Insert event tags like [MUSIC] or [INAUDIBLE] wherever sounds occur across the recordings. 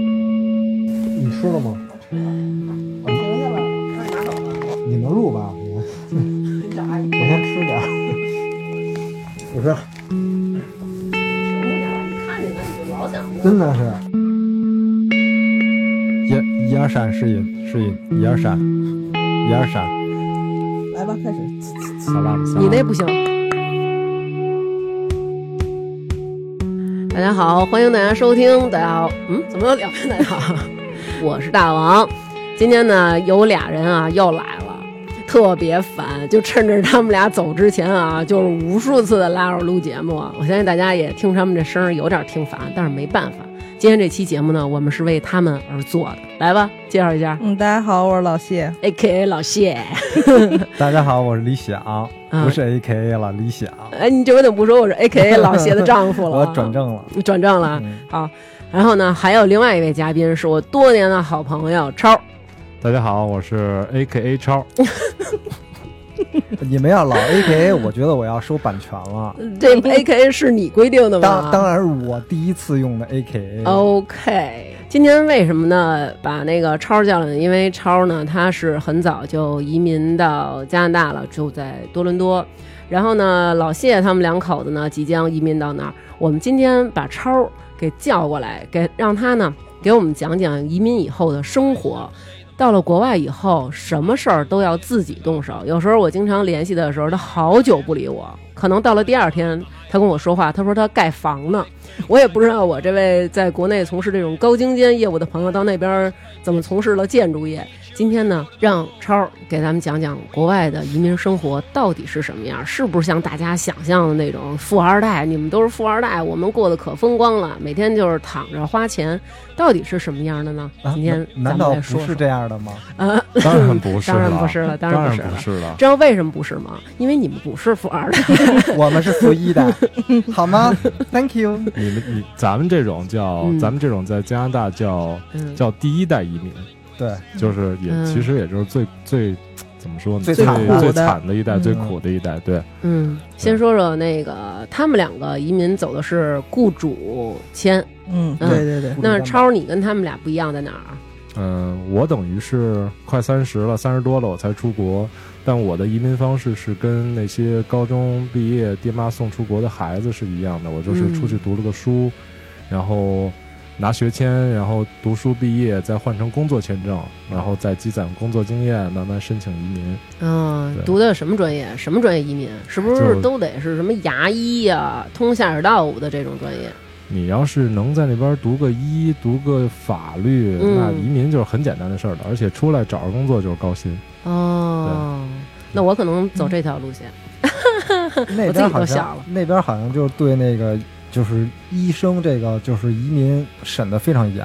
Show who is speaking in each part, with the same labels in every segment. Speaker 1: 你吃了吗？
Speaker 2: 嗯
Speaker 3: 我留下了，让你拿走了。
Speaker 1: 你能录吧？我
Speaker 2: 嗯
Speaker 3: 你找阿姨，
Speaker 1: 我先吃点儿。我说
Speaker 3: 什么点儿你看见了你就老想摸。
Speaker 1: 真的是。一一二三，试一试一，一二三，一二三，
Speaker 3: 来
Speaker 4: 嗯
Speaker 3: 吧，开始。
Speaker 1: 撒拉撒
Speaker 2: 你那不行。大家好，欢迎大家收听。大家好，嗯，怎么有两遍大
Speaker 1: [LAUGHS]
Speaker 2: 家好？我是大王。今天呢，有俩人啊又来了，特别烦。就趁着他们俩走之前啊，就是无数次的拉着我录节目啊。我相信大家也听他们这声儿有点听烦，但是没办法。今天这期节目呢，我们是为他们而做的。来吧，介绍一下
Speaker 4: 嗯，大家好，我是老谢。
Speaker 2: ，A K A 老谢。 [LAUGHS]
Speaker 1: 大家好，我是李想，
Speaker 2: 嗯
Speaker 1: 不是 A K A 了，李想，
Speaker 2: 哎，你这回怎么不说我是 A K A 老谢的丈夫了啊？
Speaker 1: 我转正了。
Speaker 2: 你 [LAUGHS] 转正了啊。
Speaker 1: 嗯
Speaker 2: 好，然后呢，还有另外一位嘉宾是我多年的好朋友超，
Speaker 5: 大家好，我是 A K A 超，
Speaker 1: [LAUGHS] 你们要老 A K A，我觉得我要收版权了。
Speaker 2: 这 A K 是你规定的
Speaker 1: 嗯
Speaker 2: 吗？
Speaker 1: 当当。然是我第一次用的 A K A。，
Speaker 2: 哦 OK，今天为什么呢？把那个超叫来，因为超呢，他是很早就移民到加拿大了，住在多伦多。然后呢，老谢他们两口子呢，即将移民到那儿。我们今天把超给叫过来，给让他呢给我们讲讲移民以后的生活。到了国外以后，什么事儿都要自己动手。有时候我经常联系的时候，他好久不理我，可能到了第二天，他跟我说话，他说他盖房呢。我也不知道我这位在国内从事这种高精尖业务的朋友到那边儿怎么从事了建筑业。今天呢，让超儿给咱们讲讲国外的移民生活到底是什么样，是不是像大家想象的那种富二代？你们都是富二代，我们过得可风光了，每天就是躺着花钱，到底是什么样的呢？
Speaker 1: 啊
Speaker 2: 今天
Speaker 1: 难
Speaker 2: 咱
Speaker 1: 道
Speaker 2: 们
Speaker 1: 不
Speaker 2: 再说
Speaker 1: 是
Speaker 2: 说。
Speaker 1: 这样的吗？
Speaker 2: 啊， [LAUGHS]
Speaker 5: 当然不是
Speaker 2: 当
Speaker 5: 了，
Speaker 2: 然不是了，当
Speaker 5: 当
Speaker 2: 然不
Speaker 5: 然
Speaker 2: 是了。
Speaker 5: 是了。
Speaker 2: 知道为什么不是吗？因为你们不是富二代。
Speaker 1: 我们是随意
Speaker 2: [LAUGHS]
Speaker 1: 的，好吗？Thank you。
Speaker 5: 你们你咱们这种叫、
Speaker 2: 嗯
Speaker 5: 咱们这种在加拿大叫
Speaker 2: 嗯，
Speaker 5: 叫第一代移民，
Speaker 1: 对，
Speaker 5: 就是也、
Speaker 2: 嗯
Speaker 5: 其实也就是最最怎么说呢？
Speaker 1: 最
Speaker 5: 最
Speaker 1: 惨
Speaker 4: 的
Speaker 5: 最惨的一代，
Speaker 4: 嗯
Speaker 5: 最苦的一代。对，
Speaker 2: 嗯，先说说那个，他们两个移民走的是雇主签。
Speaker 4: 嗯，
Speaker 2: 嗯
Speaker 4: 对对对，
Speaker 2: 那超儿，你跟他们俩不一样在哪儿啊？
Speaker 5: 嗯、我等于是快三十了，三十多了我才出国，但我的移民方式是跟那些高中毕业爹妈送出国的孩子是一样的，我就是
Speaker 2: 嗯
Speaker 5: 出去读了个书，然后拿学签，然后读书毕业，再换成工作签证，然后再积攒工作经验，慢慢申请移民。
Speaker 2: 嗯
Speaker 5: 对
Speaker 2: 读的什么专业？什么专业移民？是不是
Speaker 5: 就
Speaker 2: 都得是什么牙医呀、通下水道的这种专业？
Speaker 5: 你要是能在那边读个医，读个法律，
Speaker 2: 嗯
Speaker 5: 那移民就是很简单的事儿了，而且出来找着工作就是高薪。
Speaker 2: 哦，那我可能走这条路线。
Speaker 1: 那
Speaker 2: 我自己
Speaker 1: 边
Speaker 2: 都
Speaker 1: 好
Speaker 2: 笑
Speaker 1: 像
Speaker 2: 了
Speaker 1: 那边好像就是对那个就是医生这个就是移民审的非常严，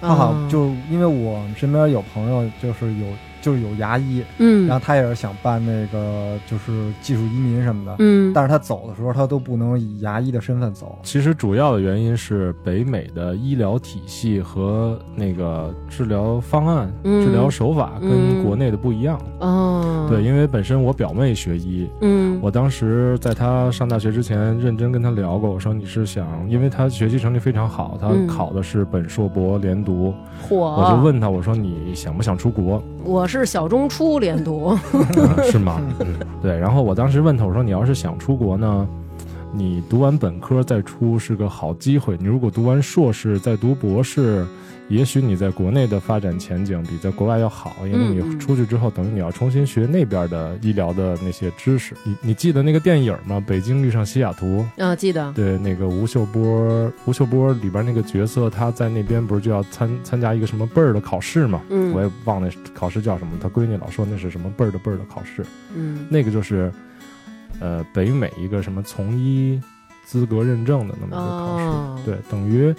Speaker 1: 他
Speaker 5: 啊
Speaker 1: 好像
Speaker 2: 哦
Speaker 1: 就因为我们身边有朋友就是有就是有牙医，
Speaker 2: 嗯
Speaker 1: 然后他也是想办那个就是技术移民什么的，
Speaker 2: 嗯
Speaker 1: 但是他走的时候他都不能以牙医的身份走，
Speaker 5: 其实主要的原因是北美的医疗体系和那个治疗方案、
Speaker 2: 嗯
Speaker 5: 治疗手法跟
Speaker 2: 嗯
Speaker 5: 国内的不一样。
Speaker 2: 哦，
Speaker 5: 对，因为本身我表妹学医，
Speaker 2: 嗯
Speaker 5: 我当时在她上大学之前认真跟她聊过，我说你是想，因为她学习成绩非常好，她
Speaker 2: 嗯
Speaker 5: 考的是本硕博连读，
Speaker 2: 火，
Speaker 5: 我就问她，我说你想不想出国？
Speaker 2: 我是小中初连
Speaker 5: [LAUGHS]
Speaker 2: 读，
Speaker 5: 啊
Speaker 2: [LAUGHS]
Speaker 5: 是吗？
Speaker 2: 嗯
Speaker 5: 对，然后我当时问他，我说你要是想出国呢，你读完本科再出是个好机会。你如果读完硕士再读博士，也许你在国内的发展前景比在国外要好，因为
Speaker 2: 嗯
Speaker 5: 你
Speaker 2: 嗯
Speaker 5: 出去之后，等于你要重新学那边的医疗的那些知识。你你记得那个电影吗？《北京遇上西雅图》。
Speaker 2: 啊，记得，
Speaker 5: 对，那个吴秀波，吴秀波里边那个角色，他在那边不是就要参参加一个什么辈儿的考试嘛？
Speaker 2: 嗯，
Speaker 5: 我也忘了考试叫什么，他闺女老说那是什么辈儿的辈儿的考试。
Speaker 2: 嗯
Speaker 5: 那个就是，呃，北美一个什么从医资格认证的那么一个考试，
Speaker 2: 哦
Speaker 5: 对，等于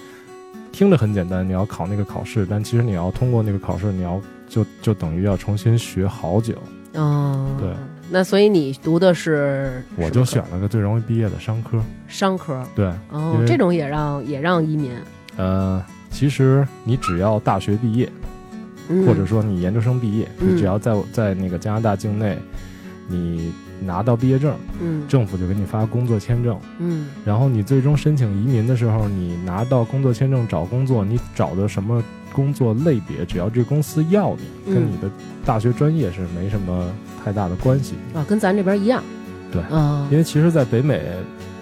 Speaker 5: 听着很简单，你要考那个考试，但其实你要通过那个考试，你要就就等于要重新学好久。
Speaker 2: 哦，
Speaker 5: 对，
Speaker 2: 那所以你读的是
Speaker 5: 我就选了个最容易毕业的商科，
Speaker 2: 商科，
Speaker 5: 对，
Speaker 2: 哦
Speaker 5: 因，为
Speaker 2: 这种也让也让移民，
Speaker 5: 呃，其实你只要大学毕业，
Speaker 2: 嗯
Speaker 5: 或者说你研究生毕业，
Speaker 2: 嗯
Speaker 5: 你只要在在那个加拿大境内，你拿到毕业证，
Speaker 2: 嗯
Speaker 5: 政府就给你发工作签证。
Speaker 2: 嗯
Speaker 5: 然后你最终申请移民的时候，你拿到工作签证找工作，你找的什么工作类别，只要这公司要你，跟
Speaker 2: 嗯
Speaker 5: 你的大学专业是没什么太大的关系。
Speaker 2: 啊，跟咱这边一样。
Speaker 5: 对
Speaker 2: 啊
Speaker 5: 因，为其实，在北美，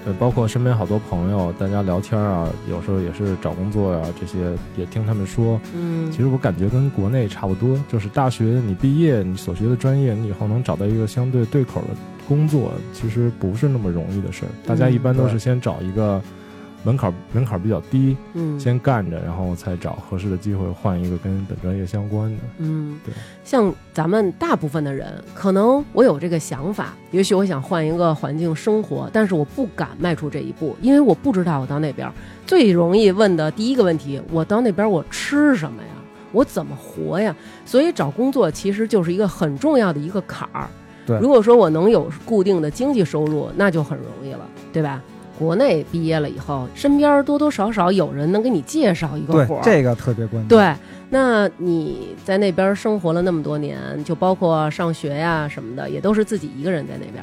Speaker 5: 呃，包括身边好多朋友，大家聊天啊，有时候也是找工作啊，这些也听他们说，
Speaker 2: 嗯，
Speaker 5: 其实我感觉跟国内差不多，就是大学你毕业，你所学的专业，你以后能找到一个相对对口的工作，其实不是那么容易的事儿。大家一般都是先找一个门槛门槛比较低，
Speaker 2: 嗯
Speaker 5: 先干着，然后再找合适的机会换一个跟本专业相关的。
Speaker 2: 嗯
Speaker 5: 对，
Speaker 2: 像咱们大部分的人，可能我有这个想法，也许我想换一个环境生活，但是我不敢迈出这一步，因为我不知道我到那边儿最容易问的第一个问题，我到那边儿我吃什么呀？我怎么活呀？所以找工作其实就是一个很重要的一个坎儿。
Speaker 5: 对
Speaker 2: 如果说我能有固定的经济收入，那就很容易了，对吧？国内毕业了以后，身边儿多多少少有人能给你介绍一个
Speaker 1: 对
Speaker 2: 活儿，
Speaker 1: 这个特别关键。，
Speaker 2: 对，那你在那边生活了那么多年，就包括上学呀什么的，也都是自己一个人在那边。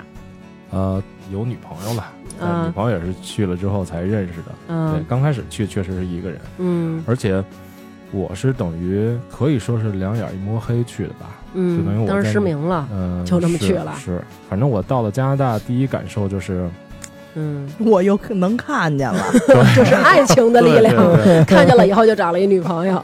Speaker 5: 呃，有女朋友了，
Speaker 2: 啊
Speaker 5: 呃女朋友也是去了之后才认识的。对
Speaker 2: 嗯，
Speaker 5: 刚开始去确实是一个人，
Speaker 2: 嗯
Speaker 5: 而且我是等于可以说是两眼一摸黑去的吧。就等于
Speaker 2: 嗯，
Speaker 5: 我
Speaker 2: 当时
Speaker 5: 在
Speaker 2: 失
Speaker 5: 那
Speaker 2: 明了。
Speaker 5: 嗯，
Speaker 2: 就那么
Speaker 5: 是
Speaker 2: 去了
Speaker 5: 是，反正我到了加拿大，第一感受就是
Speaker 2: 嗯，[LAUGHS]
Speaker 5: [LAUGHS]
Speaker 4: 我又能看见
Speaker 3: [LAUGHS]
Speaker 4: 了，
Speaker 2: 这是爱情的力量。
Speaker 5: 对对对
Speaker 2: 看见了以后就找了一女朋友。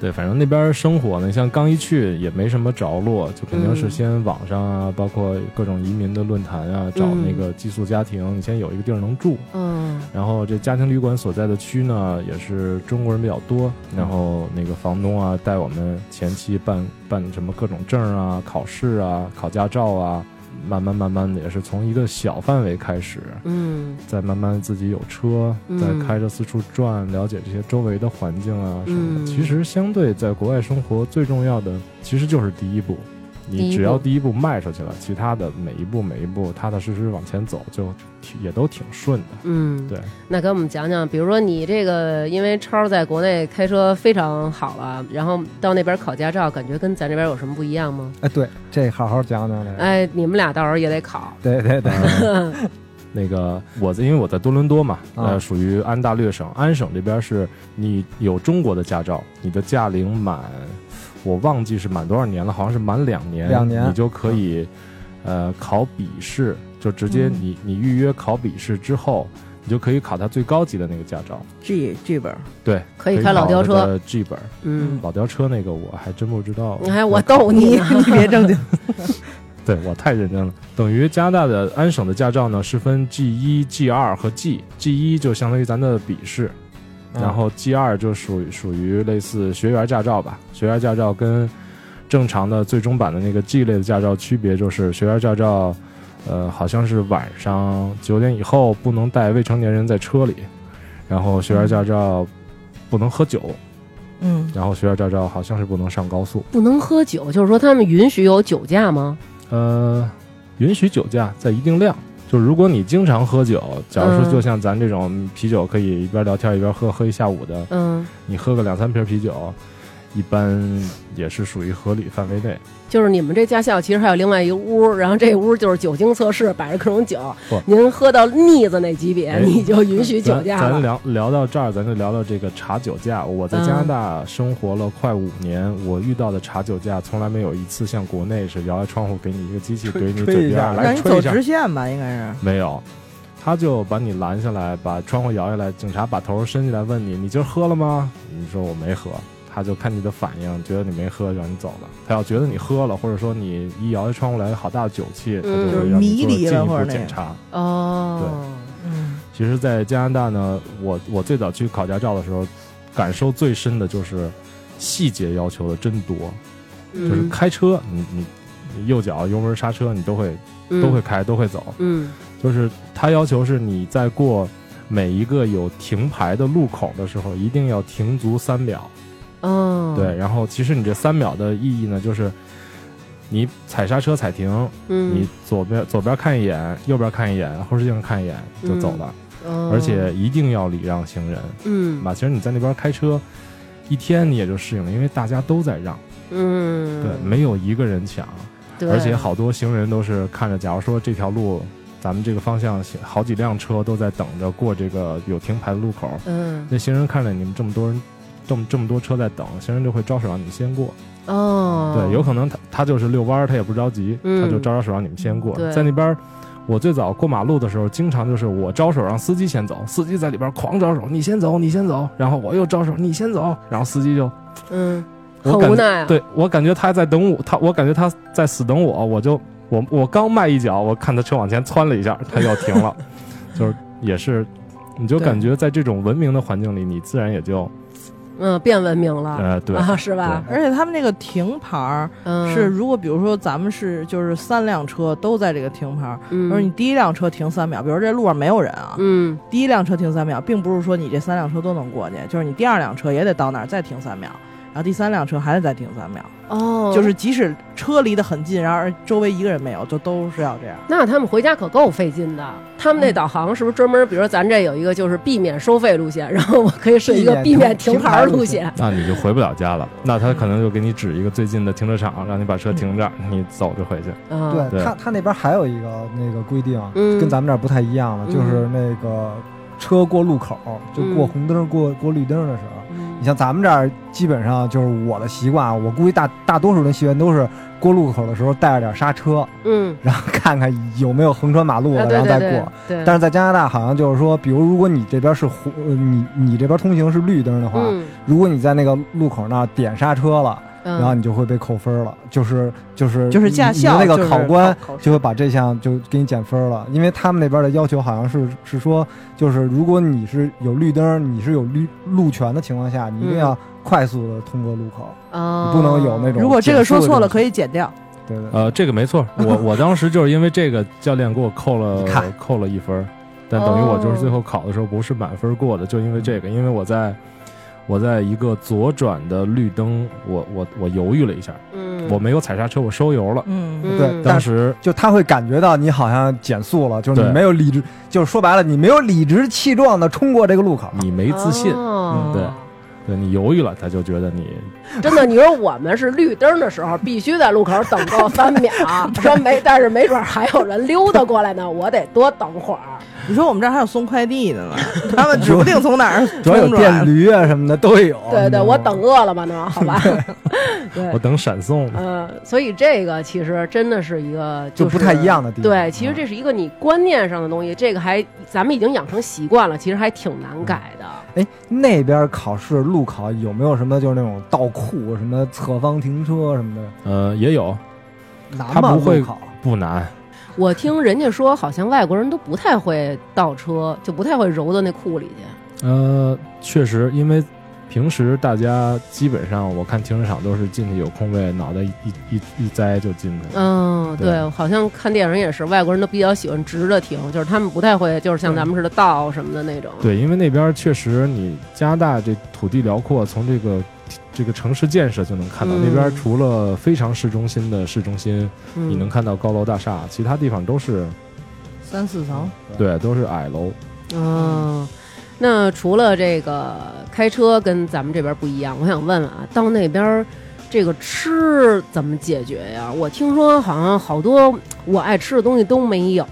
Speaker 5: 对，反正那边生活呢，像刚一去也没什么着落，就肯定是
Speaker 2: 嗯
Speaker 5: 先网上啊，包括各种移民的论坛啊，找那个寄宿家庭，你先有一个地儿能住。
Speaker 2: 嗯
Speaker 5: 然后这家庭旅馆所在的区呢，也是中国人比较多，然后那个房东啊带我们前期办办什么各种证啊、考试啊、考驾照啊，慢慢慢慢的也是从一个小范围开始，
Speaker 2: 嗯
Speaker 5: 再慢慢自己有车，
Speaker 2: 嗯
Speaker 5: 再开着四处转，了解这些周围的环境啊什么的。
Speaker 2: 嗯
Speaker 5: 其实相对在国外生活最重要的，其实就是第一步。
Speaker 2: 第一
Speaker 5: 你
Speaker 2: 步
Speaker 5: 只要第一步迈出去了，其他的每一步每一步踏踏实实往前走，就挺也都挺顺的。
Speaker 2: 嗯，
Speaker 5: 对，
Speaker 2: 那给我们讲讲，比如说你这个，因为超在国内开车非常好了，然后到那边考驾照，感觉跟咱这边有什么不一样吗？
Speaker 1: 哎，对，这好好讲讲这个。
Speaker 2: 哎，你们俩到时候也得考。
Speaker 1: 对对对，
Speaker 5: [LAUGHS] 那个我在因为我在多伦多嘛，
Speaker 1: 啊
Speaker 5: 呃，属于安大略省，安省这边是你有中国的驾照，你的驾龄满，我忘记是满多少年了，好像是满两年，
Speaker 1: 两年啊
Speaker 5: 你就可以，呃，考笔试，就直接
Speaker 4: 嗯
Speaker 5: 你、你预约考笔试之后，你就可以考它最高级的那个驾照，
Speaker 4: 剧剧本儿
Speaker 5: 对，
Speaker 2: 可以开老吊车
Speaker 5: ，G 本，
Speaker 2: 嗯，
Speaker 5: 老吊车那个我还真不知道，
Speaker 2: 你还我逗
Speaker 4: 你
Speaker 2: 你
Speaker 5: [LAUGHS]
Speaker 2: 呢。
Speaker 4: 你别正经，
Speaker 5: 对我太认真了。等于加拿大的安省的驾照呢是分 G 一、G 二和 G。G 一就相当于咱的笔试，
Speaker 1: 嗯
Speaker 5: 嗯然后 G 二就属于属于类似学员驾照吧。学员驾照跟正常的最终版的那个 G 类的驾照区别就是，学员驾照，呃，好像是晚上九点以后不能带未成年人在车里，然后学员驾照不能喝酒，
Speaker 4: 嗯，
Speaker 5: 然后学员驾照好像是不能上高速。
Speaker 2: 不能喝酒，就是说他们允许有酒驾吗？
Speaker 5: 呃，允许酒驾在一定量。就如果你经常喝酒，假如
Speaker 2: 嗯
Speaker 5: 说就像咱这种啤酒可以一边聊天一边喝，喝一下午的，
Speaker 2: 嗯，
Speaker 5: 你喝个两三瓶啤酒，一般也是属于合理范围内。
Speaker 2: 就是你们这驾校其实还有另外一屋，然后这屋就是酒精测试，摆着各种酒
Speaker 5: 不，
Speaker 2: 您喝到腻子那级别，
Speaker 5: 哎
Speaker 2: 你就允许酒
Speaker 5: 咱
Speaker 2: 驾
Speaker 5: 咱
Speaker 2: 了。
Speaker 5: 聊聊到这儿，咱就聊聊这个查酒驾。我在加拿大生活了快五年，我遇到的查酒驾从来没有一次像国内是摇下窗户给你一个机器
Speaker 1: 吹
Speaker 5: 怼你
Speaker 1: 吹
Speaker 5: 嘴
Speaker 1: 一
Speaker 5: 边
Speaker 1: 下
Speaker 5: 儿
Speaker 4: 那
Speaker 5: 来
Speaker 4: 你
Speaker 5: 吹
Speaker 4: 走
Speaker 5: 一下
Speaker 4: 直，线吧，应该是，
Speaker 5: 没有，他就把你拦下来，把窗户摇下来，警察把头伸进来问你：“你今儿喝了吗？”你说我没喝，他就看你的反应，觉得你没喝，让你走了。他要觉得你喝了，或者说你一摇下窗户来好大的酒气，他就
Speaker 2: 嗯
Speaker 5: 会让你
Speaker 4: 迷
Speaker 5: 做进
Speaker 4: 离了
Speaker 5: 一
Speaker 4: 或者
Speaker 5: 步
Speaker 4: 那
Speaker 5: 检
Speaker 4: 个
Speaker 5: 查。
Speaker 2: 哦，
Speaker 4: 嗯，
Speaker 5: 其实，在加拿大呢，我我最早去考驾照的时候，感受最深的就是细节要求的真多，就是
Speaker 2: 嗯
Speaker 5: 开车，你你你右脚油门刹车，你都会
Speaker 4: 嗯
Speaker 5: 都会，开，都会走。
Speaker 2: 嗯
Speaker 5: 就是他要求是你在过每一个有停牌的路口的时候，一定要停足三秒。
Speaker 2: 嗯哦，
Speaker 5: 对，，然后其实你这三秒的意义呢，就是你踩刹车踩停，你
Speaker 2: 嗯，
Speaker 5: 左边左边看一眼，右边看一眼，后视镜看一眼就走了，
Speaker 2: 哦
Speaker 5: 而且一定要礼让行人。
Speaker 2: 嗯
Speaker 5: 吧，其实你在那边开车。一天你也就适应了，因为大家都在让，
Speaker 2: 嗯，
Speaker 5: 对，没有一个人抢。
Speaker 2: 对，
Speaker 5: 而且好多行人都是看着，假如说这条路，咱们这个方向行好几辆车都在等着过这个有停牌的路口，
Speaker 2: 嗯
Speaker 5: 那行人看着你们这么多人，这么这么多车在等，行人就会招手让你们先过。
Speaker 2: 哦，
Speaker 5: 对，有可能他他就是遛弯儿，他也不着急，
Speaker 2: 嗯
Speaker 5: 他就招招手让你们先过。
Speaker 2: 对
Speaker 5: 在那边儿，我最早过马路的时候，经常就是我招手让司机先走，司机在里边儿狂招手，你先走，你先走，然后我又招手，你先走，然后司机就
Speaker 2: 嗯，
Speaker 5: 我
Speaker 2: 很
Speaker 5: 感
Speaker 2: 无
Speaker 5: 觉
Speaker 2: 奈啊，
Speaker 5: 对我感觉他在等我，他我感觉他在死等我，我就我我刚迈一脚，我看他车往前窜了一下，他要停
Speaker 2: [LAUGHS]
Speaker 5: 了，就是也是，你就
Speaker 4: 对
Speaker 5: 感觉在这种文明的环境里，你自然也就
Speaker 2: 嗯，变文明了，
Speaker 5: 呃对
Speaker 2: 啊，是吧？
Speaker 4: 而且他们那个停牌儿
Speaker 2: 嗯，
Speaker 4: 是，，如果比如说咱们是就是三辆车都在这个停牌儿，比如说你
Speaker 2: 嗯
Speaker 4: 第一辆车停三秒，比如说这路上没有人啊，
Speaker 2: 嗯
Speaker 4: 第一辆车停三秒，并不是说你这三辆车都能过去，就是你第二辆车也得到那儿再停三秒，然后第三辆车还得再停三秒，
Speaker 2: 哦，
Speaker 4: 啊就是即使车离得很近，然而周围一个人没有，就都是要这样。
Speaker 2: 那他们回家可够费劲的。他们那导航是不是专门，比如说咱这有一个就是避免收费路线，然后我可以是一个
Speaker 1: 避
Speaker 2: 避免
Speaker 1: 免
Speaker 2: 停
Speaker 1: 停
Speaker 2: 牌
Speaker 1: 牌路
Speaker 2: 路线
Speaker 1: 线？
Speaker 5: 那你就回不了家了。那他可能就给你指一个最近的停车
Speaker 2: 嗯
Speaker 5: 场，让你把车停这儿，你走就回去。
Speaker 2: 啊，
Speaker 1: 对
Speaker 5: 对
Speaker 1: 他他那边还有一个那个规定啊，
Speaker 2: 嗯
Speaker 1: 跟咱们这儿不太一样了，
Speaker 2: 嗯
Speaker 1: 就是那个车过路口，就过
Speaker 2: 嗯
Speaker 1: 红灯、过过绿灯的时候。
Speaker 2: 嗯
Speaker 1: 你像咱们这儿，基本上就是我的习惯啊，我估计大大多数人习惯都是过路口的时候带着点刹车，
Speaker 2: 嗯，
Speaker 1: 然后看看有没有横穿马路了，
Speaker 2: 啊对
Speaker 1: 然后
Speaker 2: 对
Speaker 1: 再
Speaker 2: 对
Speaker 1: 过。
Speaker 4: 嗯
Speaker 2: 对，
Speaker 1: 但是在加拿大，好像就是说，比如如果你这边是红，呃你你这边通行是绿灯的话，
Speaker 2: 嗯，
Speaker 1: 如果你在那个路口那儿点刹车了，
Speaker 2: 然
Speaker 1: 然后你就会被扣分了，就是就是
Speaker 4: 嗯就是
Speaker 1: 嗯
Speaker 4: 驾
Speaker 1: 你你的
Speaker 4: 校
Speaker 1: 那个考官
Speaker 4: 就是考考试
Speaker 1: 就会把这项就给你减分了，因为他们那边的要求好像是是说，就是如果你是有绿灯，你是有绿路权的情况下，你一定
Speaker 4: 嗯
Speaker 1: 要快速的通过路口，
Speaker 2: 哦
Speaker 1: 你不能有那种
Speaker 4: 如果这个说错了，
Speaker 1: 以
Speaker 4: 可以剪掉。
Speaker 1: 对对
Speaker 5: 呃，这个没错，我我当时就是因为这个，教练给我扣了
Speaker 1: 你看
Speaker 5: 扣了一分儿，但等于我就是
Speaker 2: 哦
Speaker 5: 最后考的时候不是满分过的，就因为这个，因为我在我在一个左转的绿灯，我我我犹豫了一下，
Speaker 2: 嗯，
Speaker 5: 我没有踩刹车，我收油了。
Speaker 4: 嗯
Speaker 2: 嗯
Speaker 1: 对，
Speaker 5: 当
Speaker 1: 但是
Speaker 5: 时
Speaker 1: 就他会感觉到你好像减速了，就是
Speaker 5: 对
Speaker 1: 你没有理直，就是说白了，你没有理直气壮的冲过这个路口，
Speaker 5: 你没自信，
Speaker 1: 嗯
Speaker 2: 哦
Speaker 5: 对对你犹豫了，他就觉得你
Speaker 2: [LAUGHS] 真的，你说我们是绿灯的时候，必须在路口等够三
Speaker 1: [LAUGHS]
Speaker 2: 秒，说没，但是没准还有人溜达过来呢，我得多等会儿。
Speaker 4: 你说我们这儿还有送快递的呢，他们指不定从哪儿
Speaker 1: [LAUGHS] 主要有
Speaker 4: 冲出来
Speaker 1: 电。驴啊什么的都有。嗯
Speaker 2: [LAUGHS] 对
Speaker 1: 你知
Speaker 2: 对，
Speaker 1: 道
Speaker 2: 我
Speaker 1: 吗
Speaker 2: 等饿了吧呢，
Speaker 1: [LAUGHS]
Speaker 2: 好吧？对
Speaker 5: 我，等闪送呢。
Speaker 2: 呃，所以这个其实真的是一个
Speaker 1: 嗯就是不太一样嗯的地方
Speaker 2: 对，其实这是一个你观念上的东西，这个还咱们已经养成习惯了，其实还挺难改的。
Speaker 1: 哎，那边考试路考有没有什么就是那种倒库、什么侧方停车什么的？
Speaker 5: 呃，也有
Speaker 1: 难
Speaker 5: 他
Speaker 1: 吗？
Speaker 5: 不会
Speaker 1: 路考
Speaker 5: 不难，
Speaker 2: 我听人家说，好像外国人都不太会倒车，就不太会揉到那库里去。
Speaker 1: 嗯
Speaker 5: 呃，确实，因为平时大家基本上，我看停车场都是进去有空位，脑袋一一一一栽就进去了。
Speaker 2: 嗯，
Speaker 5: 对
Speaker 2: 对，好像看电影也是，外国人都比较喜欢直着停，就是他们不太会，就是像咱们似的倒什么的那种。
Speaker 5: 对，因为那边确实，你加拿大这土地辽阔，从这个这个城市建设就能看到，
Speaker 2: 嗯
Speaker 5: 那边除了非常市中心的市中心，
Speaker 2: 嗯，
Speaker 5: 你能看到高楼大厦，其他地方都是
Speaker 4: 三四层，
Speaker 2: 啊
Speaker 5: 对，都是矮楼。
Speaker 2: 哦，那除了这个开车跟咱们这边不一样，我想问问啊，到那边儿这个吃怎么解决呀？我听说好像好多呃我爱吃的东西都没有，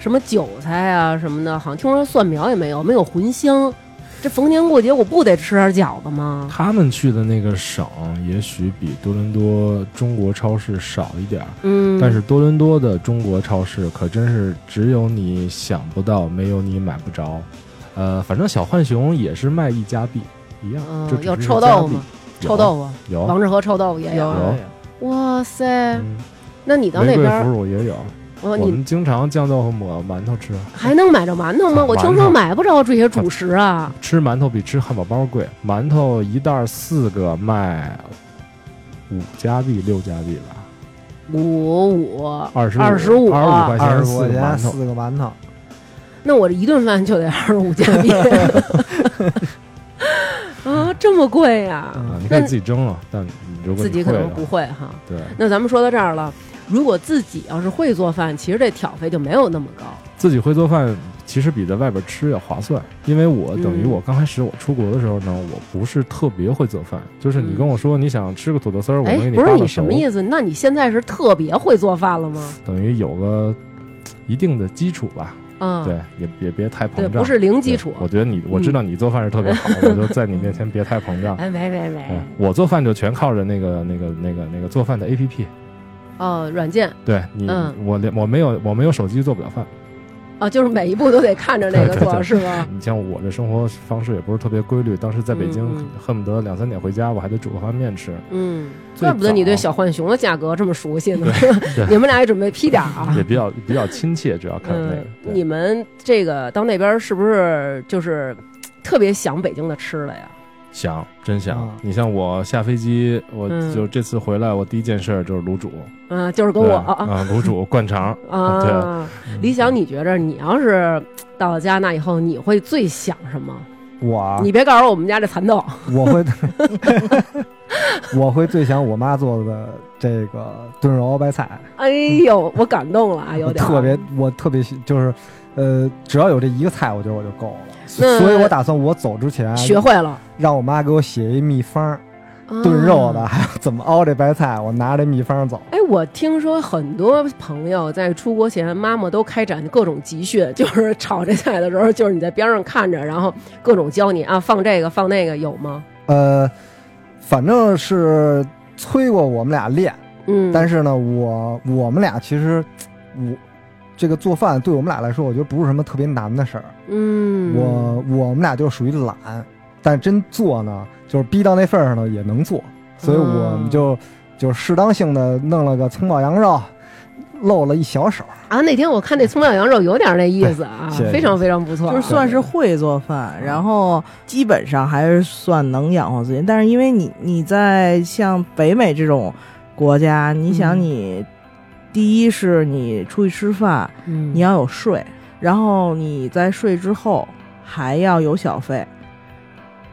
Speaker 2: 什么韭菜啊什么的，好像听说蒜苗也没有，没有茴香。这逢年过节我不得吃点饺子吗？
Speaker 5: 他们去的那个省，也许比多伦多中国超市少一点儿，
Speaker 2: 嗯，
Speaker 5: 但是多伦多的中国超市可真是只有你想不到，没有你买不着。呃，反正小浣熊也是卖一加币一样，
Speaker 2: 嗯
Speaker 5: 就只是
Speaker 2: 有臭豆腐吗
Speaker 5: 加币？
Speaker 2: 臭豆腐，
Speaker 5: 有
Speaker 2: 王致和臭豆腐也有。
Speaker 5: 有
Speaker 2: 啊哇塞，
Speaker 5: 嗯
Speaker 2: 那你到那
Speaker 5: 玫瑰
Speaker 2: 边
Speaker 5: 腐
Speaker 2: 儿，
Speaker 5: 乳也有。
Speaker 2: 哦，
Speaker 5: 我
Speaker 2: 你
Speaker 5: 们经常酱豆腐抹馒头吃，
Speaker 2: 还能买着馒头吗？我听
Speaker 5: 馒
Speaker 2: 说
Speaker 5: 头
Speaker 2: 买不着这些主食啊。
Speaker 5: 吃馒头比吃汉堡包贵，馒头一袋儿四个卖五加币六加币吧，
Speaker 2: 五五
Speaker 5: 二十
Speaker 2: 二十五啊
Speaker 5: 二十五块
Speaker 1: 二
Speaker 5: 钱
Speaker 1: 十
Speaker 5: 四
Speaker 1: 块
Speaker 5: 个
Speaker 1: 钱
Speaker 5: 馒头。
Speaker 1: 四个馒头，
Speaker 2: 那我这一顿饭就得二十五加
Speaker 5: [LAUGHS]
Speaker 2: 币啊，这么贵呀、
Speaker 5: 啊，
Speaker 1: 嗯
Speaker 5: 你可以自己蒸了，但你如果
Speaker 2: 自
Speaker 5: 你
Speaker 2: 己可
Speaker 5: 会的
Speaker 2: 能
Speaker 5: 话
Speaker 2: 不会哈。
Speaker 5: 对，
Speaker 2: 那咱们说到这儿了，如果自己要是会做饭，其实这挑费就没有那么高。
Speaker 5: 自己会做饭，其实比在外边吃要划算，因为我等于
Speaker 2: 嗯
Speaker 5: 我刚开始我出国的时候呢，我不是特别会做饭，就是你跟我说你想吃个土豆丝儿，
Speaker 2: 嗯
Speaker 5: 我
Speaker 2: 哎
Speaker 5: 能给，你
Speaker 2: 不是
Speaker 5: 扒
Speaker 2: 你
Speaker 5: 拉
Speaker 2: 什
Speaker 5: 熟
Speaker 2: 么，意思？那你现在是特别会做饭了吗？
Speaker 5: 等于有个一定的基础吧，
Speaker 2: 啊，
Speaker 5: 对，也也别太膨
Speaker 2: 对，
Speaker 5: 胀，
Speaker 2: 不是零基
Speaker 5: 对
Speaker 2: 础。嗯
Speaker 5: 我觉得你我知道你做饭是特别好，我就在你面前别太膨胀。
Speaker 2: [LAUGHS] 哎，没没没
Speaker 5: 哎，我做饭就全靠着那个、那个、那个、那个做饭的 A P P。
Speaker 2: 哦，软件
Speaker 5: 对你，
Speaker 2: 嗯
Speaker 5: 我连我没有我没有手机做不了饭。
Speaker 2: 哦，就是每一步都得看着那
Speaker 5: [LAUGHS]
Speaker 2: 个
Speaker 5: 对对
Speaker 2: 做，
Speaker 5: 对
Speaker 2: 是吗？
Speaker 5: 你像我这生活方式也不是特别规律，当时在北京
Speaker 2: 嗯嗯
Speaker 5: 恨不得两三点回家，我还得煮个方便面吃。
Speaker 2: 嗯，
Speaker 5: 最
Speaker 2: 怪不得你对
Speaker 5: 早啊
Speaker 2: 小浣熊的价格这么熟悉呢。[LAUGHS]
Speaker 5: 对
Speaker 2: 你们俩也准备批点儿啊
Speaker 5: [LAUGHS] 也。比较比较亲切，主要看那个
Speaker 2: 嗯。，
Speaker 5: 对
Speaker 2: 你们这个到那边是不是就是特别想北京的吃了呀？
Speaker 5: 想真想
Speaker 1: 嗯，
Speaker 5: 你像我下飞机，我
Speaker 2: 嗯
Speaker 5: 就这次回来，我第一件事儿就是卤煮，
Speaker 2: 嗯，就是跟
Speaker 5: 对
Speaker 2: 我啊
Speaker 5: 啊卤煮灌肠，
Speaker 2: 啊。李想，你觉着你要是到了加拿大以后，你会最想什么？
Speaker 1: 我啊
Speaker 2: 你别告诉我们家这蚕豆，
Speaker 1: 我
Speaker 2: [LAUGHS]
Speaker 1: 会，我会最想我妈做的这个炖肉熬白菜，
Speaker 2: 哎呦，我感动了啊，有
Speaker 1: 我
Speaker 2: 点儿
Speaker 1: 特别，我特别喜就是，呃，只要有这一个菜，我觉得我就够了。
Speaker 2: 那
Speaker 1: 所所以我打算我走之前
Speaker 2: 学会了
Speaker 1: 让我妈给我写一秘方，
Speaker 2: 嗯
Speaker 1: 嗯炖肉的，。还有怎么熬这白菜，我拿这秘方走。
Speaker 2: 哎，我听说很多朋友在出国前，妈妈都开展各种集训， [LAUGHS] 就是炒这菜的时候，就是你在边上看着，然后各种教你啊，放这个放那个，有吗？
Speaker 1: 呃，反正是催过我们俩练，
Speaker 2: 嗯，
Speaker 1: 但是呢，我我们俩其实我这个做饭对我们俩来说，我觉得不是什么特别难的事儿。
Speaker 2: 嗯，
Speaker 1: 我我们俩就属于懒，但真做呢，就是逼到那份儿上呢也能做，所以我
Speaker 2: 嗯
Speaker 1: 们就、就适当性的弄了个葱爆羊肉，露了一小手。
Speaker 2: 啊，那天我看那葱爆羊肉有点那意思啊，
Speaker 1: 对谢谢
Speaker 2: 非常非常不错啊，
Speaker 4: 就是算是会做
Speaker 1: 嗯
Speaker 4: 饭，然后基本上还是算能养活自己。但是因为你你在像北美这种国家，你想
Speaker 2: 嗯
Speaker 4: 你、第一是你出去吃饭，
Speaker 2: 嗯
Speaker 4: 你要有税，然后你在税之后还要有小费，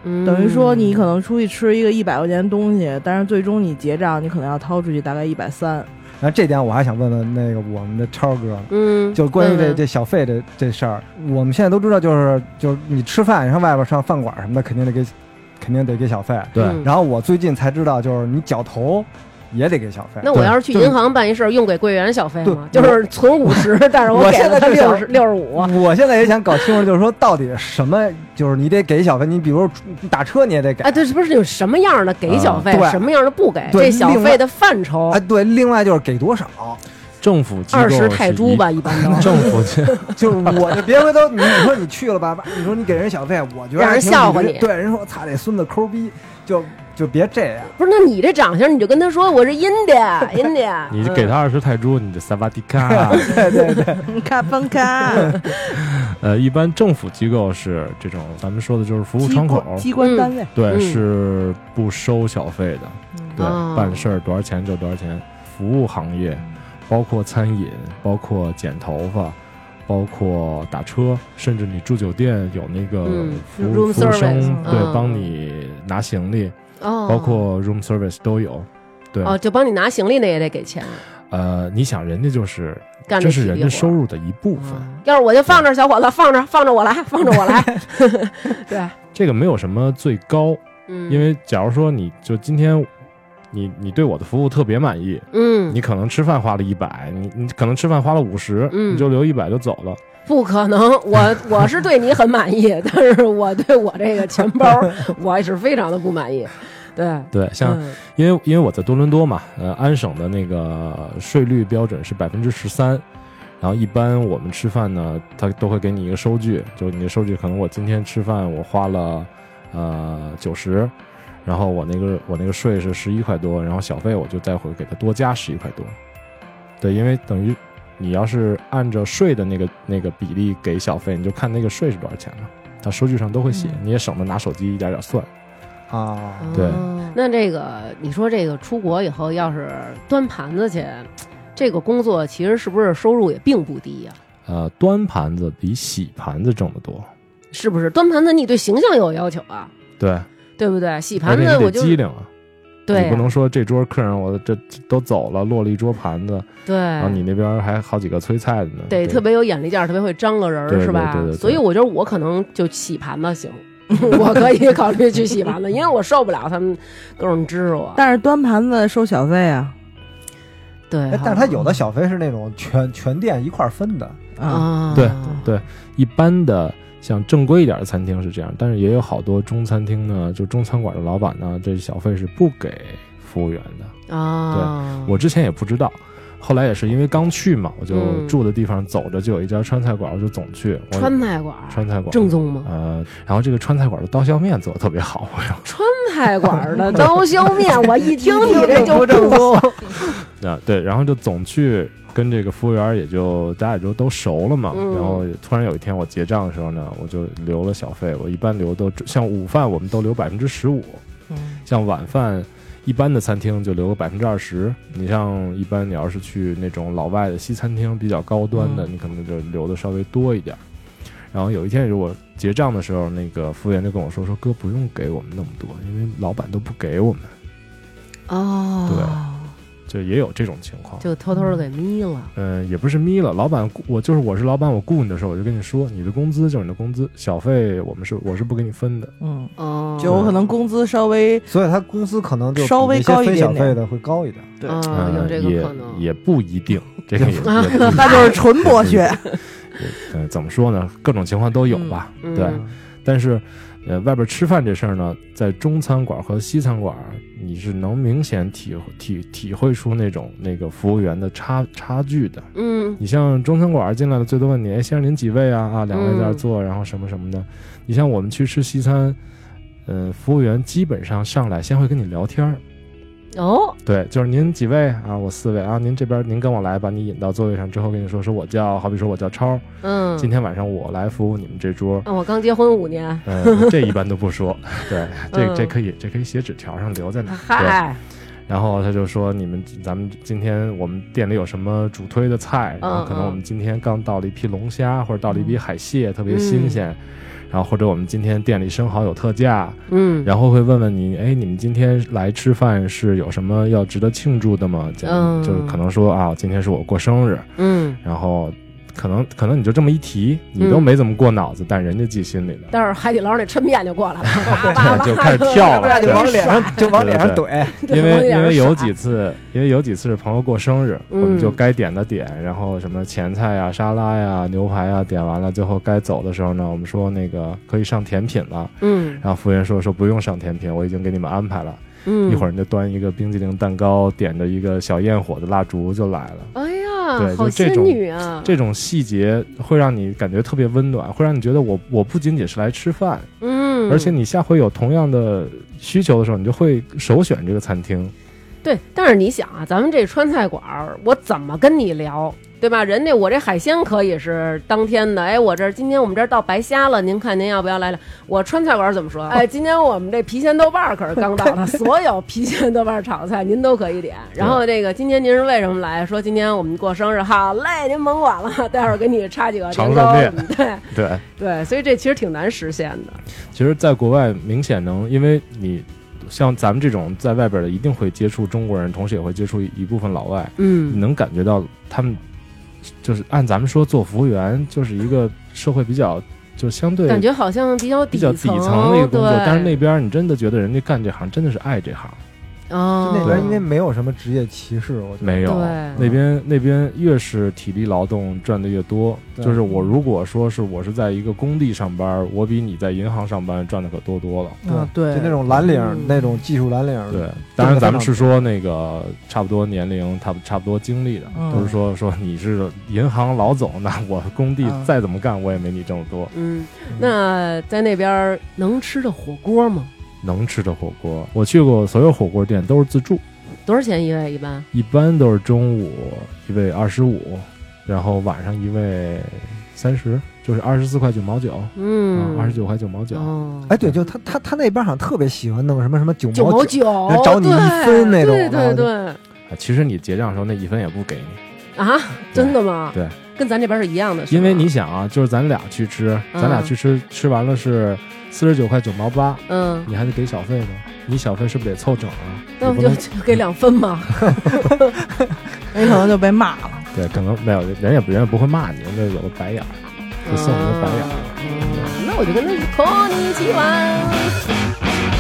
Speaker 2: 嗯
Speaker 4: 等于说
Speaker 5: 嗯
Speaker 4: 你可能出去吃一个一百块钱的东西，但是最终你结账你可能要掏出去大概一百三。 [LAUGHS]
Speaker 1: 然后这点我还想问问那个我们的超哥呢，
Speaker 2: 嗯，
Speaker 1: 就是关于这
Speaker 2: 嗯
Speaker 1: 这小费这这事儿，我们现在都知道，就是就是你吃饭，你上外边上饭馆什么的，肯定得给，肯定得给小费。
Speaker 5: 对，
Speaker 2: 嗯
Speaker 1: 然后我最近才知道，就是你绞头也得给小费。
Speaker 2: 那我
Speaker 5: 对
Speaker 2: 要是去
Speaker 1: 就是
Speaker 2: 银行办一事儿，用给柜员小费吗？
Speaker 1: 对
Speaker 2: 就是存五
Speaker 1: [LAUGHS]
Speaker 2: 十，但是
Speaker 1: 我
Speaker 2: 给
Speaker 1: 现在
Speaker 2: 了他
Speaker 1: 就
Speaker 2: 六
Speaker 1: 想
Speaker 2: 十六十五。
Speaker 1: 我现在也想搞清楚，就是说到底什么，就是你得给小费，你比如说打车你也得给。
Speaker 2: 哎，对，是不是有什么样的给小费，
Speaker 1: 啊对
Speaker 2: 什么样的不给？
Speaker 1: 对
Speaker 2: 这小
Speaker 1: 另
Speaker 2: 费
Speaker 1: 外
Speaker 2: 的范畴
Speaker 1: 哎，，对，另外就是给多
Speaker 2: [LAUGHS]
Speaker 1: 少，
Speaker 5: 政府机构
Speaker 2: 二十
Speaker 5: 是
Speaker 2: 泰
Speaker 5: 一
Speaker 2: 铢，吧，一般
Speaker 1: [LAUGHS]
Speaker 2: [LAUGHS] 都
Speaker 5: 政府机
Speaker 1: 就是我这别回头你你说你去了吧，吧你说你给人小费，我觉得
Speaker 2: 让人
Speaker 1: 还挺
Speaker 2: 笑话
Speaker 1: 理
Speaker 2: 你
Speaker 1: 对，人说我操这孙子抠逼，就就别这
Speaker 2: [LAUGHS]
Speaker 1: 样。
Speaker 2: 不是。那你这长相，你就跟他说我
Speaker 1: [LAUGHS]
Speaker 2: 是 India，India，
Speaker 5: 你给他二十泰铢，你就萨瓦迪
Speaker 2: [LAUGHS]
Speaker 5: 卡。
Speaker 4: 看分
Speaker 5: [LAUGHS]
Speaker 4: 开，
Speaker 5: 呃，一般政府机构是这种，咱们说的就是服务窗口，
Speaker 4: 机关机关单位。
Speaker 5: 对，
Speaker 2: 嗯
Speaker 5: 是不收小费的，对，
Speaker 2: 哦
Speaker 5: 办事儿多少钱就多少钱。服务行业包括餐饮，包括剪头发。包括打车，甚至你住酒店有那个
Speaker 2: 嗯
Speaker 5: 服务、
Speaker 2: room
Speaker 5: 服务
Speaker 2: service，
Speaker 5: 生，对，
Speaker 2: 嗯
Speaker 5: 帮你拿行李，
Speaker 2: 哦，
Speaker 5: 包括 room service 都有。对，
Speaker 2: 哦，就帮你拿行李那也得给钱，
Speaker 5: 呃，你想人家就是
Speaker 2: 干
Speaker 5: 这
Speaker 2: 这
Speaker 5: 是
Speaker 2: 体
Speaker 5: 人
Speaker 2: 力
Speaker 5: 家
Speaker 2: 活
Speaker 5: 收入的一部分，
Speaker 2: 啊要是我就放这儿，小伙子，放着放着我来，放着我来。
Speaker 5: [LAUGHS]
Speaker 2: 对，
Speaker 5: 这个没有什么最高，
Speaker 2: 嗯，
Speaker 5: 因为假如说你就今天你你对我的服务特别满意，
Speaker 2: 嗯，
Speaker 5: 你可能吃饭花了一百，你你可能吃饭花了五十，
Speaker 2: 嗯
Speaker 5: 你就留一百就走了。
Speaker 2: 不可
Speaker 5: [LAUGHS]
Speaker 2: 能，我我是对你很满意， [LAUGHS] 但是我对我这个钱
Speaker 5: [LAUGHS]
Speaker 2: 包，我是非常的不满意。对，
Speaker 5: 对，像
Speaker 2: 嗯
Speaker 5: 因为因为我在多伦多嘛，呃，安省的那个税率标准是百分之十三。然后一般我们吃饭呢，他都会给你一个收据，就是你的收据可能我今天吃饭我花了呃九十，然后我那个我那个税是十一块多，然后小费我就再会给他多加十一块多。对，因为等于你要是按照税的那个那个比例给小费，你就看那个税是多少钱了，他收据上都会写，你也省得拿手机一点点算。
Speaker 1: 啊，
Speaker 5: 对
Speaker 2: 哦那这个你说这个出国以后要是端盘子去，这个工作其实是不是收入也并不低呀、
Speaker 5: 呃，端盘子比洗盘子挣得多。
Speaker 2: 是不是端盘子你对形象有要求啊？
Speaker 5: 对，
Speaker 2: 对不对？洗
Speaker 5: 而
Speaker 2: 盘
Speaker 5: 且
Speaker 2: 子
Speaker 5: 你
Speaker 2: 我
Speaker 5: 得
Speaker 2: 就
Speaker 5: 机灵啊。
Speaker 2: 对
Speaker 5: 你
Speaker 2: 呀
Speaker 5: 不能说这桌客人我这这都走了，落了一桌盘子，然后
Speaker 2: 对，
Speaker 5: 你那边还好几个催菜的呢。
Speaker 2: 得特别有眼力劲儿，特别会张罗人
Speaker 5: 对
Speaker 2: 儿，
Speaker 5: 对
Speaker 2: 是吧
Speaker 5: 对对对？
Speaker 2: 所以我觉得我可能就洗盘子
Speaker 5: [LAUGHS]
Speaker 2: 行，我可以考虑去洗盘子，因为我受不了他们各种支持我。
Speaker 4: 但是端盘子收小费啊
Speaker 2: 对
Speaker 1: 哎，，但是它有的小费是那种全全店一块儿分的，
Speaker 4: [LAUGHS] 啊，
Speaker 2: 啊，
Speaker 5: 对一般的像正规一点的餐厅是这样，但是也有好多中餐厅呢，就中餐馆的老板呢，这小费是不给服务员的。
Speaker 2: 啊，
Speaker 5: 我之前也不知道，后来也是因为刚去嘛，我就
Speaker 2: 嗯
Speaker 5: 住的地方走着就有一家川菜馆，我就总去。我
Speaker 2: 川菜馆儿
Speaker 5: 川菜馆
Speaker 2: 正宗吗？
Speaker 5: 呃，然后这个川菜馆的刀削面做的特别好，我要
Speaker 2: 川菜馆儿 [LAUGHS] 的刀削面，我一听你这就
Speaker 1: 正宗。
Speaker 5: 啊对，然后就总去跟这个服务员也就大家也就都熟了嘛。
Speaker 2: 嗯
Speaker 5: 然后突然有一天我结账的时候呢，我就留了小费，我一般留都像午饭我们都留百分之十五，
Speaker 4: 嗯
Speaker 5: 像晚饭。一般的餐厅就留个百分之二十，你像一般你要是去那种老外的西餐厅比较高端的，
Speaker 4: 嗯
Speaker 5: 你可能就留的稍微多一点儿。然后有一天如果结账的时候，那个服务员就跟我说说哥不用给我们那么多，因为老板都不给我们。啊
Speaker 2: 哦，
Speaker 5: 就也有这种情况。
Speaker 2: 就偷偷的给眯了。
Speaker 5: 嗯、也不是眯了，老板雇我就是我是老板，我雇你的时候我就跟你说，你的工资就是你的工资，小费我们是我是不给你分的。
Speaker 4: 嗯，
Speaker 2: 哦，
Speaker 4: 就我可能工资稍微
Speaker 1: 所以它工资可能就比
Speaker 4: 稍微
Speaker 1: 那些
Speaker 4: 高一
Speaker 1: 非小
Speaker 4: 点点
Speaker 1: 费的会高一点。
Speaker 4: 对
Speaker 2: 哦有这个可能
Speaker 5: 呃啊也也不一定，这个
Speaker 2: [LAUGHS]
Speaker 5: 也也不一定
Speaker 4: 那就是纯剥
Speaker 5: [LAUGHS]
Speaker 4: 削，
Speaker 5: 呃怎么说呢？各种情况都有吧。
Speaker 2: 嗯
Speaker 5: 对，
Speaker 2: 嗯
Speaker 5: 但是呃，外边吃饭这事儿呢，在中餐馆和西餐馆，你是能明显体会体体会出那种那个服务员的差差距的。
Speaker 2: 嗯
Speaker 5: 你像中餐馆进来了，最多问你，哎，先生您几位啊？啊，两位在这儿坐，然后什么什么的。你像我们去吃西餐，呃，服务员基本上上来先会跟你聊天儿，
Speaker 2: 哦，
Speaker 5: 对，就是您几位啊？我四位啊，您这边您跟我来，把你引到座位上之后，跟你说，说我叫，好比说我叫超，
Speaker 2: 嗯，
Speaker 5: 今天晚上我来服务你们这桌。
Speaker 2: 啊我刚结婚五年，
Speaker 5: 呃，这一般都不说，对，这这
Speaker 2: 嗯
Speaker 5: 可以，这可以写纸条上留在
Speaker 4: [LAUGHS]
Speaker 5: 那儿。对，
Speaker 2: 嗨，
Speaker 5: 然后他就说：“你们咱们今天我们店里有什么主推的菜？
Speaker 2: 嗯
Speaker 5: 然后可能
Speaker 2: 嗯
Speaker 5: 我们今天刚到了一批龙虾，或者到了一批海蟹，特别新鲜。然后或者我们今天店里生蚝有特价，
Speaker 2: 嗯，
Speaker 5: 然后会问问你，哎，你们今天来吃饭是有什么要值得庆祝的吗？假
Speaker 2: 嗯
Speaker 5: 就是可能说啊，今天是我过生日，
Speaker 2: 嗯，
Speaker 5: 然后可能可能你就这么一提，你都
Speaker 2: 嗯
Speaker 5: 没怎么过脑子，但人家记心里了。
Speaker 2: 但是海底捞那抻面就过
Speaker 5: [LAUGHS]
Speaker 2: 来了，叭叭叭
Speaker 5: 就开始
Speaker 2: [LAUGHS]
Speaker 5: 跳了
Speaker 1: 对，就往脸
Speaker 2: 对
Speaker 1: 上就往脸上怼，
Speaker 2: 对
Speaker 5: 因
Speaker 2: 我
Speaker 5: 为
Speaker 2: 有点
Speaker 5: 因为有
Speaker 2: 傻
Speaker 5: 几次，因为有几次是朋友过生日，
Speaker 2: 嗯
Speaker 5: 我们就该点的点，然后什么前菜呀、沙拉呀、牛排呀，点完了，最后该走的时候呢，我们说那个可以上甜品了，
Speaker 2: 嗯
Speaker 5: 然后服务员说说不用上甜品，我已经给你们安排了，
Speaker 2: 嗯，
Speaker 5: 一会儿你就端一个冰激凌蛋糕，点着一个小焰火的蜡烛就来了。
Speaker 2: 哎呀，
Speaker 5: 对
Speaker 2: 好
Speaker 5: 就这
Speaker 2: 仙
Speaker 5: 种
Speaker 2: 女啊！
Speaker 5: 这种细节会让你感觉特别温暖，会让你觉得我我不仅仅是来吃饭，
Speaker 2: 嗯，
Speaker 5: 而且你下回有同样的需求的时候，你就会首选这个餐厅。
Speaker 2: 对，但是你想啊，咱们这川菜馆儿，我怎么跟你聊，对吧？人家我这海鲜可以是当天的，哎，我这儿今天我们这儿到白虾了，您看您要不要来两？我川菜馆儿怎么说？哎，今天我们这郫县豆瓣儿可是刚到 [LAUGHS] 的，所有郫县豆瓣儿炒菜您都可以点。然后这个今天您是为什么来？说今天我们过生日，好嘞，您甭管了，待会儿给你插几个
Speaker 5: 尝
Speaker 2: 年
Speaker 5: 尝
Speaker 2: 糕
Speaker 5: 面
Speaker 2: 什么的。对
Speaker 5: 对，
Speaker 2: 对，所以这其实挺难实现的。
Speaker 5: 其实，在国外明显能，因为你像咱们这种在外边的，一定会接触中国人，同时也会接触一部分老外，你
Speaker 2: 嗯
Speaker 5: 能感觉到他们就是按咱们说做服务员，就是一个社会比较就相对
Speaker 2: 感觉好像比较
Speaker 5: 比
Speaker 2: 底
Speaker 5: 较
Speaker 2: 层，
Speaker 5: 底层的一个工作，
Speaker 2: 对
Speaker 5: 但是那边你真的觉得人家干这行真的是爱这行，
Speaker 2: 哦，
Speaker 1: 那边因为没有什么职业歧视，我觉得
Speaker 5: 没有
Speaker 2: 对
Speaker 5: 那边那边越是体力劳动赚的越多，
Speaker 1: 对
Speaker 5: 就是我如果说是我是在一个工地上班，我比你在银行上班赚的可多多了。
Speaker 4: 啊对
Speaker 1: 就那种蓝领儿
Speaker 2: 嗯
Speaker 1: 那种技术蓝领儿，
Speaker 5: 对，当然咱们是说那个差不多年龄，差不差不多经历的，
Speaker 4: 嗯
Speaker 5: 不是说说你是银行老总，那我工地
Speaker 4: 嗯
Speaker 5: 再怎么干，我也没你挣得多。
Speaker 2: 嗯，那在那边儿能吃的火锅吗？
Speaker 5: 能吃的火锅，我去过所有火锅店都是自助，
Speaker 2: 多少钱一位？一般？
Speaker 5: 一般都是中午一位二十五，然后晚上一位三十，就是二十四块九毛九，
Speaker 2: 嗯，
Speaker 5: 啊二十九块九毛九。
Speaker 2: 哦，
Speaker 1: 哎，对，就他他他那边好像特别喜欢弄什么什么九
Speaker 2: 九毛
Speaker 1: 毛
Speaker 2: 九，
Speaker 1: 人找你一分那种
Speaker 2: 对对对对
Speaker 5: 啊其实你结账的时候那一分也不给你，
Speaker 2: 啊，真的吗？
Speaker 5: 对，
Speaker 2: 跟咱这边儿是一样的，是吗
Speaker 5: 因为你想啊，就是咱俩去吃，咱俩
Speaker 2: 嗯
Speaker 5: 去吃，吃完了是四十九块九毛八，
Speaker 2: 嗯
Speaker 5: 你还得给小费呢。你小费是不是得凑整啊？
Speaker 2: 那我
Speaker 5: 你
Speaker 2: 们
Speaker 5: 不
Speaker 2: 就
Speaker 5: 能
Speaker 2: 就给两分嘛。
Speaker 4: 你可能就被骂了。
Speaker 5: 对，可能没有人也不人也不会骂你，那有个白眼儿。 [LAUGHS] 就送我个白眼儿
Speaker 2: 嗯那我就跟他一块儿一起玩。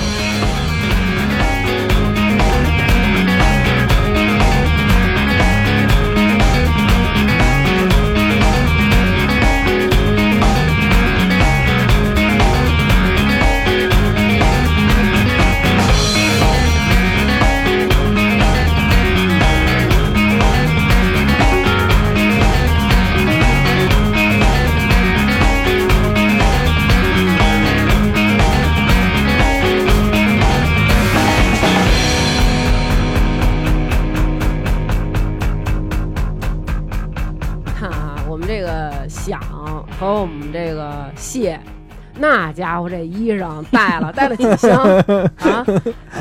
Speaker 2: 看啊，我们这个想和我们这个谢，那家伙这衣裳带了带了几
Speaker 1: [LAUGHS]
Speaker 2: 箱啊！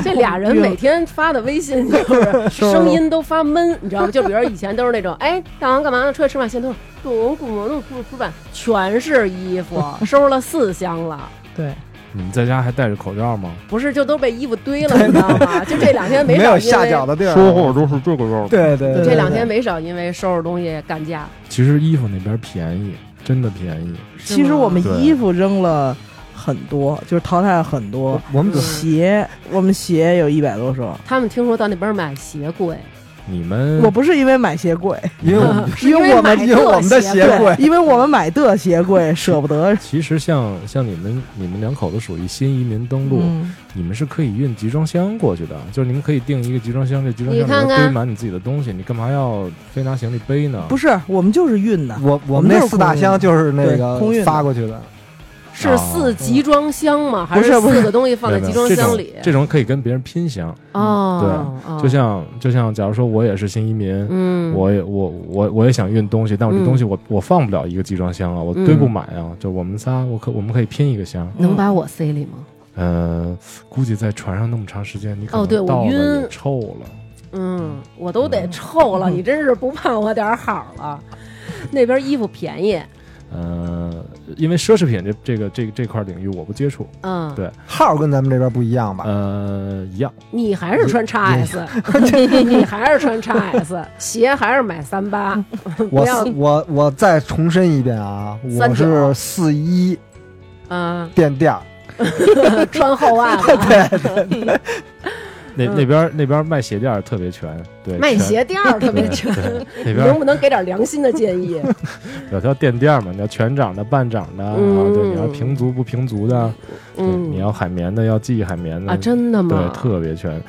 Speaker 2: 这俩人每天发的微
Speaker 1: [LAUGHS]
Speaker 2: 信就是声音都发闷，你知道吗？就比如以前都是那种，哎，大王干嘛呢？出去吃饭先都是古古魔弄古古板，全是衣
Speaker 1: [LAUGHS]
Speaker 2: 服，收了四箱了。
Speaker 4: 对，
Speaker 5: 你们在家还戴着口罩吗？
Speaker 2: 不是，就都被衣服堆了，你知道吗？就这两天
Speaker 1: 没
Speaker 2: 少
Speaker 1: 有
Speaker 2: 因
Speaker 1: 下脚
Speaker 2: 为
Speaker 1: 的地儿。
Speaker 5: 都是这个样。
Speaker 1: 对对，对
Speaker 2: 这两天没少因为收拾东西干架。
Speaker 5: 其实衣服那边便宜，真的便宜。
Speaker 2: 是
Speaker 4: 其实
Speaker 2: 吗
Speaker 4: 我们
Speaker 5: 对
Speaker 4: 衣服扔了很多，就是淘汰了很多
Speaker 1: 我。我
Speaker 2: 嗯
Speaker 1: 们只
Speaker 4: 嗯鞋，我们鞋有一百多双。
Speaker 2: 他们听说到那边买鞋柜，
Speaker 5: 你们
Speaker 4: 我不是因为买鞋柜，
Speaker 1: 因为我们
Speaker 2: 是因
Speaker 1: 因为我
Speaker 2: 买
Speaker 1: 们因为
Speaker 2: 特
Speaker 1: 我们的鞋
Speaker 4: [LAUGHS] 对
Speaker 1: 柜，
Speaker 4: 因为我们买的鞋柜舍不得。
Speaker 5: 其实像像你们你们两口子属于新移民登陆，
Speaker 4: 嗯，
Speaker 5: 你们是可以运集装箱过去的，就是你们可以订一个集装箱，这集装
Speaker 2: 你
Speaker 5: 箱里
Speaker 2: 看
Speaker 5: 面
Speaker 2: 看
Speaker 5: 堆满你自己的东西，你干嘛要非拿行李背呢？
Speaker 4: 不是，我们就是运的，
Speaker 1: 我我
Speaker 4: 我
Speaker 1: 们
Speaker 4: 们
Speaker 1: 那
Speaker 4: 就是
Speaker 1: 四大
Speaker 4: 空运
Speaker 1: 箱就是那
Speaker 4: 对
Speaker 1: 个
Speaker 4: 空运的
Speaker 1: 发过去的，
Speaker 2: 是
Speaker 5: 啊
Speaker 2: 四
Speaker 5: 嗯
Speaker 2: 集装箱吗？还
Speaker 4: 不是不
Speaker 2: 四
Speaker 4: 是
Speaker 2: 个东西放在
Speaker 5: 没有
Speaker 2: 集装
Speaker 5: 这
Speaker 2: 箱
Speaker 5: 种
Speaker 2: 里？
Speaker 5: 这种可以跟别人拼箱。
Speaker 2: 哦，哦
Speaker 5: 就像就像，假如说我也是新移民，
Speaker 2: 嗯，
Speaker 5: 我也我我我也想运东西，但我这
Speaker 2: 嗯
Speaker 5: 东西我、我放不了一个集装箱啊，我
Speaker 2: 嗯
Speaker 5: 堆不满啊。就我们仨，我可我们可以拼一个箱。
Speaker 2: 能把我塞里吗？
Speaker 5: 嗯、估计在船上那么长时间，你可
Speaker 2: 哦对
Speaker 5: 能
Speaker 2: 我
Speaker 5: 到了
Speaker 2: 晕
Speaker 5: 也臭了。
Speaker 2: 嗯，我都得臭
Speaker 5: 嗯
Speaker 2: 了，你真是不盼我点儿好了。那边衣服便宜，
Speaker 5: 呃，因为奢侈品这这个这这块领域我不接触，
Speaker 2: 嗯，
Speaker 5: 对
Speaker 1: 号跟咱们这边不一样吧？
Speaker 5: 呃，一样，
Speaker 2: 你还是穿 XS，你 [LAUGHS]
Speaker 5: 嗯
Speaker 2: 还是穿 XS，鞋还是买三八，
Speaker 1: [LAUGHS] 我
Speaker 2: 不要
Speaker 1: 我我再重申一遍啊，
Speaker 2: 三
Speaker 1: 我
Speaker 2: 九
Speaker 1: 是四一
Speaker 2: 嗯，
Speaker 1: 垫垫儿，
Speaker 2: 穿厚
Speaker 1: [LAUGHS]
Speaker 2: 袜
Speaker 5: [LAUGHS]
Speaker 2: 子，
Speaker 5: 那那边那边卖鞋垫儿特别全，对，
Speaker 2: 嗯卖
Speaker 5: 全
Speaker 2: 鞋垫儿特别全。
Speaker 5: 那
Speaker 2: 你能
Speaker 5: 边
Speaker 2: 不能给点良心的建议？
Speaker 5: 有条垫垫儿嘛，你要全掌的、半掌的，
Speaker 2: 嗯
Speaker 5: 然后对，你要平足不平足的，对，
Speaker 2: 嗯，
Speaker 5: 你要海绵的，要系海绵的
Speaker 2: 啊，真的
Speaker 5: 对
Speaker 2: 吗？，
Speaker 5: 特别全。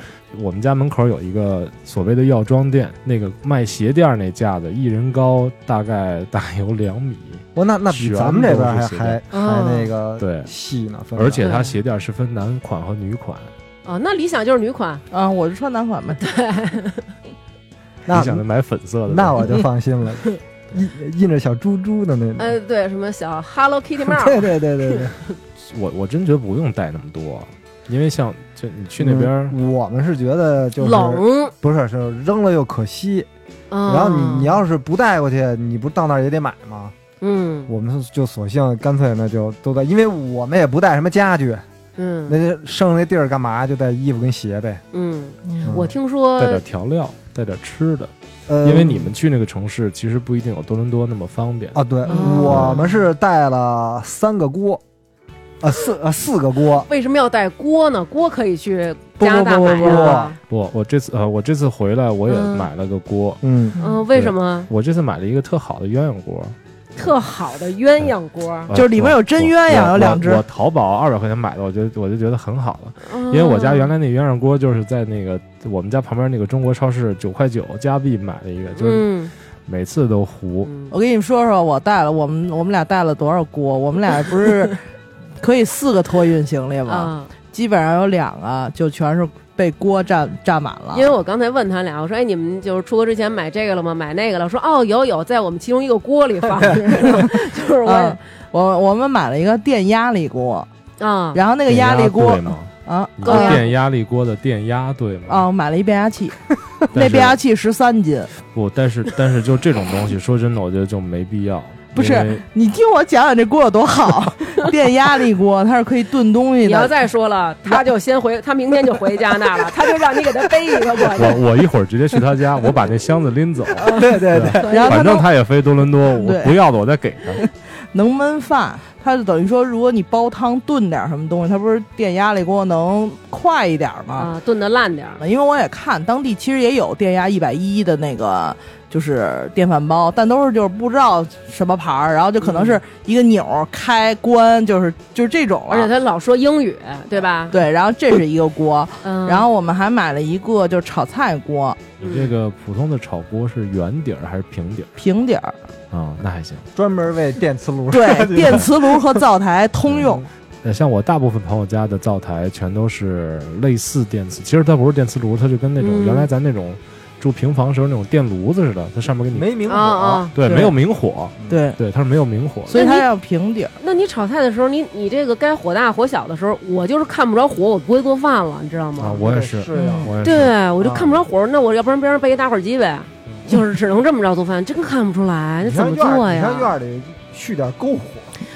Speaker 5: 我们家门口有一个所谓的药妆店，那个卖鞋垫儿那架子，一人高，大概大有两米，
Speaker 1: 我那那比
Speaker 5: 全
Speaker 1: 咱们这
Speaker 5: 都
Speaker 1: 边
Speaker 5: 是
Speaker 1: 还
Speaker 5: 鞋
Speaker 1: 还还
Speaker 2: 哦
Speaker 1: 那个
Speaker 5: 对
Speaker 1: 细呢，分
Speaker 5: 而
Speaker 1: 的
Speaker 5: 且它
Speaker 2: 对
Speaker 5: 鞋垫儿是分男款和女款。
Speaker 2: 哦，那理想就是女款，
Speaker 4: 啊，我是穿男款呗。 [LAUGHS]
Speaker 1: 那
Speaker 5: 你想着买粉色的，
Speaker 1: 那我就放心了，印印着小猪猪的那
Speaker 2: 呃
Speaker 1: 种，，，
Speaker 2: 对，什么小 Hello Kitty 帽
Speaker 1: [LAUGHS] 对对对对对，
Speaker 5: [LAUGHS] 我我真觉得不用带那么多，因为像就你去那边儿，
Speaker 1: 嗯我们是觉得就是
Speaker 2: 冷，嗯
Speaker 1: 不是是扔了又可惜，
Speaker 2: 然
Speaker 1: 然后你你要是不带过去，你不是到那儿也得买吗？
Speaker 2: 嗯
Speaker 1: 我们就索性干脆那就都在，因为我们也不带什么家具，
Speaker 2: 嗯
Speaker 1: 那就剩那地儿干嘛？就带衣服跟鞋呗。
Speaker 2: 嗯，
Speaker 1: 嗯
Speaker 2: 我听说
Speaker 5: 带点调料，带点吃的，
Speaker 1: 呃，
Speaker 5: 因为你们去那个城市其实不一定有多伦多那么方便。
Speaker 1: 啊，对，
Speaker 2: 嗯
Speaker 1: 我们是带了三个锅，啊四啊四个锅，
Speaker 2: 为什么要带锅呢？锅可以去
Speaker 1: 不
Speaker 2: 加拿大啊
Speaker 1: 不
Speaker 2: 买
Speaker 1: 不不
Speaker 2: 呀。
Speaker 5: 我我这次呃，我这次回来我也
Speaker 2: 嗯
Speaker 5: 买了个锅，
Speaker 1: 嗯，
Speaker 2: 嗯，为什么
Speaker 5: 我这次买了一个特好的鸳鸯锅，
Speaker 2: 特好的鸳鸯锅？
Speaker 5: 呃
Speaker 4: 就是里面有真鸳鸯
Speaker 5: 我
Speaker 4: 有两只
Speaker 5: 我我淘宝二百块钱买的，我就我就觉得很好了，
Speaker 1: 呃
Speaker 2: 因
Speaker 5: 因为我
Speaker 2: 嗯
Speaker 5: 家原来那鸳鸯锅就是在那个我们家旁边那个中国超市九块九加币买了一个，就是
Speaker 2: 嗯
Speaker 5: 每次都糊。
Speaker 2: 嗯
Speaker 4: 我跟你们说说，我带了我们我们俩带了多少锅？我们俩不 [LAUGHS] 是可以四个托运行李吗？
Speaker 2: 啊，
Speaker 4: 基本上有两个就全是被锅占占满了。
Speaker 2: 因为我刚才问他俩，我说哎，你们就是出国之前买这个了吗？买那个了？说哦，有有，在我们其中一个锅里
Speaker 1: [LAUGHS]
Speaker 2: 放着，就是我
Speaker 1: 嗯
Speaker 4: 啊我我们买了一个电压力锅，
Speaker 2: 啊，
Speaker 4: 然后那
Speaker 5: 那
Speaker 4: 个压力锅
Speaker 5: 对吗？
Speaker 4: 啊
Speaker 5: 你
Speaker 2: 高压
Speaker 5: 是电压力锅的电压对吗？
Speaker 4: 啊，我买了一变压 [LAUGHS] 器，
Speaker 5: 但是
Speaker 4: 那变压器十三斤。
Speaker 5: 不，但是但是就这种东西，说真的，我觉得就没必要。
Speaker 4: [LAUGHS] 不是
Speaker 5: 因为
Speaker 2: [LAUGHS]
Speaker 4: 你听我讲讲这锅有多好，电压力锅，它是可以炖东西的。
Speaker 2: 你要再说了，他就先回，他明天就回加拿大了，他就让你给他背一个过去。
Speaker 5: 我我一会儿直接去他家，我把那箱子拎走。
Speaker 1: [LAUGHS]
Speaker 4: 哦
Speaker 1: 对对对，
Speaker 4: 然后它
Speaker 5: 反正
Speaker 4: 能
Speaker 5: 他也飞多伦多，我
Speaker 4: 对
Speaker 5: 不要的我再给他。
Speaker 4: 能焖饭，它就等于说，如果你煲汤炖点什么东西，它不是电压力锅能快一点吗？
Speaker 2: 啊，炖的烂点儿。
Speaker 4: 因为我也看当地其实也有电压一百一的那个。就是电饭煲，但都是就是不知道什么牌儿，然后就可能
Speaker 2: 嗯
Speaker 4: 是一个钮儿开关，就是就是这种了。
Speaker 2: 而且他老说英语，对吧？
Speaker 4: 对，然后这是一个锅，
Speaker 2: 嗯，
Speaker 4: 然后我们还买了一个就是炒菜锅，
Speaker 5: 你这个普通的炒锅是圆底儿还是平底
Speaker 4: 平底儿，
Speaker 5: 儿啊？那还行。
Speaker 1: 专门为电磁
Speaker 5: [LAUGHS]
Speaker 1: 炉
Speaker 4: 对， [LAUGHS] 电磁炉和灶台通用。
Speaker 5: 呃，像我大部分朋友家的灶台全都是类似电磁，其实它不是电磁炉，它就跟那种、
Speaker 2: 嗯
Speaker 5: 原来咱那种住平房时候那种电炉子似的，它上面给你
Speaker 1: 没明
Speaker 2: 啊
Speaker 1: 火，
Speaker 2: 啊，
Speaker 5: 对
Speaker 4: 对
Speaker 5: 没有明火，
Speaker 4: 对，
Speaker 5: 对它是没有明火的。
Speaker 4: 所以
Speaker 2: 那
Speaker 4: 它
Speaker 2: 你
Speaker 4: 要平底儿。
Speaker 2: 那你炒菜的时候，你你这个该火大火小的时候，我就是看不着火，我不会做饭了，你知道
Speaker 5: 啊
Speaker 2: 吗？，
Speaker 5: 我也是，
Speaker 1: 是呀，
Speaker 5: 我也是。
Speaker 2: 对，我就
Speaker 1: 啊
Speaker 2: 看不着火，那我要不然边上备一打火机呗，就是只能这么着做饭，真看不出来，
Speaker 1: 你
Speaker 2: 那怎
Speaker 1: 上
Speaker 2: 么
Speaker 1: 院儿你
Speaker 2: 做
Speaker 1: 上院
Speaker 2: 呀？
Speaker 1: 儿里续点篝火，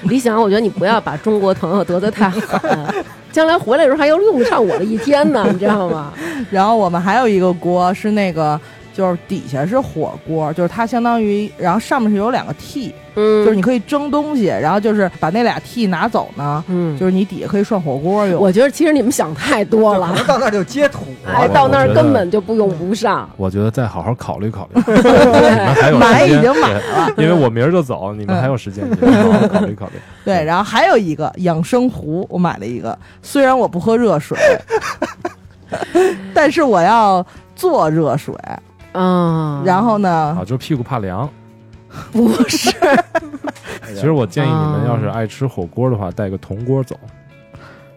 Speaker 2: 李想，我觉得你不要把中国朋友得罪太狠， [LAUGHS] 将来回来的时候还要用上我的一天呢，你知道吗？
Speaker 4: 然后我们还有一个锅是那个，就是底下是火锅，就是它相当于，然后上面是有两个屉，
Speaker 2: 嗯，
Speaker 4: 就是你可以蒸东西，然后就是把那俩屉拿走呢，
Speaker 2: 嗯，
Speaker 4: 就是你底下可以涮火锅用。
Speaker 2: 我觉得其实你们想太多
Speaker 1: 可
Speaker 2: 了，
Speaker 1: 能到那儿就接土了。
Speaker 2: 哎，
Speaker 5: 我
Speaker 2: 到那
Speaker 5: 我
Speaker 2: 儿
Speaker 5: 觉
Speaker 2: 根
Speaker 5: 得
Speaker 2: 本就不用不上。
Speaker 5: 我觉得再好好考虑考虑，
Speaker 4: [LAUGHS]
Speaker 5: 你们还有
Speaker 4: 买
Speaker 5: 时间
Speaker 4: 已经买了，
Speaker 5: 对因为我明儿就走，你们还有时间，你们好好考虑考
Speaker 4: [LAUGHS]
Speaker 5: 虑。
Speaker 4: 对，然后还有一个养生壶，我买了一个，虽然我不喝热 [LAUGHS] 水，但是我要做热水。
Speaker 2: 啊，
Speaker 4: 然后呢
Speaker 5: 啊，，就是屁股怕凉。
Speaker 2: 不是，
Speaker 5: 其实我建议你
Speaker 4: 啊
Speaker 5: 们要是爱吃火锅的话，带个铜锅走，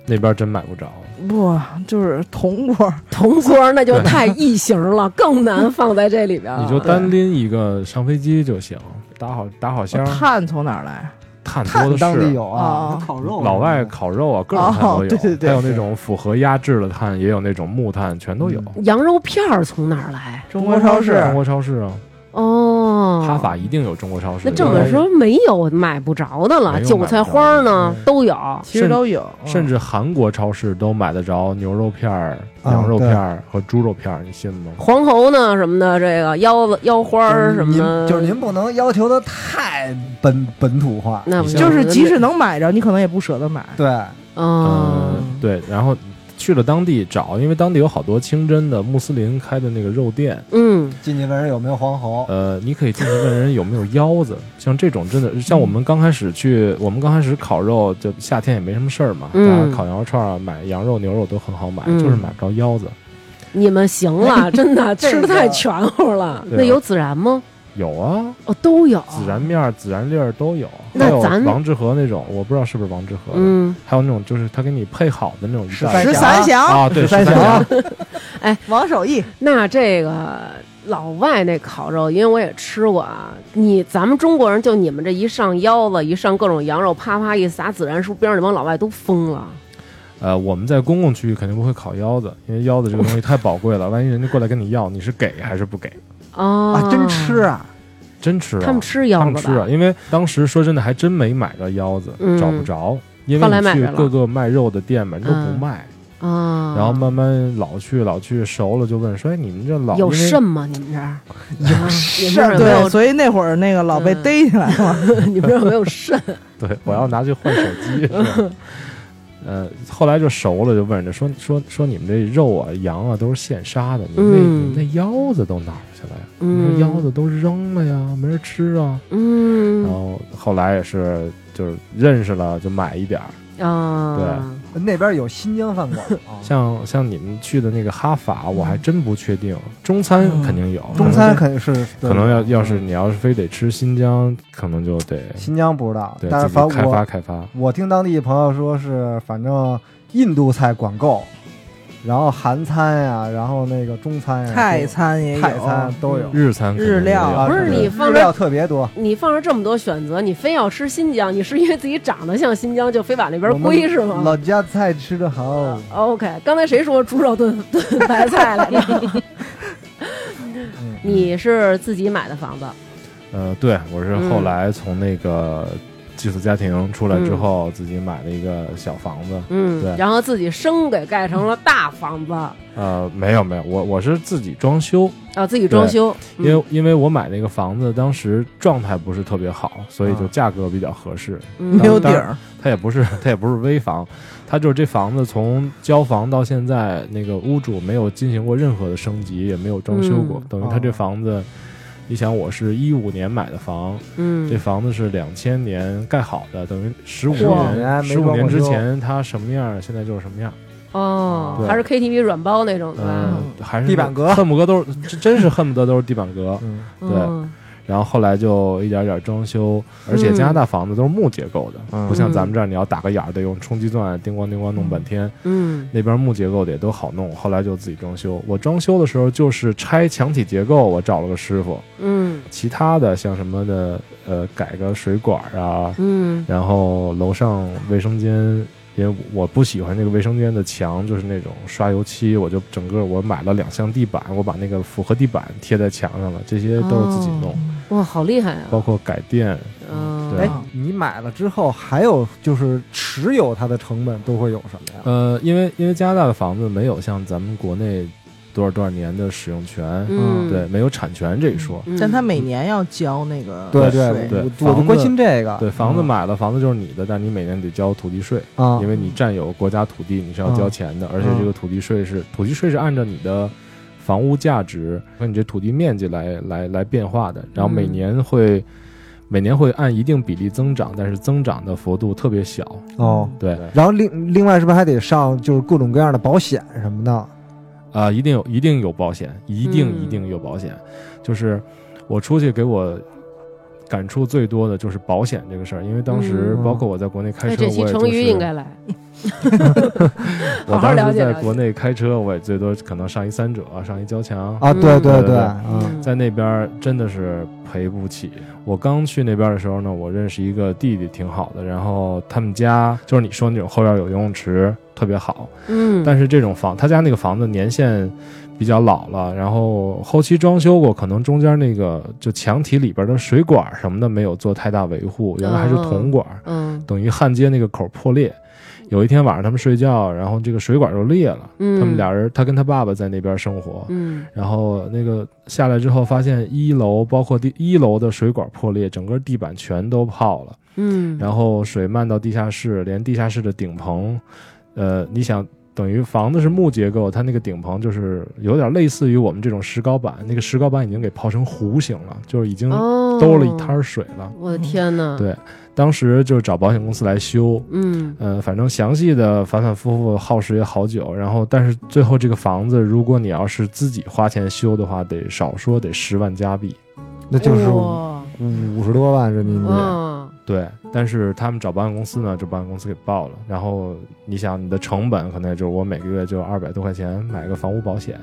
Speaker 5: 那边真买不着。
Speaker 4: 不就是铜锅儿？
Speaker 2: 铜锅那就太异形了，更难放在这里边了。
Speaker 5: [LAUGHS] 你就单拎一个上飞机就行，打好打好箱，
Speaker 4: 碳从哪儿来？
Speaker 5: 碳
Speaker 1: 我
Speaker 5: 多
Speaker 1: 们
Speaker 5: 的
Speaker 1: 当地
Speaker 5: 是。
Speaker 1: 有啊
Speaker 4: 哦，
Speaker 1: 烤肉
Speaker 5: 老外
Speaker 2: 嗯
Speaker 5: 烤肉啊，各种碳都有，
Speaker 4: 哦对对对
Speaker 5: 还有那种符合压制的碳，也有那种木炭，全都有。
Speaker 1: 嗯
Speaker 2: 羊肉片儿从哪儿来？
Speaker 4: 中国超市
Speaker 5: 中国超市啊，
Speaker 2: 哦，
Speaker 5: 哈法一定有中国超市。
Speaker 2: 那这么说没有买不着的了，
Speaker 5: 没有
Speaker 2: 韭菜花
Speaker 1: 买
Speaker 2: 呢
Speaker 1: 不着的
Speaker 2: 都有。
Speaker 4: 其实都有，
Speaker 5: 甚至韩国超市都买得着牛肉片儿、
Speaker 1: 啊
Speaker 5: 羊肉片儿和猪肉片儿，你信吗？
Speaker 2: 黄喉呢什么的，这个腰子腰花儿什么的，
Speaker 1: 您就是您不能要求的太本本土化，
Speaker 2: 那不
Speaker 4: 嗯
Speaker 2: 行
Speaker 4: 就是即使能买着，你可能也不舍得买。
Speaker 1: 对，
Speaker 5: 呃
Speaker 2: 嗯，
Speaker 5: 对，然后去了当地找，因为当地有好多清真的穆斯林开的那个肉店，
Speaker 2: 嗯
Speaker 1: 进去问人有没有黄
Speaker 2: 哦
Speaker 1: 喉，
Speaker 5: 呃，你可以进去问人有没有腰子，像这种真的，像我们刚开始去，我们刚开始烤肉，就夏天也没什么事儿嘛，
Speaker 2: 嗯
Speaker 5: 大家烤羊肉串儿、啊买羊肉、牛肉都很好买，
Speaker 2: 嗯
Speaker 5: 就是买不着腰子。
Speaker 2: 你们行了，真的
Speaker 1: 这
Speaker 2: 吃
Speaker 1: 个
Speaker 2: 的太全乎了。
Speaker 5: 对啊
Speaker 2: 那有孜然吗？
Speaker 5: 有啊，
Speaker 2: 哦，都有
Speaker 5: 孜然。面儿、孜然粒儿都有，
Speaker 2: 那
Speaker 5: 还有
Speaker 2: 咱
Speaker 5: 王致和那种，我不知道是不是王致和的，
Speaker 2: 嗯，
Speaker 5: 还有那种就是他给你配好的那种一袋
Speaker 1: 十
Speaker 5: 儿
Speaker 4: 十
Speaker 1: 三
Speaker 4: 三祥，
Speaker 5: 啊，对，
Speaker 1: 十三
Speaker 5: 十
Speaker 1: 祥
Speaker 5: 祥
Speaker 4: 王守义，
Speaker 2: 那这个老外那烤肉，因为我也吃过啊。你咱们中国人就你们这一上腰子，一上各种羊肉，啪啪一撒孜然，是不是边上那帮老外都疯了？
Speaker 5: 呃，我们在公共区域肯定不会烤腰子，因为腰子这个东西太宝贵了，万一人家过来跟你要，你是给还是不给？
Speaker 2: 哦、
Speaker 1: 啊，真吃啊，
Speaker 5: 真吃啊，
Speaker 2: 他们吃
Speaker 5: 他
Speaker 2: 腰
Speaker 5: 们
Speaker 2: 子
Speaker 5: 吃啊，
Speaker 2: 吧？
Speaker 5: 因为当时说真的还真没买着腰子，
Speaker 2: 嗯
Speaker 5: 找不着，因
Speaker 2: 后来
Speaker 5: 为
Speaker 2: 买
Speaker 5: 你去
Speaker 2: 着了
Speaker 5: 各个卖肉的店嘛，人都
Speaker 2: 嗯
Speaker 5: 不卖，
Speaker 2: 啊，
Speaker 5: 然后慢慢老去老去熟了就问说，哎，你们这老
Speaker 2: 有
Speaker 5: 因为
Speaker 2: 肾吗？你们这儿有肾、啊？你们这儿有没
Speaker 4: 对，
Speaker 2: 有？
Speaker 4: 所以那会儿那个老被
Speaker 2: 嗯
Speaker 4: 逮起来了。
Speaker 2: [LAUGHS] 你们这儿有没有肾？
Speaker 5: [LAUGHS] 对，我要拿去换手机。
Speaker 2: [LAUGHS]
Speaker 5: 是吧呃，后来就熟了，就问人家说说说你们这肉啊、羊啊都是现杀的，你们那、
Speaker 2: 嗯
Speaker 5: 你们那腰子都哪儿去了呀？
Speaker 2: 嗯
Speaker 5: 你说腰子都扔了呀，没人吃啊。然
Speaker 2: 嗯
Speaker 5: 后后来也是就是认识了就买一点儿，
Speaker 2: 啊，
Speaker 5: 对
Speaker 1: 那边有新疆饭馆啊，
Speaker 5: 像像你们去的那个哈法，我还真不确定，中餐肯定有，
Speaker 1: 嗯中餐肯定是
Speaker 5: 可能。可能要要是你要是非得吃新疆，可能就得
Speaker 1: 新疆不知道，
Speaker 5: 对
Speaker 1: 嗯但是
Speaker 5: 自
Speaker 1: 反
Speaker 5: 己开发
Speaker 1: 我
Speaker 5: 开发。
Speaker 1: 我听当地朋友说是，反正印度菜管够，然后韩餐呀、然后那个中
Speaker 4: [LAUGHS]
Speaker 5: 嗯
Speaker 1: 餐呀、
Speaker 4: 泰餐也有，
Speaker 1: 泰餐都有
Speaker 5: 日餐肯定
Speaker 4: 日料
Speaker 5: 也有
Speaker 1: 啊
Speaker 2: 嗯不是
Speaker 5: 对
Speaker 2: 你放
Speaker 1: 日
Speaker 2: 这
Speaker 1: 料特别多，
Speaker 2: 你放着这么多选择，你非要吃新疆，你是因为自己长得像新疆，就非往那
Speaker 1: 我
Speaker 2: 边
Speaker 1: 们
Speaker 2: 归是吗？啊
Speaker 1: 老家菜吃的好，
Speaker 2: OK，刚才谁说猪肉炖炖白菜
Speaker 4: [LAUGHS]
Speaker 2: 来着？
Speaker 1: 嗯
Speaker 2: 你是自己买的房子？
Speaker 5: 嗯呃，对，我是后
Speaker 2: 嗯
Speaker 5: 来从那个寄宿家庭出来之
Speaker 1: 嗯
Speaker 5: 后，自己买了一个小房子。对
Speaker 2: 嗯，然后自己生给盖成了大房子，
Speaker 5: 呃，没有没有，我我是自己装修，
Speaker 2: 啊，自己装
Speaker 5: 对
Speaker 2: 修，
Speaker 1: 嗯
Speaker 5: 因为因为我买那个房子当时状态不是特别好，所以就
Speaker 1: 啊
Speaker 5: 价格比较合适。
Speaker 2: 嗯
Speaker 4: 没有底
Speaker 5: 当
Speaker 4: 儿，
Speaker 5: 它也不是 [LAUGHS] 它也不是危房，它就是这房子从交房到现在，那个屋主没有进行过任何的升级，也没有装修过，
Speaker 2: 嗯
Speaker 5: 等于它这
Speaker 1: 哦
Speaker 5: 房子。你想，我是一五年买的房，
Speaker 2: 嗯
Speaker 5: 这房子是两千年盖好的，等于十五
Speaker 1: 哇
Speaker 5: 年，
Speaker 1: 没
Speaker 5: 十五
Speaker 1: 装
Speaker 5: 年
Speaker 1: 过
Speaker 5: 之
Speaker 1: 修
Speaker 5: 前它什么样，现在就是什么样。
Speaker 2: 哦，
Speaker 5: 对
Speaker 2: 还是 KTV 软包那种的吧，
Speaker 5: 嗯，还是
Speaker 1: 哦地板革
Speaker 5: 恨不得都是真真是恨不得都是地板
Speaker 1: [LAUGHS]
Speaker 5: 革。
Speaker 1: 嗯，
Speaker 5: 对
Speaker 2: 嗯
Speaker 5: 然后后来就一点点装修，而且加拿大房子都是木结构的，
Speaker 1: 嗯
Speaker 5: 不像咱们这儿你要打个眼儿得用冲击钻叮咣叮咣弄半天，
Speaker 2: 嗯
Speaker 5: 那边木结构的也都好弄。后来就自己装修，我装修的时候就是拆墙体结构，我找了个师傅，
Speaker 2: 嗯
Speaker 5: 其他的像什么的呃改个水管啊，
Speaker 2: 嗯
Speaker 5: 然后楼上卫生间。因为我不喜欢那个卫生间的墙，就是那种刷油漆，我就整个我买了两箱地板，我把那个复合地板贴在墙上了，这些都是自己弄，
Speaker 2: 哦哇，好厉害
Speaker 5: 包
Speaker 2: 啊！
Speaker 5: 括改电，
Speaker 2: 嗯，
Speaker 5: 对
Speaker 1: 哎，你买了之后还有就是持有它的成本都会有什么呀？
Speaker 5: 呃，因为因为加拿大的房子没有像咱们国内多少多少年的使用权，
Speaker 2: 嗯，
Speaker 5: 对，没有产权这一说。
Speaker 2: 嗯，
Speaker 4: 但他每年要交那个
Speaker 1: 对
Speaker 4: 税，
Speaker 5: 呃对
Speaker 1: 我
Speaker 5: 房
Speaker 1: 我就
Speaker 5: 子
Speaker 1: 关心这个。
Speaker 2: 啊
Speaker 5: 对，房子
Speaker 1: 嗯
Speaker 5: 买了，房子就是你的，但你每年得交土地税，
Speaker 1: 啊，
Speaker 5: 因为你占有国家土地，你是要
Speaker 2: 啊
Speaker 5: 交钱的，而且这个土地税是土地税是按照你的房屋价值和你这土地面积来来来变化的，然后每
Speaker 2: 嗯
Speaker 5: 年会。每年会按一定比例增长，但是增长的幅度特别小。
Speaker 4: 嗯
Speaker 1: 哦，
Speaker 5: 对，
Speaker 1: 然后另另外是不是还得上就是各种各样的保险什么的？
Speaker 5: 啊、一定有，一定有保险，一定
Speaker 2: 嗯
Speaker 5: 一定有保险。就是我出去给我感触最多的就是保险这个事儿，因为当时
Speaker 1: 嗯
Speaker 5: 包括我在国内开
Speaker 2: 那
Speaker 5: 车，
Speaker 2: 这
Speaker 5: 我也
Speaker 2: 期
Speaker 5: 就
Speaker 2: 成
Speaker 5: 是
Speaker 2: 语应该来，
Speaker 5: 我
Speaker 2: 好好
Speaker 5: 当
Speaker 2: 了
Speaker 5: 时
Speaker 2: 解
Speaker 5: 在
Speaker 2: 了解
Speaker 5: 国内开车，我也最多可能上一三者，上一交强。
Speaker 1: 啊，对
Speaker 2: 嗯
Speaker 1: 对
Speaker 5: 对对
Speaker 1: 嗯，
Speaker 5: 在那边儿真的是赔不起。我刚去那边儿的时候呢，我认识一个弟弟，挺好的。然后他们家就是你说那种后院有游泳池，特别好。
Speaker 2: 嗯，
Speaker 5: 但是这种房，他家那个房子年限比较老了，然后后期装修过，可能中间那个就墙体里边的水管什么的没有做太大维护，原来还是铜管，
Speaker 2: 嗯
Speaker 5: 等于焊接那个口破裂。有一天晚上他们睡觉，然后这个水管就裂了，
Speaker 2: 嗯，
Speaker 5: 他们俩人，他跟他爸爸在那边生活。
Speaker 2: 嗯
Speaker 5: 然后那个下来之后，发现一楼包括第一楼的水管破裂，整个地板全都泡了。
Speaker 2: 嗯，
Speaker 5: 然后水漫到地下室，连地下室的顶棚，呃，你想等于房子是木结构，它那个顶棚就是有点类似于我们这种石膏板，那个石膏板已经给泡成弧形了，就是已经
Speaker 2: 哦，
Speaker 5: 兜了一嗯滩，水了。
Speaker 2: 我的天呐，
Speaker 5: 对当时就是找保险公司来修，
Speaker 2: 嗯
Speaker 5: 呃，反正详细的反反复复耗时也好久，然后但是最后这个房子，如果你要是自己花钱修的话，得少说得十万加币。
Speaker 1: 那就是
Speaker 4: 哇
Speaker 1: 五十多万人民
Speaker 5: 嗯
Speaker 1: 币。
Speaker 4: 嗯
Speaker 2: 哇，
Speaker 5: 对，但是他们找保险公司呢，这保险公司给报了。然后你想，你的成本可能也就是我每个月就二百多块钱买个房屋保险，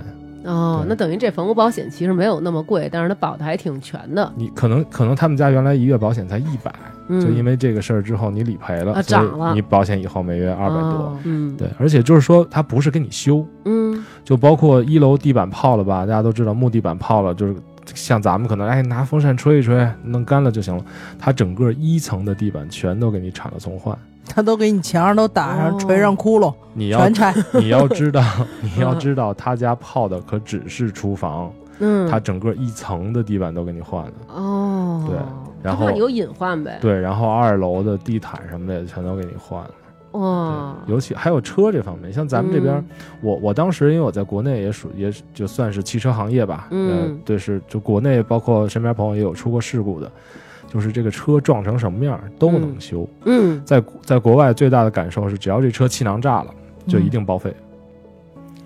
Speaker 2: 哦，
Speaker 5: 对
Speaker 2: 那等于这房屋保险其实没有那么贵，但是它保的还挺全的，
Speaker 5: 你可能可能他们家原来一月保险才一百、
Speaker 2: 嗯，
Speaker 5: 就因为这个事儿之后你理赔了，
Speaker 2: 啊
Speaker 5: 所以
Speaker 2: 涨了
Speaker 5: 你保险以后每月二百多。
Speaker 2: 哦，嗯，
Speaker 5: 对，而且就是说，它不是给你修，
Speaker 2: 嗯
Speaker 5: 就包括一楼地板泡了吧，大家都知道木地板泡了，就是像咱们可能哎拿风扇吹一吹，弄干了就行了。它整个一层的地板全都给你铲了重换。
Speaker 4: 他都给你墙上都打上，
Speaker 2: 哦
Speaker 4: 锤上窟窿，
Speaker 5: 你要
Speaker 4: 全拆。
Speaker 5: 你要知道，你要知道他家泡的可只是厨房，
Speaker 2: 嗯，
Speaker 5: 他整个一层的地板都给你换了。
Speaker 2: 哦，
Speaker 5: 对然
Speaker 2: 他怕
Speaker 5: 后
Speaker 2: 你有隐患呗，
Speaker 5: 对，然后二楼的地毯什么的也全都给你换了，
Speaker 2: 哇，
Speaker 5: 对，尤其还有车这方面，像咱们这
Speaker 2: 嗯
Speaker 5: 边，我我当时因为我在国内也属也就算是汽车行业吧，
Speaker 2: 嗯
Speaker 5: 呃，对，是就国内包括身边朋友也有出过事故的，就是这个车撞成什么样儿都能
Speaker 2: 嗯
Speaker 5: 修，
Speaker 2: 嗯，
Speaker 5: 在在国外最大的感受是，只要这车气囊炸了，就一定报废。
Speaker 2: 嗯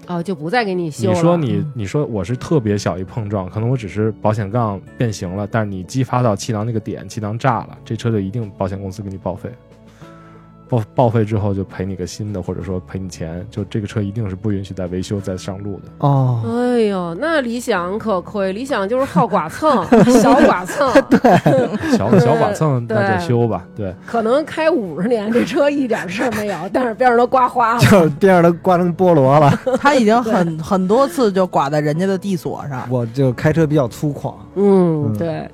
Speaker 2: 哦，就不再给你修了，
Speaker 5: 你说你
Speaker 4: 嗯
Speaker 5: 你说我是特别小一碰撞，可能我只是保险杠变形了，但是你激发到气囊那个点，气囊炸了，这车就一定保险公司给你报废。报报废之后就赔你个新的，或者说赔你钱，就这个车一定是不允许再维修再上路的。
Speaker 4: 嗯
Speaker 1: 哦，
Speaker 2: 哎呦，那理想可亏，理想就是好剐蹭，小剐
Speaker 5: [LAUGHS]
Speaker 2: 蹭，
Speaker 5: 小小剐蹭那就修吧，对，
Speaker 2: 可能开五十年这车一点事儿没有，但是边上都刮花
Speaker 5: [LAUGHS]
Speaker 2: 了。
Speaker 1: [LAUGHS] 就是边上都挂成菠萝了。
Speaker 4: [LAUGHS] 他已经很很
Speaker 5: [LAUGHS]
Speaker 4: 多次就刮在人家的地锁上，
Speaker 1: 我就开车比较粗犷，
Speaker 2: 嗯，
Speaker 1: 嗯
Speaker 2: 对。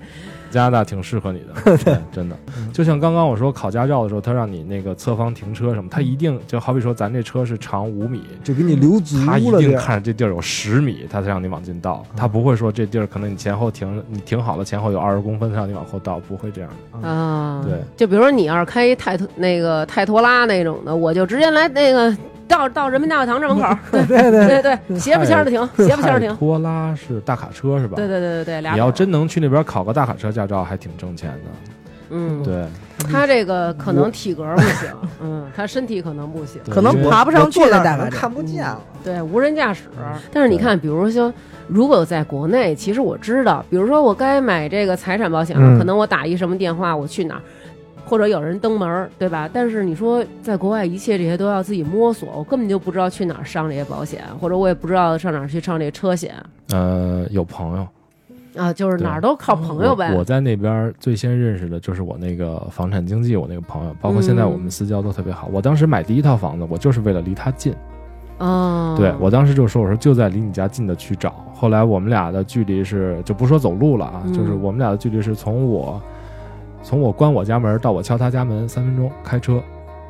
Speaker 5: 加拿大挺适合你的，对，真的
Speaker 1: 嗯。
Speaker 5: 就像刚刚我说考驾照的时候，他让你那个侧方停车什么，他一定就好比说咱这车是长五米，
Speaker 1: 就给你留足
Speaker 5: 他一
Speaker 1: 了
Speaker 5: 定
Speaker 1: 这。
Speaker 5: 看着这地儿有十米，他才让你往进倒，
Speaker 1: 嗯
Speaker 5: 他不会说这地儿可能你前后停，你停好了前后有二十公分，他让你往后倒，不会这样的。
Speaker 2: 啊，
Speaker 5: 对，
Speaker 2: [LAUGHS] 就比如说你要是开一泰托那个泰托拉那种的，我就直接来那个到到人民大会堂这门口
Speaker 5: [LAUGHS]
Speaker 2: 儿，对
Speaker 1: 对对
Speaker 2: 对对，斜不签的停，斜不签的停，
Speaker 5: 拖拉是大卡车是吧？
Speaker 2: 对对对对对，俩
Speaker 5: 你
Speaker 2: 口
Speaker 5: 要
Speaker 2: 儿
Speaker 5: 真能去那边考个大卡车驾照，还挺挣钱的。
Speaker 2: 嗯，
Speaker 5: 对，
Speaker 2: 他这个可能体格不行，嗯，他身体可能不行，
Speaker 5: 对
Speaker 4: 可能
Speaker 5: 因为
Speaker 4: 爬不上去
Speaker 1: 坐
Speaker 4: 了，
Speaker 1: 那
Speaker 4: 大
Speaker 1: 儿
Speaker 4: 概
Speaker 1: 能
Speaker 4: 这
Speaker 1: 看不见了。
Speaker 2: 对，无人驾驶。
Speaker 5: 嗯
Speaker 2: 但是你看，比如说，如果在国内，其实我知道，比如说我该买这个财产保险了，
Speaker 1: 嗯
Speaker 2: 可能我打一什么电话，我去哪儿，或者有人登门儿，对吧？但是你说在国外，一切这些都要自己摸索，我根本就不知道去哪儿上这些保险，或者我也不知道上哪儿去上这车险
Speaker 5: 呃，有朋友，
Speaker 2: 啊，就是哪儿都靠朋友呗。
Speaker 5: 我我在那边最先认识的就是我那个房产经纪，我那个朋友，包括现在
Speaker 2: 嗯
Speaker 5: 我们私交都特别好。我当时买第一套房子，我就是为了离他近。
Speaker 2: 哦，
Speaker 5: 对我当时就说，我说就在离你家近的去找。后来我们俩的距离是，就不说走路了啊，
Speaker 2: 嗯
Speaker 5: 就是我们俩的距离是从我从我关我家门到我敲他家门三分钟开车，
Speaker 2: 嗯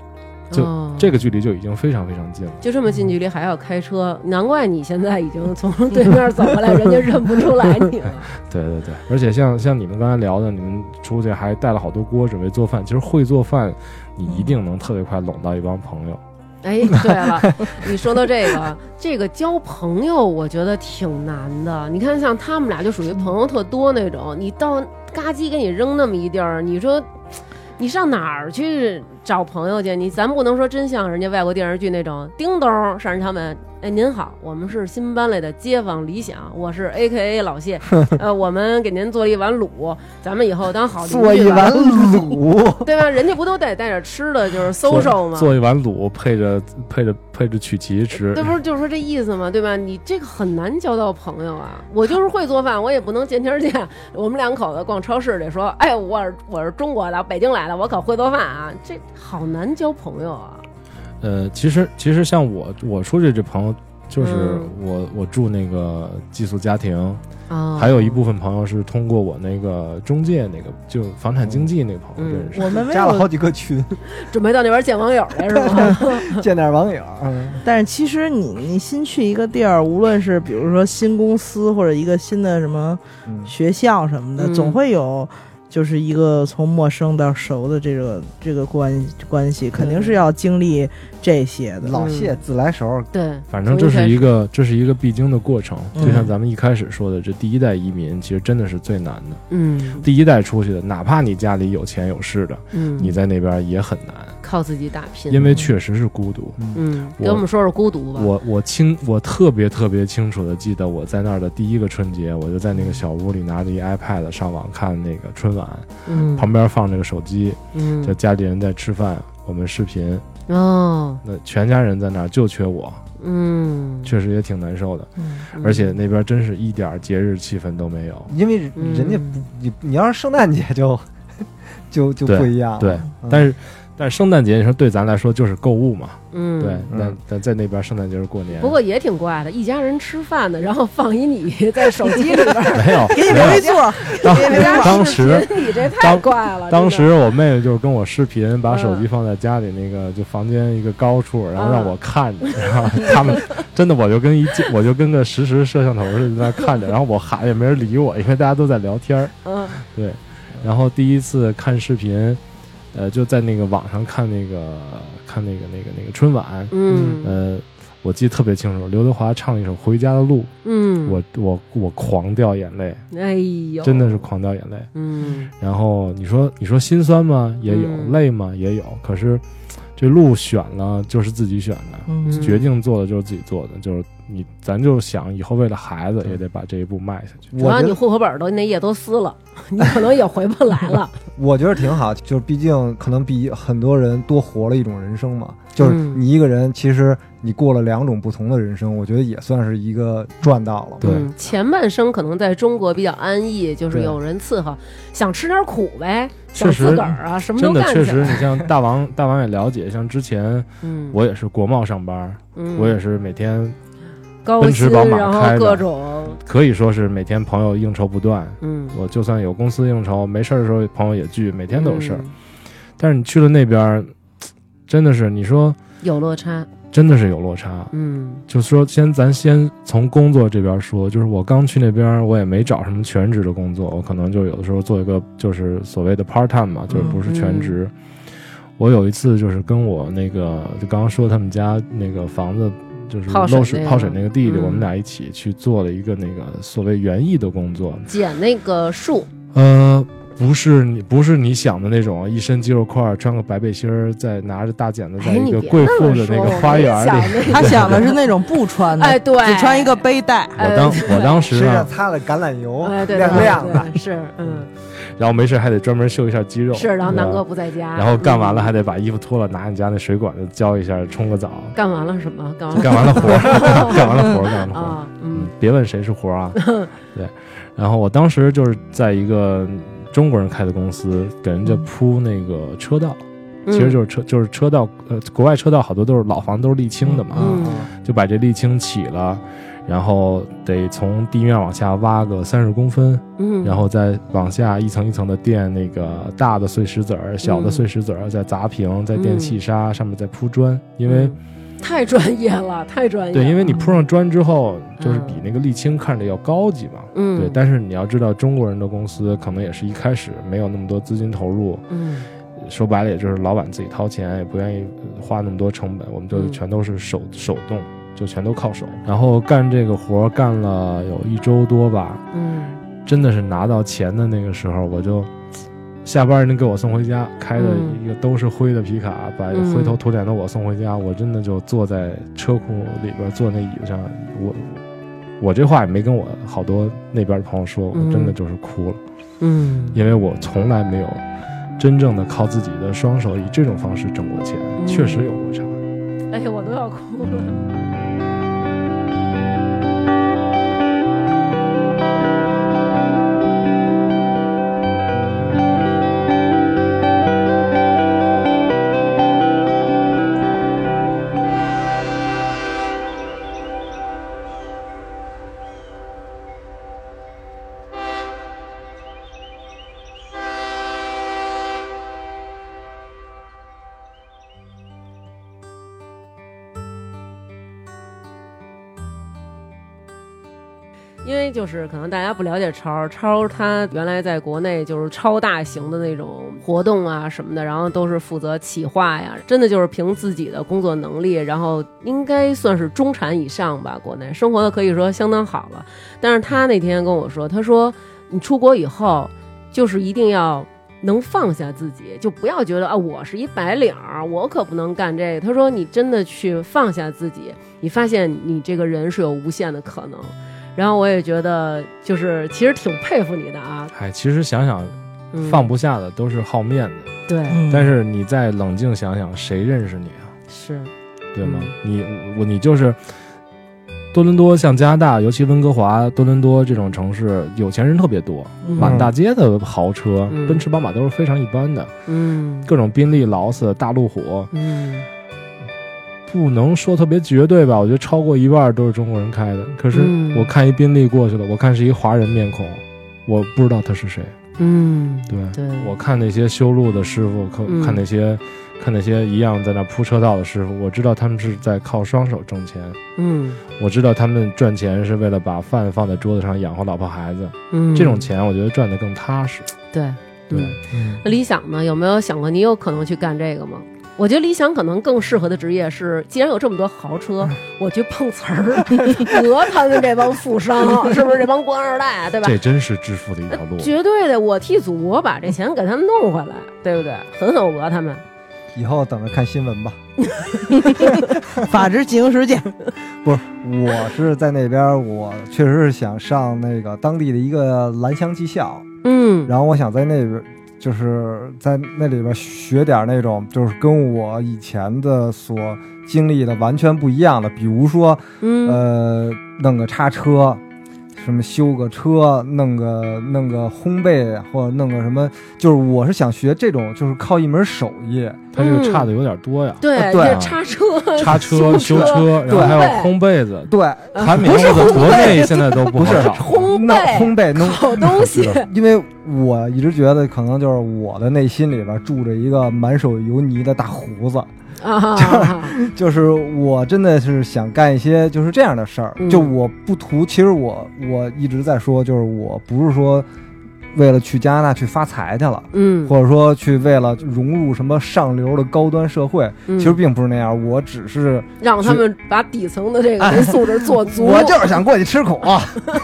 Speaker 5: 就
Speaker 2: 哦
Speaker 5: 这个距离就已经非常非常近了。
Speaker 2: 就这么近距离还要开车，难怪你现在已经从对面走过来，人家认不出来你了。
Speaker 5: 对对对，而且像像你们刚才聊的，你们出去还带了好多锅准备做饭。其实会做饭，你
Speaker 2: 嗯
Speaker 5: 一定能特别快拢到一帮朋友。
Speaker 1: [LAUGHS]
Speaker 2: 哎，对了，你说到这个，这个交朋友，我觉得挺难的。你看，像他们俩就属于朋友特多那种，你到嘎叽给你扔那么一地儿，你说你上哪儿去找朋友去？你咱不能说真像人家外国电视剧那种，叮咚上人敲门，哎，您好，我们是新搬来的街坊李想，我是 A K A 老
Speaker 1: [LAUGHS]
Speaker 2: 谢，呃，我们给您做了一碗卤，咱们以后当好邻居吧
Speaker 1: 做一
Speaker 4: [LAUGHS]
Speaker 1: 碗卤，
Speaker 2: 对吧？人家不都得带点吃的，就是 social 吗？
Speaker 5: 做一碗卤，配着配着配着曲奇吃
Speaker 2: 这。不是就是说这意思吗？对吧？你这个很难交到朋友啊。我就是会做饭，我也不能见天儿见。我们两口子逛超市里说：“哎，我是我是中国的，北京来的，我可会做饭啊。”这好难交朋友啊。
Speaker 5: 呃，其实其实像我我出去这朋友，就是
Speaker 2: 嗯
Speaker 5: 我、我住那个寄宿家庭，
Speaker 2: 啊
Speaker 5: 还有一部分朋友是通过我那个中介那个就房产经纪那个朋友认识。
Speaker 4: 我们没
Speaker 1: 加了
Speaker 4: 有
Speaker 1: 好几个
Speaker 4: [LAUGHS]
Speaker 1: 群，
Speaker 2: 哦准备到那边见网友来是吗？ [LAUGHS]
Speaker 1: 见点网友。嗯
Speaker 4: 但是其实你你新去一个地儿，无论是比如说新公司或者一个新的什么
Speaker 1: 嗯
Speaker 4: 学校什么的，
Speaker 2: 嗯
Speaker 4: 总会有就是一个从陌生到熟的这个这个关关系，肯定是要经历这些的。
Speaker 1: 老谢自来熟，
Speaker 2: 对，
Speaker 5: [LAUGHS] 反正这
Speaker 2: 从
Speaker 5: 是
Speaker 2: 一
Speaker 5: 一个这是一个必经的过程，
Speaker 4: 嗯
Speaker 5: 就像咱们一开始说的，这第一代移民其实真的是最难的。
Speaker 2: 嗯
Speaker 5: 第一代出去的，哪怕你家里有钱有势的，
Speaker 2: 嗯，
Speaker 5: 你在那边也很难，
Speaker 2: 靠自己打拼，
Speaker 5: 因为确实是孤独。
Speaker 2: 嗯，
Speaker 5: 我
Speaker 2: 给我们说说孤独吧。
Speaker 5: 我我清我特别特别清楚的记得我在那儿的第一个春节，我就在那个小屋里拿着一 iPad 上网看那个春晚，
Speaker 2: 嗯
Speaker 5: 旁边放着个手机，就
Speaker 2: 嗯
Speaker 5: 家里人在吃饭，我们视频，
Speaker 2: 哦
Speaker 5: 那全家人在那儿就缺我，
Speaker 2: 嗯，
Speaker 5: 确实也挺难受的。而且那边真是一点儿节日气氛都没有。
Speaker 1: 因为
Speaker 4: 嗯
Speaker 2: 嗯
Speaker 1: 人家不，你你要是圣诞节就 [LAUGHS] 就就
Speaker 5: 对
Speaker 1: 不一样了。
Speaker 5: 对，
Speaker 1: 嗯
Speaker 5: 但是但是圣诞节，你说对咱来说就是购物嘛，
Speaker 2: 嗯
Speaker 5: 对，
Speaker 1: 嗯
Speaker 5: 但但在那边圣诞节是过年，
Speaker 2: 不过也挺怪的，一家人吃饭呢，然后放一你在手机里边儿，
Speaker 5: 没有
Speaker 4: 给你
Speaker 5: 没
Speaker 4: 留一
Speaker 5: 有，
Speaker 4: 座，
Speaker 5: 当
Speaker 2: 人家
Speaker 5: [LAUGHS] 当
Speaker 2: 视频
Speaker 5: 时
Speaker 2: 你这太
Speaker 5: 当
Speaker 2: 怪了。
Speaker 5: 当
Speaker 2: 真
Speaker 5: 时
Speaker 2: 啊的
Speaker 5: 我妹妹就是跟我视频，把手机
Speaker 2: 嗯
Speaker 5: 放在家里那个就房间一个高处，然后让
Speaker 2: 嗯
Speaker 5: 我看着，然后他们真的我就跟一进我就跟个实时摄像头似的在那看着，然后我喊也没人理我，因为大家都在聊天儿。
Speaker 2: 嗯
Speaker 5: 对，然后第一次看视频，呃，就在那个网上看那个看那个那个那个春晚，
Speaker 2: 嗯
Speaker 5: 呃，我记得特别清楚，刘德华唱了一首《回家的路》，
Speaker 2: 嗯，
Speaker 5: 我我我狂掉眼泪，
Speaker 2: 哎呦，
Speaker 5: 嗯真的是狂掉眼泪。
Speaker 2: 嗯
Speaker 5: 然后你说你说心酸吗？也有，
Speaker 2: 嗯
Speaker 5: 累吗？也有。可是这路选了就是自己选的，
Speaker 4: 嗯，
Speaker 5: 决定做的就是自己做的，就是你咱就想以后为了孩子也得把这一步迈下去。
Speaker 2: 主
Speaker 1: 嗯我
Speaker 2: 要
Speaker 1: 觉
Speaker 2: 你
Speaker 1: 得
Speaker 2: 户口本儿都那页都撕了， [LAUGHS] 你可能也回不来了。
Speaker 1: 我觉得挺好，就是毕竟可能比很多人多活了一种人生嘛。就是
Speaker 2: 嗯
Speaker 1: 你一个人，其实你过了两种不同的人生，我觉得也算是一个赚到了。
Speaker 5: [LAUGHS] 对
Speaker 2: 嗯，前半生可能在中国比较安逸，就是
Speaker 5: 对
Speaker 2: 有人伺候，想吃点苦呗，
Speaker 5: 确
Speaker 2: 想
Speaker 5: 实
Speaker 2: 自个儿啊，什么
Speaker 5: 真
Speaker 2: 都
Speaker 5: 的，
Speaker 2: 干
Speaker 5: 确
Speaker 2: 起
Speaker 5: 实，
Speaker 2: 来。
Speaker 5: 你像大王， [LAUGHS] 大王也了解，像之前
Speaker 2: 嗯，
Speaker 5: 我也是国贸上班，
Speaker 2: 嗯
Speaker 5: 我也是每天
Speaker 2: 高
Speaker 5: 奔
Speaker 2: 薪，
Speaker 5: 驰宝马
Speaker 2: 然后
Speaker 5: 开
Speaker 2: 各
Speaker 5: 的
Speaker 2: 种，
Speaker 5: 可以说是每天朋友应酬不断。
Speaker 2: 嗯，
Speaker 5: 我就算有公司应酬，没事儿的时候朋友也聚，每天都有事儿。
Speaker 2: 嗯，
Speaker 5: 但是你去了那边儿，真的是你说
Speaker 2: 有落差，
Speaker 5: 真的是有落差。
Speaker 2: 嗯
Speaker 5: 就是说先咱先从工作这边说，就是我刚去那边，我也没找什么全职的工作，我可能就有的时候做一个就是所谓的 part time 嘛，
Speaker 2: 嗯
Speaker 5: 就是不是全职。我有一次就是跟我那个就刚刚说他们家那个房子就是
Speaker 2: 泡水
Speaker 5: 漏水
Speaker 2: 那个
Speaker 5: 泡水那个弟弟，
Speaker 2: 嗯
Speaker 5: 我们俩一起去做了一个那个所谓园艺的工作，
Speaker 2: 剪那个树，
Speaker 5: 呃，不是你不是你想的那种啊一身肌肉块儿，穿个白背心儿，再拿着大剪子，在
Speaker 2: 哎
Speaker 5: 一
Speaker 2: 你
Speaker 5: 个
Speaker 2: 别
Speaker 5: 贵
Speaker 2: 那
Speaker 5: 妇
Speaker 2: 么
Speaker 5: 的那
Speaker 2: 说
Speaker 5: 个
Speaker 2: 我
Speaker 5: 花
Speaker 2: 没
Speaker 5: 园
Speaker 2: 想
Speaker 5: 里。
Speaker 2: 那
Speaker 4: 他想的是那种不穿的，
Speaker 2: [LAUGHS] 哎对呃
Speaker 4: 只穿一个背带，
Speaker 5: 我当我当时啊
Speaker 1: 身
Speaker 5: 呢
Speaker 1: 上，擦了橄榄油
Speaker 2: 哎，对，
Speaker 1: 亮
Speaker 2: 对
Speaker 1: 亮的。
Speaker 2: 对是，嗯，
Speaker 5: 然后没事还得专门秀一下肌肉，
Speaker 2: 是，然后
Speaker 5: 对吧啊
Speaker 2: 南哥不在家，
Speaker 5: 然后干完了
Speaker 2: 嗯
Speaker 5: 还得把衣服脱了，拿你家那水管子浇一下，冲个澡，
Speaker 2: [LAUGHS] 干完了什么？干完了
Speaker 5: 干完了活儿，干完了活儿，干完了活儿，
Speaker 2: 啊，
Speaker 5: 嗯
Speaker 2: [LAUGHS] 嗯，
Speaker 5: 别问谁是活儿啊，
Speaker 2: [LAUGHS]
Speaker 5: 对。然后我当时就是在一个中国人开的公司，给人家铺那个车道，
Speaker 2: 嗯
Speaker 5: 嗯其实就是车就是车道，呃，国外车道好多都是老房都是沥青的嘛，
Speaker 2: 嗯
Speaker 5: 就把这沥青起了，然后得从地面往下挖个三十公分，
Speaker 2: 嗯，
Speaker 5: 然后再往下一层一层的垫那个大的碎石子儿、小的
Speaker 2: 嗯
Speaker 5: 碎石子儿，再砸平，再垫细沙，上面再铺砖，因为、
Speaker 2: 嗯太专业了，太专业了，
Speaker 5: 对，因为你铺上砖之后，
Speaker 2: 嗯
Speaker 5: 就是比那个沥青看着要高级嘛。
Speaker 2: 嗯
Speaker 5: 对，但是你要知道，中国人的公司可能也是一开始没有那么多资金投入，
Speaker 2: 嗯
Speaker 5: 说白了也就是老板自己掏钱，也不愿意呃花那么多成本，我们就
Speaker 2: 嗯
Speaker 5: 全都是手、手动，就全都靠手。然后干这个活儿干了有一周多吧，
Speaker 2: 嗯
Speaker 5: 真的是拿到钱的那个时候，我就下班人家给我送回家，开的
Speaker 2: 嗯
Speaker 5: 一个都是灰的皮卡，把
Speaker 2: 嗯
Speaker 5: 灰头土脸的我送回家，我真的就坐在车库里边坐那椅子上，我我这话也没跟我好多那边的朋友说，我
Speaker 2: 嗯
Speaker 5: 真的就是哭了，
Speaker 2: 嗯，
Speaker 5: 因为我从来没有真正的靠自己的双手以这种方式挣过钱，
Speaker 2: 嗯
Speaker 5: 确实有过差。
Speaker 2: 哎呀，我都要哭了。因为就是可能大家不了解超儿，超儿他原来在国内就是超大型的那种活动啊什么的，然后都是负责企划呀，真的就是凭自己的工作能力，然后应该算是中产以上吧，国内生活的可以说相当好了。但是他那天跟我说，他说你出国以后就是一定要。能放下自己，就不要觉得啊，我是一白领儿，我可不能干这个。他说，你真的去放下自己，你发现你这个人是有无限的可能。然后我也觉得，就是其实挺佩服你的啊，
Speaker 5: 哎，其实想想
Speaker 2: 嗯、
Speaker 5: 放不下的都是好面子，
Speaker 2: 对
Speaker 4: 嗯
Speaker 5: 但是你再冷静想想，谁认识你啊？
Speaker 2: 是，
Speaker 5: 对吗？
Speaker 2: 嗯
Speaker 5: 你我你就是多伦多，像加拿大，尤其温哥华、多伦多这种城市，有钱人特别多，
Speaker 4: 嗯
Speaker 5: 满大街的豪车，
Speaker 2: 嗯
Speaker 5: 奔驰、宝马都是非常一般的，
Speaker 2: 嗯
Speaker 5: 各种宾利、劳斯、大路虎，
Speaker 2: 嗯，
Speaker 5: 不能说特别绝对吧？我觉得超过一半都是中国人开的。可是
Speaker 2: 嗯
Speaker 5: 我看一宾利过去了，我看是一华人面孔，我不知道他是谁。
Speaker 2: 嗯，
Speaker 5: 对，
Speaker 2: 对，
Speaker 5: 我看那些修路的师傅，看、
Speaker 2: 嗯
Speaker 5: 看那些。看那些一样在那铺车道的师傅，我知道他们是在靠双手挣钱，
Speaker 2: 嗯
Speaker 5: 我知道他们赚钱是为了把饭放在桌子上养活老婆孩子，
Speaker 2: 嗯，
Speaker 5: 这种钱我觉得赚得更踏实。
Speaker 2: 对
Speaker 5: 对，
Speaker 2: 嗯那理想呢？有没有想过你有可能去干这个吗？我觉得理想可能更适合的职业是，既然有这么多豪车，
Speaker 5: 嗯
Speaker 2: [LAUGHS] 我去碰瓷儿，讹他们这帮富
Speaker 5: [LAUGHS]
Speaker 2: 商，是不是这帮官二代，对吧？
Speaker 5: 这真是致富的一条路。
Speaker 2: 绝对的，我替祖国把这钱给他们弄回来，对不对？狠狠讹他们。
Speaker 1: 以后等着看新闻吧。
Speaker 4: 法制进行实践，
Speaker 1: 不是，我是在那边，我确实是想上那个当地的一个蓝翔技校，
Speaker 2: 嗯
Speaker 1: 然后我想在那边，就是在那里边学点那种，就是跟我以前的所经历的完全不一样的，比如说，
Speaker 2: 嗯
Speaker 1: 呃，弄个叉车，什么修个车，弄个弄个烘焙，或者弄个什么，就是我是想学这种，就是靠一门手艺。
Speaker 5: 它这个差的有点多呀，
Speaker 2: 对，
Speaker 1: 对
Speaker 2: 就是叉车、 [LAUGHS]
Speaker 5: 叉车、修
Speaker 2: 车，
Speaker 5: 车，然后还有烘焙子，
Speaker 1: 对，
Speaker 2: 呃
Speaker 5: 产品在国内现在都不
Speaker 1: 不是
Speaker 5: 好找。
Speaker 2: 烘
Speaker 1: 那烘
Speaker 2: 焙、
Speaker 1: 焙弄
Speaker 2: 好
Speaker 1: [LAUGHS]
Speaker 2: 东西，
Speaker 1: 因为我一直觉得，可能就是我的内心里边住着一个满手油泥的大胡子，
Speaker 2: 啊，
Speaker 1: [LAUGHS] 就是我真的是想干一些就是这样的事儿
Speaker 2: 嗯。
Speaker 1: 就我不图，其实我我一直在说，就是我不是说为了去加拿大去发财去了，
Speaker 2: 嗯，
Speaker 1: 或者说去为了融入什么上流的高端社会，
Speaker 2: 嗯
Speaker 1: 其实并不是那样。我只是
Speaker 2: 让他们把底层的这个民素质做足。
Speaker 1: 我就是想过去吃苦，啊
Speaker 2: [LAUGHS]
Speaker 1: [LAUGHS]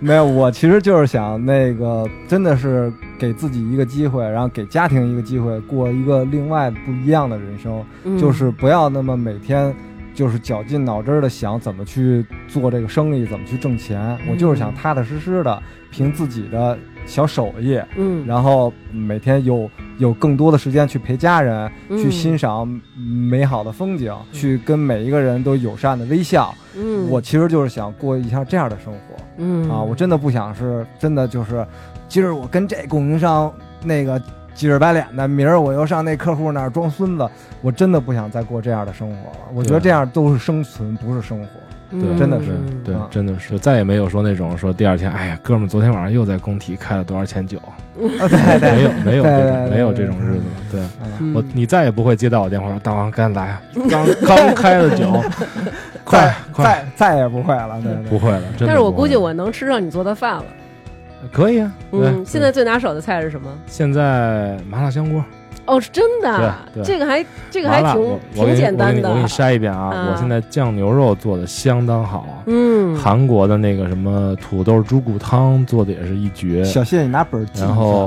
Speaker 1: 没有，我其实就是想那个，真的是给自己一个机会，然后给家庭一个机会，过一个另外不一样的人生，
Speaker 2: 嗯
Speaker 1: 就是不要那么每天。就是绞尽脑汁的想怎么去做这个生意，怎么去挣钱。
Speaker 2: 嗯
Speaker 1: 我就是想踏踏实实的，凭自己的小手艺，
Speaker 2: 嗯，
Speaker 1: 然后每天有有更多的时间去陪家人，去
Speaker 2: 嗯
Speaker 1: 欣赏美好的风景，
Speaker 5: 嗯
Speaker 1: 去跟每一个人都友善的微笑。
Speaker 2: 嗯，
Speaker 1: 我其实就是想过一下这样的生活
Speaker 2: 嗯
Speaker 1: 啊，我真的不想是真的就是，今儿我跟这供应商那个急着白脸的，明儿我又上那客户那儿装孙子，我真的不想再过这样的生活了。我觉得
Speaker 5: 对
Speaker 1: 这样都是生存，不是生活。
Speaker 2: 嗯
Speaker 1: 真的是
Speaker 5: 对
Speaker 1: 嗯，
Speaker 5: 真的是再也没有说那种说第二天，哎呀，哥们儿，昨天晚上又在工体开了多少钱酒，
Speaker 1: 啊， [LAUGHS] 对对
Speaker 5: [LAUGHS] 没有没有
Speaker 1: 对
Speaker 5: 这
Speaker 1: 对
Speaker 5: 种
Speaker 1: 对
Speaker 5: 没有
Speaker 1: 对
Speaker 5: 这种日子，对。
Speaker 2: 嗯
Speaker 5: 我你再也不会接到我电话说大王赶紧
Speaker 2: [LAUGHS]
Speaker 5: 来啊，刚刚开的酒，快快，
Speaker 1: 再再也不会了，对对
Speaker 5: 不会了，真的
Speaker 2: 但是我
Speaker 5: 不会
Speaker 2: 估计
Speaker 5: 了
Speaker 2: 我能吃上你做的饭了。
Speaker 5: 可以啊，对
Speaker 2: 嗯，现在最拿手的菜是什么？
Speaker 5: 现在麻辣香锅，
Speaker 2: 哦，是真的啊，
Speaker 5: 对对
Speaker 2: 这个还这个
Speaker 5: 麻
Speaker 2: 还
Speaker 5: 辣
Speaker 2: 挺
Speaker 5: 我我
Speaker 2: 挺
Speaker 5: 给你
Speaker 2: 简单
Speaker 5: 我给你我给
Speaker 2: 的
Speaker 5: 你。筛一遍
Speaker 2: 啊
Speaker 5: 啊，我现在酱牛肉做的相当好啊，
Speaker 2: 嗯，
Speaker 5: 韩国的那个什么土豆猪骨汤做的也是一绝，
Speaker 1: 小谢，你拿本儿记一下
Speaker 5: 然后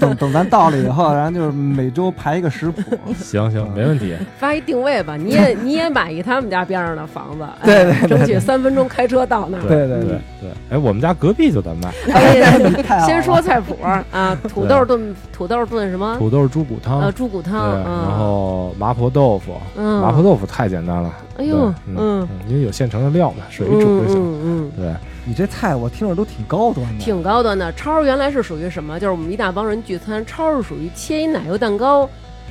Speaker 1: 等 [LAUGHS] 等等咱到了以后，然后就是每周排一个食谱。
Speaker 5: 行
Speaker 2: 嗯
Speaker 5: 行没问题，
Speaker 2: 发一定位吧，你也你也买一他们家边上的房子，哎
Speaker 1: 对对对
Speaker 2: 争取三分钟开车到
Speaker 1: [LAUGHS]
Speaker 2: 那儿。
Speaker 1: 对
Speaker 5: [LAUGHS] 对
Speaker 1: 对
Speaker 5: 对对，哎，我们家隔壁就在卖
Speaker 2: 哎
Speaker 1: 太好了
Speaker 2: 先说菜谱 [LAUGHS] 啊，土豆炖土豆炖什么？
Speaker 5: 土豆猪骨汤
Speaker 2: 呃，，猪骨
Speaker 5: 对，
Speaker 2: 汤，嗯
Speaker 5: 然后麻婆豆腐，
Speaker 2: 嗯
Speaker 5: 麻婆豆腐太简单了，
Speaker 2: 哎呦
Speaker 5: 对
Speaker 2: 嗯
Speaker 5: 嗯，因为有现成的料嘛，水
Speaker 2: 嗯
Speaker 5: 一煮就行，
Speaker 2: 嗯嗯，
Speaker 5: 对。
Speaker 1: 你这菜我听着都挺高端的，
Speaker 2: 挺高端的。超儿原来是属于什么？就是我们一大帮人聚餐，超儿是属于切一奶油蛋糕，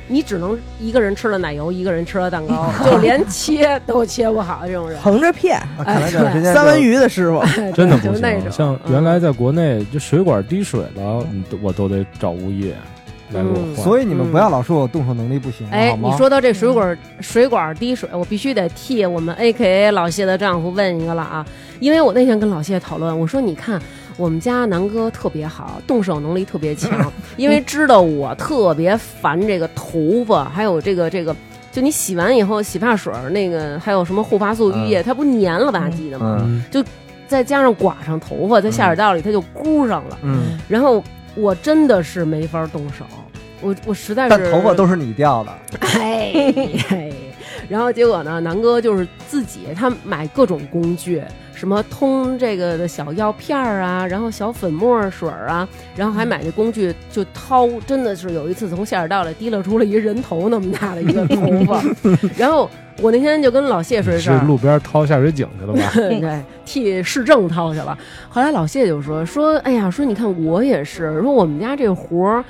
Speaker 2: 你只能一个人吃了奶油，一个人吃了蛋
Speaker 5: [LAUGHS]
Speaker 2: 糕，就连切都切不好这种人。
Speaker 4: 横着骗
Speaker 1: 啊看来这
Speaker 2: 哎
Speaker 1: 段时间
Speaker 4: 三文
Speaker 1: 就
Speaker 4: 鱼的师傅，。
Speaker 5: [LAUGHS] 真的
Speaker 2: [LAUGHS] 就
Speaker 5: 不
Speaker 2: 是那种
Speaker 5: 行。
Speaker 2: 嗯
Speaker 5: 像原来在国内，就水管滴水了，你都我都得找物业来给我换。
Speaker 1: 嗯所以你们不要老说我动手能力不行，
Speaker 2: 嗯哎
Speaker 1: 好，吗
Speaker 2: 你说到这水管水管滴水，我必须得替我们 A K A 老谢的丈夫问一个了啊，因为我那天跟老谢讨论，我说你看我们家南哥特别好，动手能力特
Speaker 1: [LAUGHS]
Speaker 2: 别强，因为知道我特别烦这个头发，还有这个这个，就你洗完以后洗发水儿那个，还有什么护发素、
Speaker 1: 嗯
Speaker 2: 浴液，它不粘了吧唧的吗？
Speaker 5: 嗯，
Speaker 2: 再加上刮上头发，在下水道里它就箍上了，
Speaker 1: 嗯，
Speaker 2: 然后我真的是没法动手。我我实在是，
Speaker 1: 但头发都是你掉的，
Speaker 2: 哎，嘿然后结果呢，南哥就是自己他买各种工具，什么通这个的小药片儿啊，然后小粉末水儿啊，然后还买这工具就掏，真的是有一次从下水道里提溜出了一人头那么大的一个头发，然后我那天就跟老谢说
Speaker 5: 你
Speaker 2: 这事
Speaker 5: 是
Speaker 2: 儿，
Speaker 5: 路边掏下水井去了吧？
Speaker 2: [LAUGHS] 对，替市政掏去了。后来老谢就说说，哎呀，说你看我也是，说我们家这活儿，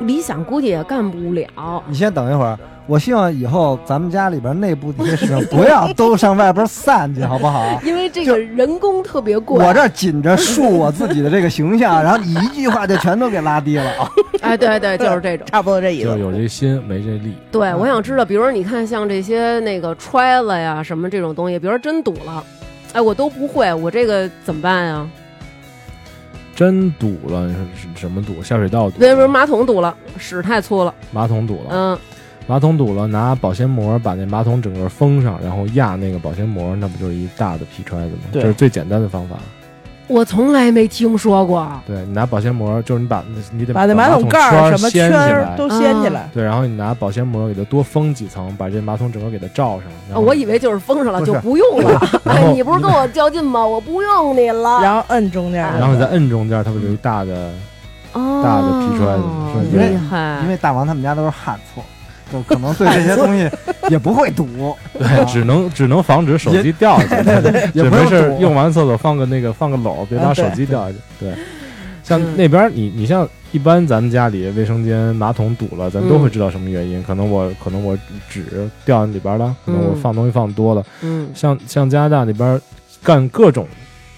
Speaker 2: 理想估计也干不了，
Speaker 1: 你先等一会儿，我希望以后咱们家里边内部这些
Speaker 2: [LAUGHS]
Speaker 1: 事情不要都上外边散去，好不好？
Speaker 2: 因为这个人工特别贵。
Speaker 1: 我这儿紧着树我自己的这个形象，然后你一句话就全都给拉低了
Speaker 2: [LAUGHS]
Speaker 1: 啊！
Speaker 2: 哎，对对，就是这种
Speaker 4: 差不多这意
Speaker 5: 就是
Speaker 4: 思。
Speaker 5: 有这心没这力。
Speaker 2: 对，我想知道，比如说你看像这些那个揣子呀什么这种东西，比如说真堵了，哎，我都不会，我这个怎么办呀？
Speaker 5: 真堵了，是什么堵？下水道堵
Speaker 2: 那不是马桶堵了，屎太粗了，
Speaker 5: 马桶堵了，
Speaker 2: 嗯，
Speaker 5: 马桶堵了，拿保鲜膜把那马桶整个封上，然后压那个保鲜膜，那不就是一大的皮揣子吗？
Speaker 4: 对
Speaker 5: 这是最简单的方法。
Speaker 2: 我从来没听说过。
Speaker 5: 对你拿保鲜膜，就是你把你得
Speaker 4: 把那
Speaker 5: 马
Speaker 4: 马
Speaker 5: 桶
Speaker 4: 桶盖
Speaker 5: 圈
Speaker 4: 儿
Speaker 5: 儿
Speaker 4: 什么
Speaker 5: 掀
Speaker 4: 圈
Speaker 5: 起
Speaker 4: 儿
Speaker 5: 来，
Speaker 4: 都掀起来，
Speaker 5: 对，然后你拿保鲜膜给它多封几层，把这马桶整个给它罩上。然
Speaker 2: 啊
Speaker 5: 后
Speaker 2: 我以为就是封上了
Speaker 1: 不
Speaker 2: 就是不用了。
Speaker 5: 然
Speaker 2: [LAUGHS] 哎，
Speaker 5: 后
Speaker 2: 你不是跟我较劲吗？我不用你了。
Speaker 4: 然后摁中间儿，
Speaker 5: 然后你再摁中间，它不就一大的
Speaker 2: 哦，
Speaker 5: 大的皮揣子
Speaker 1: 因为
Speaker 2: 厉害
Speaker 1: 因。为大王他们家都是旱厕，就可能对这些东西也不会
Speaker 2: [LAUGHS]
Speaker 1: 赌，
Speaker 5: 对，只能只能防止手机掉下去，
Speaker 1: 也
Speaker 5: 就
Speaker 1: 不
Speaker 5: 没
Speaker 1: 用
Speaker 5: 事儿
Speaker 1: 赌
Speaker 5: 用完厕所放个那个放个篓儿，别
Speaker 4: 啊
Speaker 5: 拿
Speaker 4: 对
Speaker 5: 手机掉下去。对，像
Speaker 2: 嗯
Speaker 5: 那边儿你你像一般咱们家里卫生间马桶堵了，咱都
Speaker 2: 嗯
Speaker 5: 会知道什么原因，可能我可能我纸掉进里边儿了，可能我
Speaker 2: 嗯
Speaker 5: 放东西放多了，
Speaker 2: 嗯
Speaker 5: 像像加拿大那边儿干各种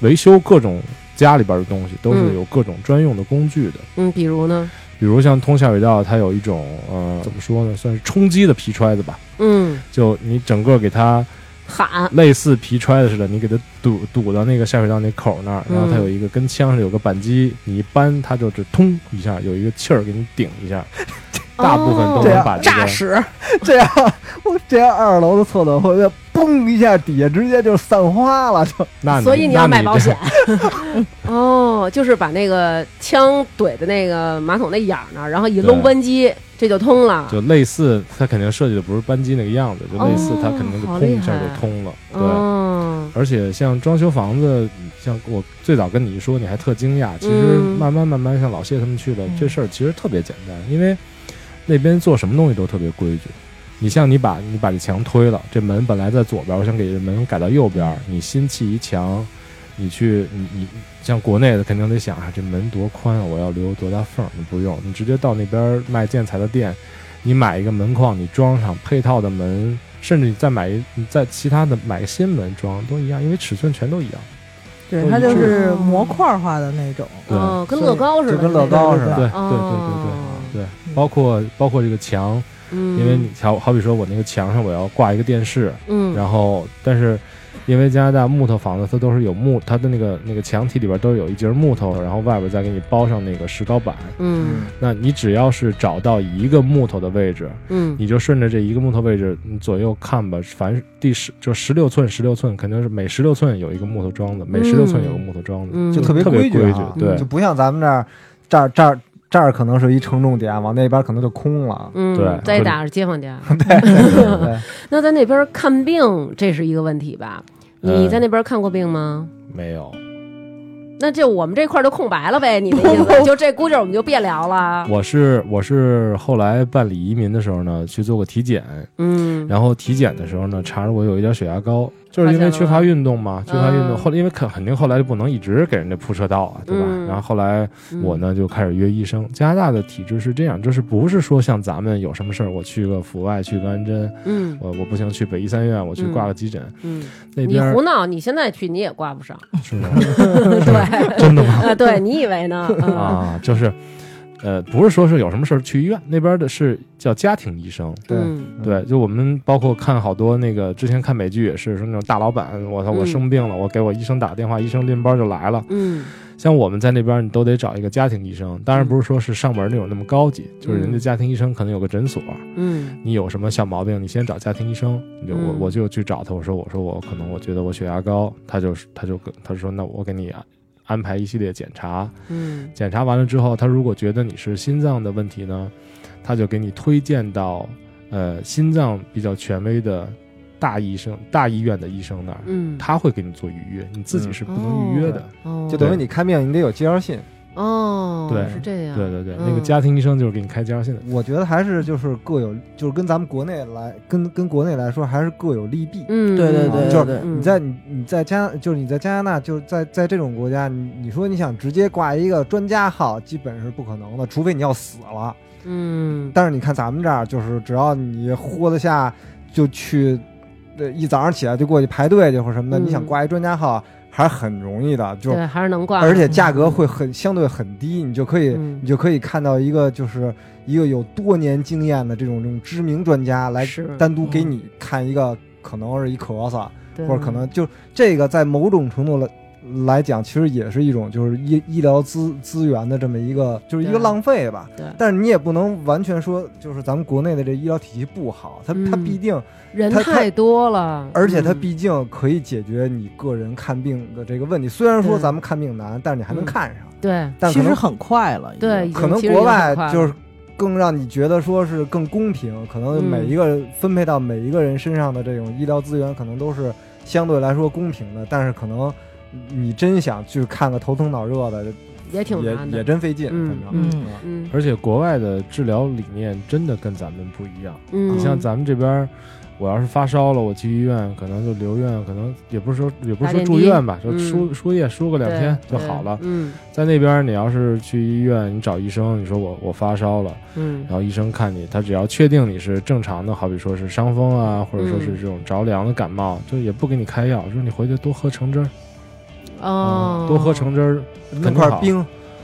Speaker 5: 维修各种家里边儿的东西，都是
Speaker 2: 嗯
Speaker 5: 有各种专用的工具的。
Speaker 2: 嗯，比如呢，
Speaker 5: 比如像通下水道，它有一种呃，怎么说呢，算是冲击的皮揣子吧，
Speaker 2: 嗯，
Speaker 5: 就你整个给它
Speaker 2: 喊，
Speaker 5: 类似皮揣子似的，你给它堵堵到那个下水道那口那儿，然后它
Speaker 2: 嗯
Speaker 5: 有一个跟枪似的有个扳机，你一扳它就只通一下，有一个气儿给你顶一下，
Speaker 2: 哦
Speaker 5: 大部分都
Speaker 1: 对
Speaker 5: 能
Speaker 1: 啊
Speaker 5: 把这
Speaker 4: 诈
Speaker 5: 个
Speaker 4: 尸，
Speaker 1: 这样啊我这样二楼的厕所会被嘣一下底下直接就散花了，就
Speaker 5: 那
Speaker 2: 所以
Speaker 5: 你
Speaker 2: 要
Speaker 5: 那
Speaker 2: 买保
Speaker 5: 这
Speaker 2: 险。
Speaker 5: [LAUGHS]
Speaker 2: 哦，就是把那个枪怼在那个马桶那眼儿那儿，然后一搂
Speaker 5: 对
Speaker 2: 扳机，这就通了。
Speaker 5: 就类似，它肯定设计的不是扳机那个样子，就类似
Speaker 2: 哦
Speaker 5: 它肯定就
Speaker 2: 好
Speaker 5: 砰一
Speaker 2: 厉
Speaker 5: 下
Speaker 2: 害
Speaker 5: 就通了。对，
Speaker 2: 哦，
Speaker 5: 而且像装修房子，像我最早跟你一说，你还特惊讶。其实
Speaker 2: 嗯
Speaker 5: 慢慢慢慢，像老谢他们去了，
Speaker 4: 嗯
Speaker 5: 这事儿其实特别简单，因为那边做什么东西都特别规矩。你像你把你把这墙推了，这门本来在左边，我想给这门改到右边，你新砌一墙，你去你你像国内的肯定得想啊，这门多宽啊，我要留多大缝儿？你不用，你直接到那边卖建材的店，你买一个门框，你装上配套的门，甚至你再买一你再其他的买个新门装都一样，因为尺寸全都一样。
Speaker 4: 对，
Speaker 5: 都
Speaker 4: 它
Speaker 5: 一
Speaker 4: 就
Speaker 5: 致
Speaker 4: 是模块化的那种。
Speaker 5: 对
Speaker 2: 哦，跟
Speaker 1: 所以
Speaker 2: 乐高似的，
Speaker 1: 就跟乐高似
Speaker 4: 对
Speaker 5: 对
Speaker 1: 的。
Speaker 5: 对
Speaker 2: 哦
Speaker 5: 对对对对，包括包括这个墙，
Speaker 2: 嗯，
Speaker 5: 因为你好好比说我那个墙上我要挂一个电视，
Speaker 2: 嗯，
Speaker 5: 然后但是因为加拿大木头房子它都是有木，它的那个那个墙体里边都有一节木头，然后外边再给你包上那个石膏板。
Speaker 2: 嗯
Speaker 5: 那你只要是找到一个木头的位置，
Speaker 2: 嗯
Speaker 5: 你就顺着这一个木头位置你左右看吧，凡第十就十六寸十六寸，肯定是每十六寸有一个木头桩子，每十六寸有个木头桩子，呃
Speaker 2: 嗯
Speaker 1: 就
Speaker 5: 特
Speaker 1: 特别
Speaker 5: 规
Speaker 1: 规矩啊
Speaker 5: 对
Speaker 1: 就不像咱们这儿这儿这儿这儿可能是一承重点，往那边可能就空 [LAUGHS] 了。
Speaker 5: 对
Speaker 2: 嗯，再打是街坊
Speaker 5: [LAUGHS]
Speaker 2: 家。
Speaker 1: 对，
Speaker 2: 那在那边看病，这是一个问题吧？
Speaker 5: 呃
Speaker 2: 你在那边看过病吗？
Speaker 5: 没有。
Speaker 2: 那就我们这块儿就空白了呗，你的意
Speaker 5: [LAUGHS]
Speaker 2: 思就这估计我们就别聊了。
Speaker 5: 我是我是后来办理移民的时候呢，去做过体检，
Speaker 2: 嗯
Speaker 5: 然后体检的时候呢，查着我有一点血压高，就是因为缺乏运动嘛，缺
Speaker 2: 现了
Speaker 5: 乏
Speaker 2: 吗
Speaker 5: 运
Speaker 2: 嗯
Speaker 5: 动。后来因为肯肯定后来就不能一直给人家铺车道啊，对吧？
Speaker 2: 嗯
Speaker 5: 然后后来我呢就开始约医生。加拿大的体制是这样，就是不是说像咱们有什么事儿我去个阜外去个安贞，
Speaker 2: 嗯
Speaker 5: 我我不行去北医三院我去挂个急诊，
Speaker 2: 嗯，
Speaker 5: 那
Speaker 2: 你
Speaker 5: 边儿
Speaker 2: 胡闹，你现在去你也挂不
Speaker 5: [LAUGHS]
Speaker 2: 上，
Speaker 5: 是吗？
Speaker 2: [LAUGHS] 对
Speaker 5: 真的吗？
Speaker 2: 啊，对你以为呢？嗯
Speaker 5: [LAUGHS] 啊，就是。呃，不是说是有什么事儿去医院，那边儿的是叫家庭医生，
Speaker 1: 对
Speaker 2: 嗯
Speaker 5: 对，就我们包括看好多那个之前看美剧也是说那种大老板，我操，我
Speaker 2: 嗯
Speaker 5: 生病了，我给我医生打电话，医生拎包就来了。
Speaker 2: 嗯
Speaker 5: 像我们在那边，你都得找一个家庭医生，当然不是说是上门那种那么高级，就是人家
Speaker 2: 嗯
Speaker 5: 家庭医生可能有个诊所，
Speaker 2: 嗯
Speaker 5: 你有什么小毛病，你先找家庭医生。你就我
Speaker 2: 嗯
Speaker 5: 我就去找他，我说我说我可能我觉得我血压高，他就是他就跟他就说那我给你安安排一系列检查，
Speaker 2: 嗯
Speaker 5: 检查完了之后，他如果觉得你是心脏的问题呢，他就给你推荐到呃心脏比较权威的大医生、大医院的医生那儿，
Speaker 2: 嗯，
Speaker 5: 他会给你做预约，你自己是不能预约的。
Speaker 2: 哦
Speaker 1: 就等于你看病，你得有介绍信。
Speaker 2: 哦，
Speaker 5: 对
Speaker 2: 是这样，
Speaker 5: 对对对，
Speaker 2: 嗯
Speaker 5: 那个家庭医生就是给你开家信的。
Speaker 1: 我觉得还是就是各有，就是跟咱们国内来，跟跟国内来说，还是各有利弊。
Speaker 2: 嗯，
Speaker 4: 对对对
Speaker 1: 就是
Speaker 4: 对对，
Speaker 2: 嗯
Speaker 1: 你在你你在加就是你在加拿大，就是在在这种国家，你你说你想直接挂一个专家号，基本是不可能的，除非你要死了。
Speaker 2: 嗯
Speaker 1: 但是你看咱们这儿，就是只要你豁得下，就去，呃，一早上起来就过去排队去或者什么的，
Speaker 2: 嗯
Speaker 1: 你想挂一专家号还是很容易的，就
Speaker 2: 对还是能挂，
Speaker 1: 而且价格会很相对很低，你就可以
Speaker 2: 嗯
Speaker 1: 你就可以看到一个就是一个有多年经验的这种这种知名专家来
Speaker 2: 是嗯
Speaker 1: 单独给你看一个，可能是一咳嗽，
Speaker 2: 对
Speaker 1: 或者可能就这个在某种程度来来讲，其实也是一种就是医医疗资资源的这么一个就是一个
Speaker 2: 对
Speaker 1: 浪费吧。
Speaker 2: 对
Speaker 1: 但是你也不能完全说就是咱们国内的这医疗体系不好，它它
Speaker 2: 嗯
Speaker 1: 必定，
Speaker 2: 人
Speaker 1: 他他
Speaker 2: 太多了，
Speaker 1: 而且它
Speaker 2: 嗯
Speaker 1: 毕竟可以解决你个人看病的这个问题。虽然说
Speaker 2: 对
Speaker 1: 咱们看病难，但是你还能
Speaker 2: 嗯
Speaker 1: 看上，
Speaker 2: 对
Speaker 1: 但可
Speaker 4: 其实
Speaker 1: 能
Speaker 4: 很快了，已经
Speaker 2: 对，已
Speaker 1: 可
Speaker 2: 经
Speaker 1: 能
Speaker 2: 其实
Speaker 1: 国
Speaker 2: 已经很
Speaker 1: 外
Speaker 2: 快
Speaker 1: 就
Speaker 2: 了
Speaker 1: 是更让你觉得说是更公平，可能每
Speaker 2: 嗯
Speaker 1: 一个分配到每一个人身上的这种医疗资源，可能都是相对来说公平的。但是可能你真想去看个头疼脑热的，
Speaker 2: 也挺
Speaker 1: 也
Speaker 2: 难
Speaker 1: 也
Speaker 2: 的。
Speaker 1: 真费劲，
Speaker 2: 嗯
Speaker 1: 反正
Speaker 4: 嗯
Speaker 1: 是吧
Speaker 2: 嗯
Speaker 5: 而且国外的治疗理念真的跟咱们不一样。
Speaker 2: 嗯，
Speaker 5: 你像咱们这边儿，我要是发烧了，我去医院可能就留院，可能也不是说也不是
Speaker 2: 打
Speaker 5: 说
Speaker 2: 点
Speaker 5: 住
Speaker 2: 滴
Speaker 5: 院吧，就
Speaker 2: 嗯
Speaker 5: 输输液输个两
Speaker 2: 对
Speaker 5: 天就
Speaker 2: 对
Speaker 5: 好了。
Speaker 2: 嗯
Speaker 5: 在那边儿，你要是去医院，你找医生，你说我我发烧了，
Speaker 2: 嗯
Speaker 5: 然后医生看你，他只要确定你是正常的，好比说是伤风啊，或者说是
Speaker 2: 嗯
Speaker 5: 这种着凉的感冒，就也不给你开药，说你回去多喝橙汁儿，
Speaker 2: 哦
Speaker 5: 嗯，多喝橙
Speaker 2: [LAUGHS]
Speaker 5: 汁儿。
Speaker 1: 弄块冰，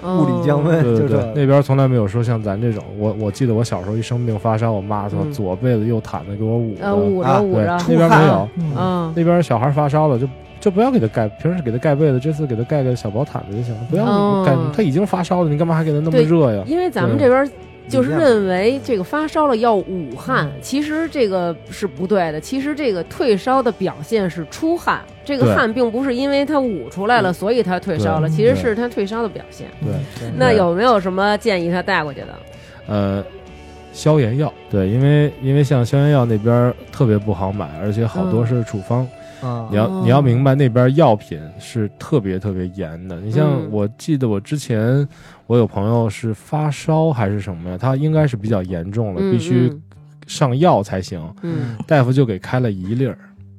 Speaker 2: 哦
Speaker 1: 物理降温，
Speaker 5: 对
Speaker 1: 就
Speaker 5: 对对，
Speaker 1: 这
Speaker 5: 那边从来没有说像咱这种。我我记得我小时候一生病发烧，我妈操
Speaker 2: 嗯
Speaker 5: 左被子右毯子给我捂
Speaker 2: 呃，
Speaker 5: 的，
Speaker 2: 捂
Speaker 1: 啊
Speaker 2: 着捂
Speaker 5: 对
Speaker 2: 着，
Speaker 5: 那边没有，
Speaker 4: 嗯，
Speaker 2: 嗯，
Speaker 5: 那边小孩发烧了就就不要给他盖，平时给他盖被子，这次给他盖个小薄毯子就行了，不要
Speaker 2: 哦
Speaker 5: 你盖，他已经发烧了，你干嘛还给他那么
Speaker 2: 对
Speaker 5: 热呀？
Speaker 2: 因为咱们这
Speaker 5: 对
Speaker 2: 边儿就是
Speaker 1: 理念
Speaker 2: 认为这个发烧了要捂
Speaker 5: 嗯
Speaker 2: 汗，其实这个是不对的。其实这个退烧的表现是出汗，这个
Speaker 5: 对嗯
Speaker 2: 汗并不是因为它捂出来了，所以它退烧了，
Speaker 4: 对
Speaker 2: 其实是它退烧的表现。
Speaker 5: 嗯对，
Speaker 2: 那有没有什么建议他带过去的？
Speaker 5: 呃，消炎药，对，因为因为像消炎药那边特别不好买，而且好多
Speaker 2: 嗯哦
Speaker 5: 是处方。
Speaker 1: 啊
Speaker 5: 你，要你要明白，那边药品是特别特别严的。你像
Speaker 2: 嗯
Speaker 5: 我记得我之前，我有朋友是发烧还是什么呀，他应该是比较严重了，
Speaker 2: 嗯
Speaker 5: 必须上药才行。
Speaker 2: 嗯
Speaker 5: 大夫就给开了一粒儿，
Speaker 2: 嗯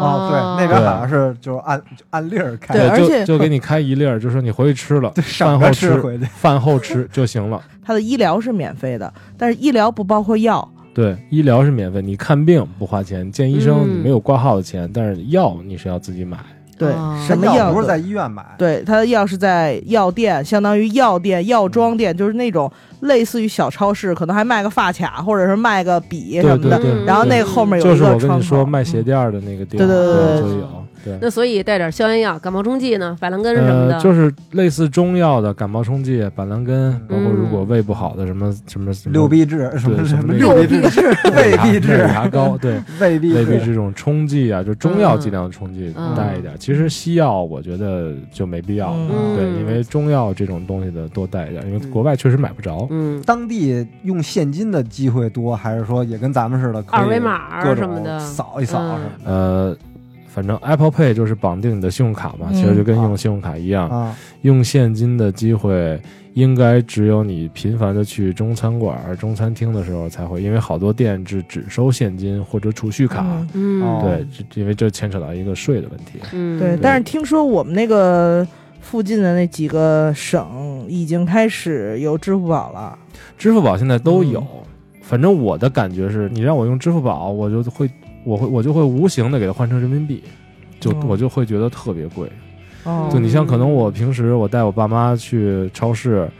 Speaker 1: 哦，对，那边好像是就是按就按粒儿开，
Speaker 4: 对而且
Speaker 5: 哎就就给你开一粒儿，就说你回去吃了，
Speaker 1: 对，
Speaker 5: 饭
Speaker 1: 省
Speaker 5: 后
Speaker 1: 着
Speaker 5: 吃
Speaker 1: 吃，回去，
Speaker 5: 饭后吃就行了。
Speaker 4: 它的医疗是免费的，但是医疗不包括药，
Speaker 5: 对，医疗是免费，你看病不花钱，见医生
Speaker 2: 嗯
Speaker 5: 你没有挂号的钱，但是药你是要自己买。
Speaker 4: 对
Speaker 2: 哦，
Speaker 4: 什么
Speaker 1: 药
Speaker 4: 药
Speaker 1: 不是
Speaker 4: 都
Speaker 1: 在医院买，
Speaker 4: 对，它的药是在药店，相当于药店、药妆店，就是那种类似于小超市，可能还卖个发卡，或者是卖个笔什么
Speaker 5: 对
Speaker 4: 的。嗯
Speaker 5: 对
Speaker 4: 然后那个后面有
Speaker 5: 就
Speaker 4: 一
Speaker 5: 是
Speaker 4: 个
Speaker 5: 我跟
Speaker 4: 窗
Speaker 5: 你说
Speaker 4: 口嗯
Speaker 5: 卖鞋垫儿的那个地方，
Speaker 4: 对对
Speaker 2: 对对
Speaker 5: 就
Speaker 2: 对
Speaker 5: 有对。
Speaker 2: 那所以带点消炎药、感冒冲剂呢，百兰根什么的，
Speaker 5: 呃，就是类似中药的感冒冲剂、板蓝根，包括如果
Speaker 2: 嗯
Speaker 5: 胃不好的什么什么什么
Speaker 1: 六必治什么
Speaker 5: 对什么
Speaker 1: 么
Speaker 5: 六
Speaker 1: 六必治、胃
Speaker 5: 牙
Speaker 1: 必治
Speaker 5: 胃、
Speaker 1: [LAUGHS]
Speaker 5: 牙膏，对
Speaker 1: 胃必
Speaker 5: 类比
Speaker 1: 治，
Speaker 5: 这种冲剂啊，就中药剂量的冲剂
Speaker 2: 嗯
Speaker 5: 带一点。其实西药我觉得就没必要了，
Speaker 4: 嗯
Speaker 5: 对，因为中药这种东西的多带一点，因为国外确实买不着。
Speaker 2: 嗯，
Speaker 1: 当地用现金的机会多，还是说也跟咱们似的可以
Speaker 2: 二维码儿
Speaker 1: 各
Speaker 2: 什
Speaker 1: 种
Speaker 2: 么的
Speaker 1: 扫一扫
Speaker 2: 嗯
Speaker 1: 什么
Speaker 5: 呃，反正 Apple Pay 就是绑定你的信用卡嘛，
Speaker 4: 嗯
Speaker 5: 其实就
Speaker 1: 啊
Speaker 5: 跟用信用卡一样
Speaker 1: 的，啊？
Speaker 5: 用现金的机会，应该只有你频繁的去中餐馆、中餐厅的时候才会，因为好多店是只收现金或者储蓄卡。
Speaker 4: 嗯
Speaker 2: 嗯，
Speaker 1: 哦
Speaker 5: 对，这因为这牵扯到一个税的问题。
Speaker 2: 嗯，
Speaker 4: 对，但是听说我们那个附近的那几个省已经开始有支付宝了，
Speaker 5: 支付宝现在都有，
Speaker 4: 嗯
Speaker 5: 反正我的感觉是，你让我用支付宝，我就会，我会，我就会无形的给它换成人民币，就、
Speaker 4: 哦
Speaker 5: 我就会觉得特别贵。
Speaker 4: 哦
Speaker 5: 就你像可能我平时我带我爸妈去超市，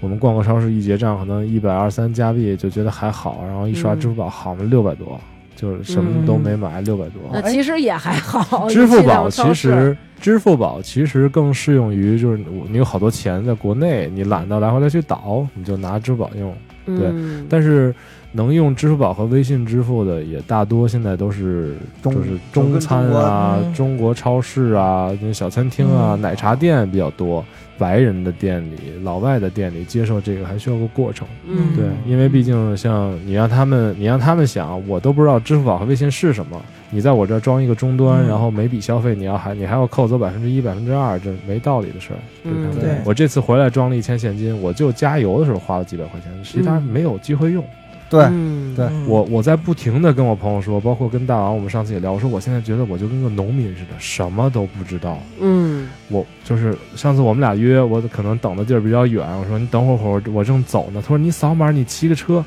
Speaker 5: 我们逛个超市一结账，可能一百二三加币就觉得还好，然后一刷
Speaker 2: 嗯
Speaker 5: 支付宝，好嘛六百多，就是什么都没买，六百
Speaker 2: 那
Speaker 5: 多。
Speaker 2: 其实也还好。
Speaker 5: 支付宝
Speaker 2: 你去
Speaker 5: 其
Speaker 2: 趟超市
Speaker 5: 实，支付宝其实更适用于就是我你有好多钱在国内，你懒得来回来去倒，你就拿支付宝用。对
Speaker 2: 嗯
Speaker 5: 但是能用支付宝和微信支付的，也大多现在都是
Speaker 1: 中
Speaker 5: 就是中餐啊
Speaker 4: 就、跟中国嗯
Speaker 5: 中国超市啊、那小餐厅啊、
Speaker 4: 嗯
Speaker 5: 奶茶店比较多。白人的店里、老外的店里接受这个还需要个过程，
Speaker 2: 嗯，
Speaker 5: 对，因为毕竟像你让他们，你让他们想，我都不知道支付宝和微信是什么，你在我这儿装一个终端，
Speaker 4: 嗯
Speaker 5: 然后每笔消费你要还你还要扣走百分之一、百分之二，这没道理的事儿。
Speaker 2: 嗯
Speaker 5: 对
Speaker 4: 对
Speaker 5: 我这次回来装了一千现金，我就加油的时候花了几百块钱，其他
Speaker 2: 嗯
Speaker 5: 没有机会用。
Speaker 1: 对，
Speaker 2: 嗯
Speaker 1: 对
Speaker 4: 嗯
Speaker 5: 我我在不停的跟我朋友说，包括跟大王，我们上次也聊，我说我现在觉得我就跟个农民似的，什么都不知道。
Speaker 2: 嗯
Speaker 5: 我就是上次我们俩约，我可能等的地儿比较远，我说你等会儿会儿，我正走呢。他说你扫码你骑个车，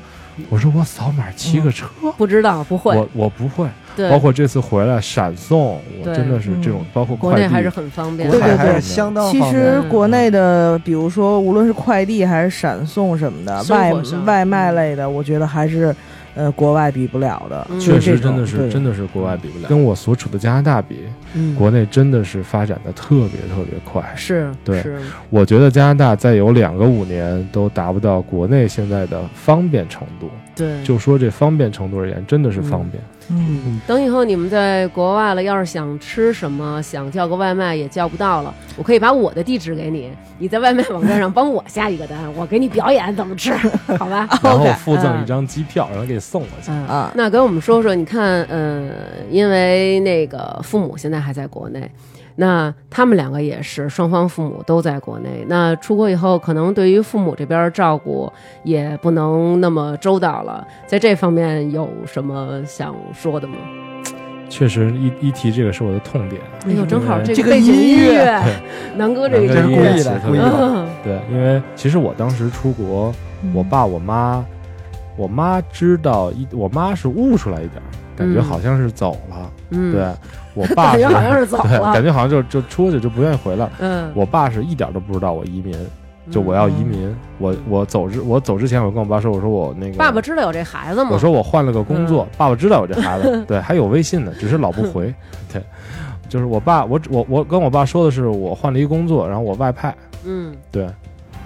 Speaker 5: 我说我扫码骑个车，
Speaker 2: 不知道不嗯会，
Speaker 5: 我我不会。
Speaker 2: 对，
Speaker 5: 包括这次回来闪送，我
Speaker 2: 对嗯
Speaker 5: 真的是这种，包括
Speaker 2: 国
Speaker 5: 快
Speaker 2: 内
Speaker 5: 递，
Speaker 2: 还是很方便
Speaker 1: 国
Speaker 4: 对
Speaker 1: 海
Speaker 4: 对
Speaker 2: 的。
Speaker 1: 还
Speaker 4: 对
Speaker 1: 是相当
Speaker 4: 其
Speaker 1: 方便
Speaker 4: 实
Speaker 2: 嗯
Speaker 4: 国内的，比如说无论是快递还是闪送什么的，
Speaker 2: 生
Speaker 4: 外
Speaker 2: 活上
Speaker 4: 外卖类的，我觉得还是呃国外比不了的。
Speaker 2: 嗯
Speaker 5: 确
Speaker 4: 这
Speaker 5: 实
Speaker 4: 种
Speaker 5: 真的是
Speaker 4: 对
Speaker 5: 真的是国外比不了，跟我所处的加拿大比，
Speaker 2: 嗯
Speaker 5: 国内真的是发展的特别特别快。
Speaker 2: 是，
Speaker 5: 对
Speaker 2: 是
Speaker 5: 我觉得加拿大再有两个五年都达不到国内现在的方便程度。
Speaker 2: 对，
Speaker 5: 就说这方便程度而言，真的是方便。
Speaker 4: 嗯，
Speaker 2: 等以后你们在国外了，要是想吃什么，想叫个外卖也叫不到了，我可以把我的地址给你，你在外卖网站上帮我下一个单，我给你表演怎么吃，好
Speaker 5: [LAUGHS]
Speaker 2: 吧？
Speaker 5: 然后
Speaker 4: OK，
Speaker 5: 附赠一张机票，然后给你送过去。
Speaker 2: 嗯
Speaker 4: 啊
Speaker 2: 那给我们说说，你看，呃，因为那个父母现在还在国内，那他们两个也是双方父母都在国内，那出国以后可能对于父母这边照顾也不能那么周到了，在这方面有什么想说的吗？
Speaker 5: 确实一，一一提这个是我的痛点。
Speaker 2: 哎呦，正好
Speaker 5: 这
Speaker 2: 个
Speaker 1: 背景
Speaker 2: 音
Speaker 1: 乐，
Speaker 2: 南哥这个
Speaker 5: 南
Speaker 1: 这是
Speaker 5: 哥音
Speaker 1: 故
Speaker 5: 乐
Speaker 1: 意
Speaker 5: 词
Speaker 1: 的，
Speaker 5: 特
Speaker 1: 故意
Speaker 5: 别
Speaker 2: [LAUGHS]
Speaker 1: 的。
Speaker 2: 嗯
Speaker 5: 对，因为其实我当时出国，我
Speaker 4: 嗯
Speaker 5: 爸我妈，我妈知道一，我妈是悟出来一点儿，感觉
Speaker 2: 嗯
Speaker 5: 好像是走了。
Speaker 2: 嗯， [LAUGHS]
Speaker 5: 对我爸
Speaker 2: 感觉好
Speaker 5: [LAUGHS]
Speaker 2: 像
Speaker 5: 是
Speaker 2: 是走
Speaker 5: 对，感
Speaker 2: 了，
Speaker 5: 觉好像就就出去就不愿意回来。
Speaker 2: 嗯，
Speaker 5: 我爸是一点儿都不知道我移民，就我要移民。我我走之我走之前，我跟我爸说，我说我那个
Speaker 2: 爸爸知道有这孩子吗？
Speaker 5: 我说我换了个工
Speaker 2: 嗯
Speaker 5: 作，爸爸知道我这
Speaker 2: [LAUGHS]
Speaker 5: 孩子，对，还有微信呢，只是老不回。对，就是我爸，我我我跟我爸说的是我换了一个工作，然后我外派。
Speaker 2: 嗯
Speaker 5: 对，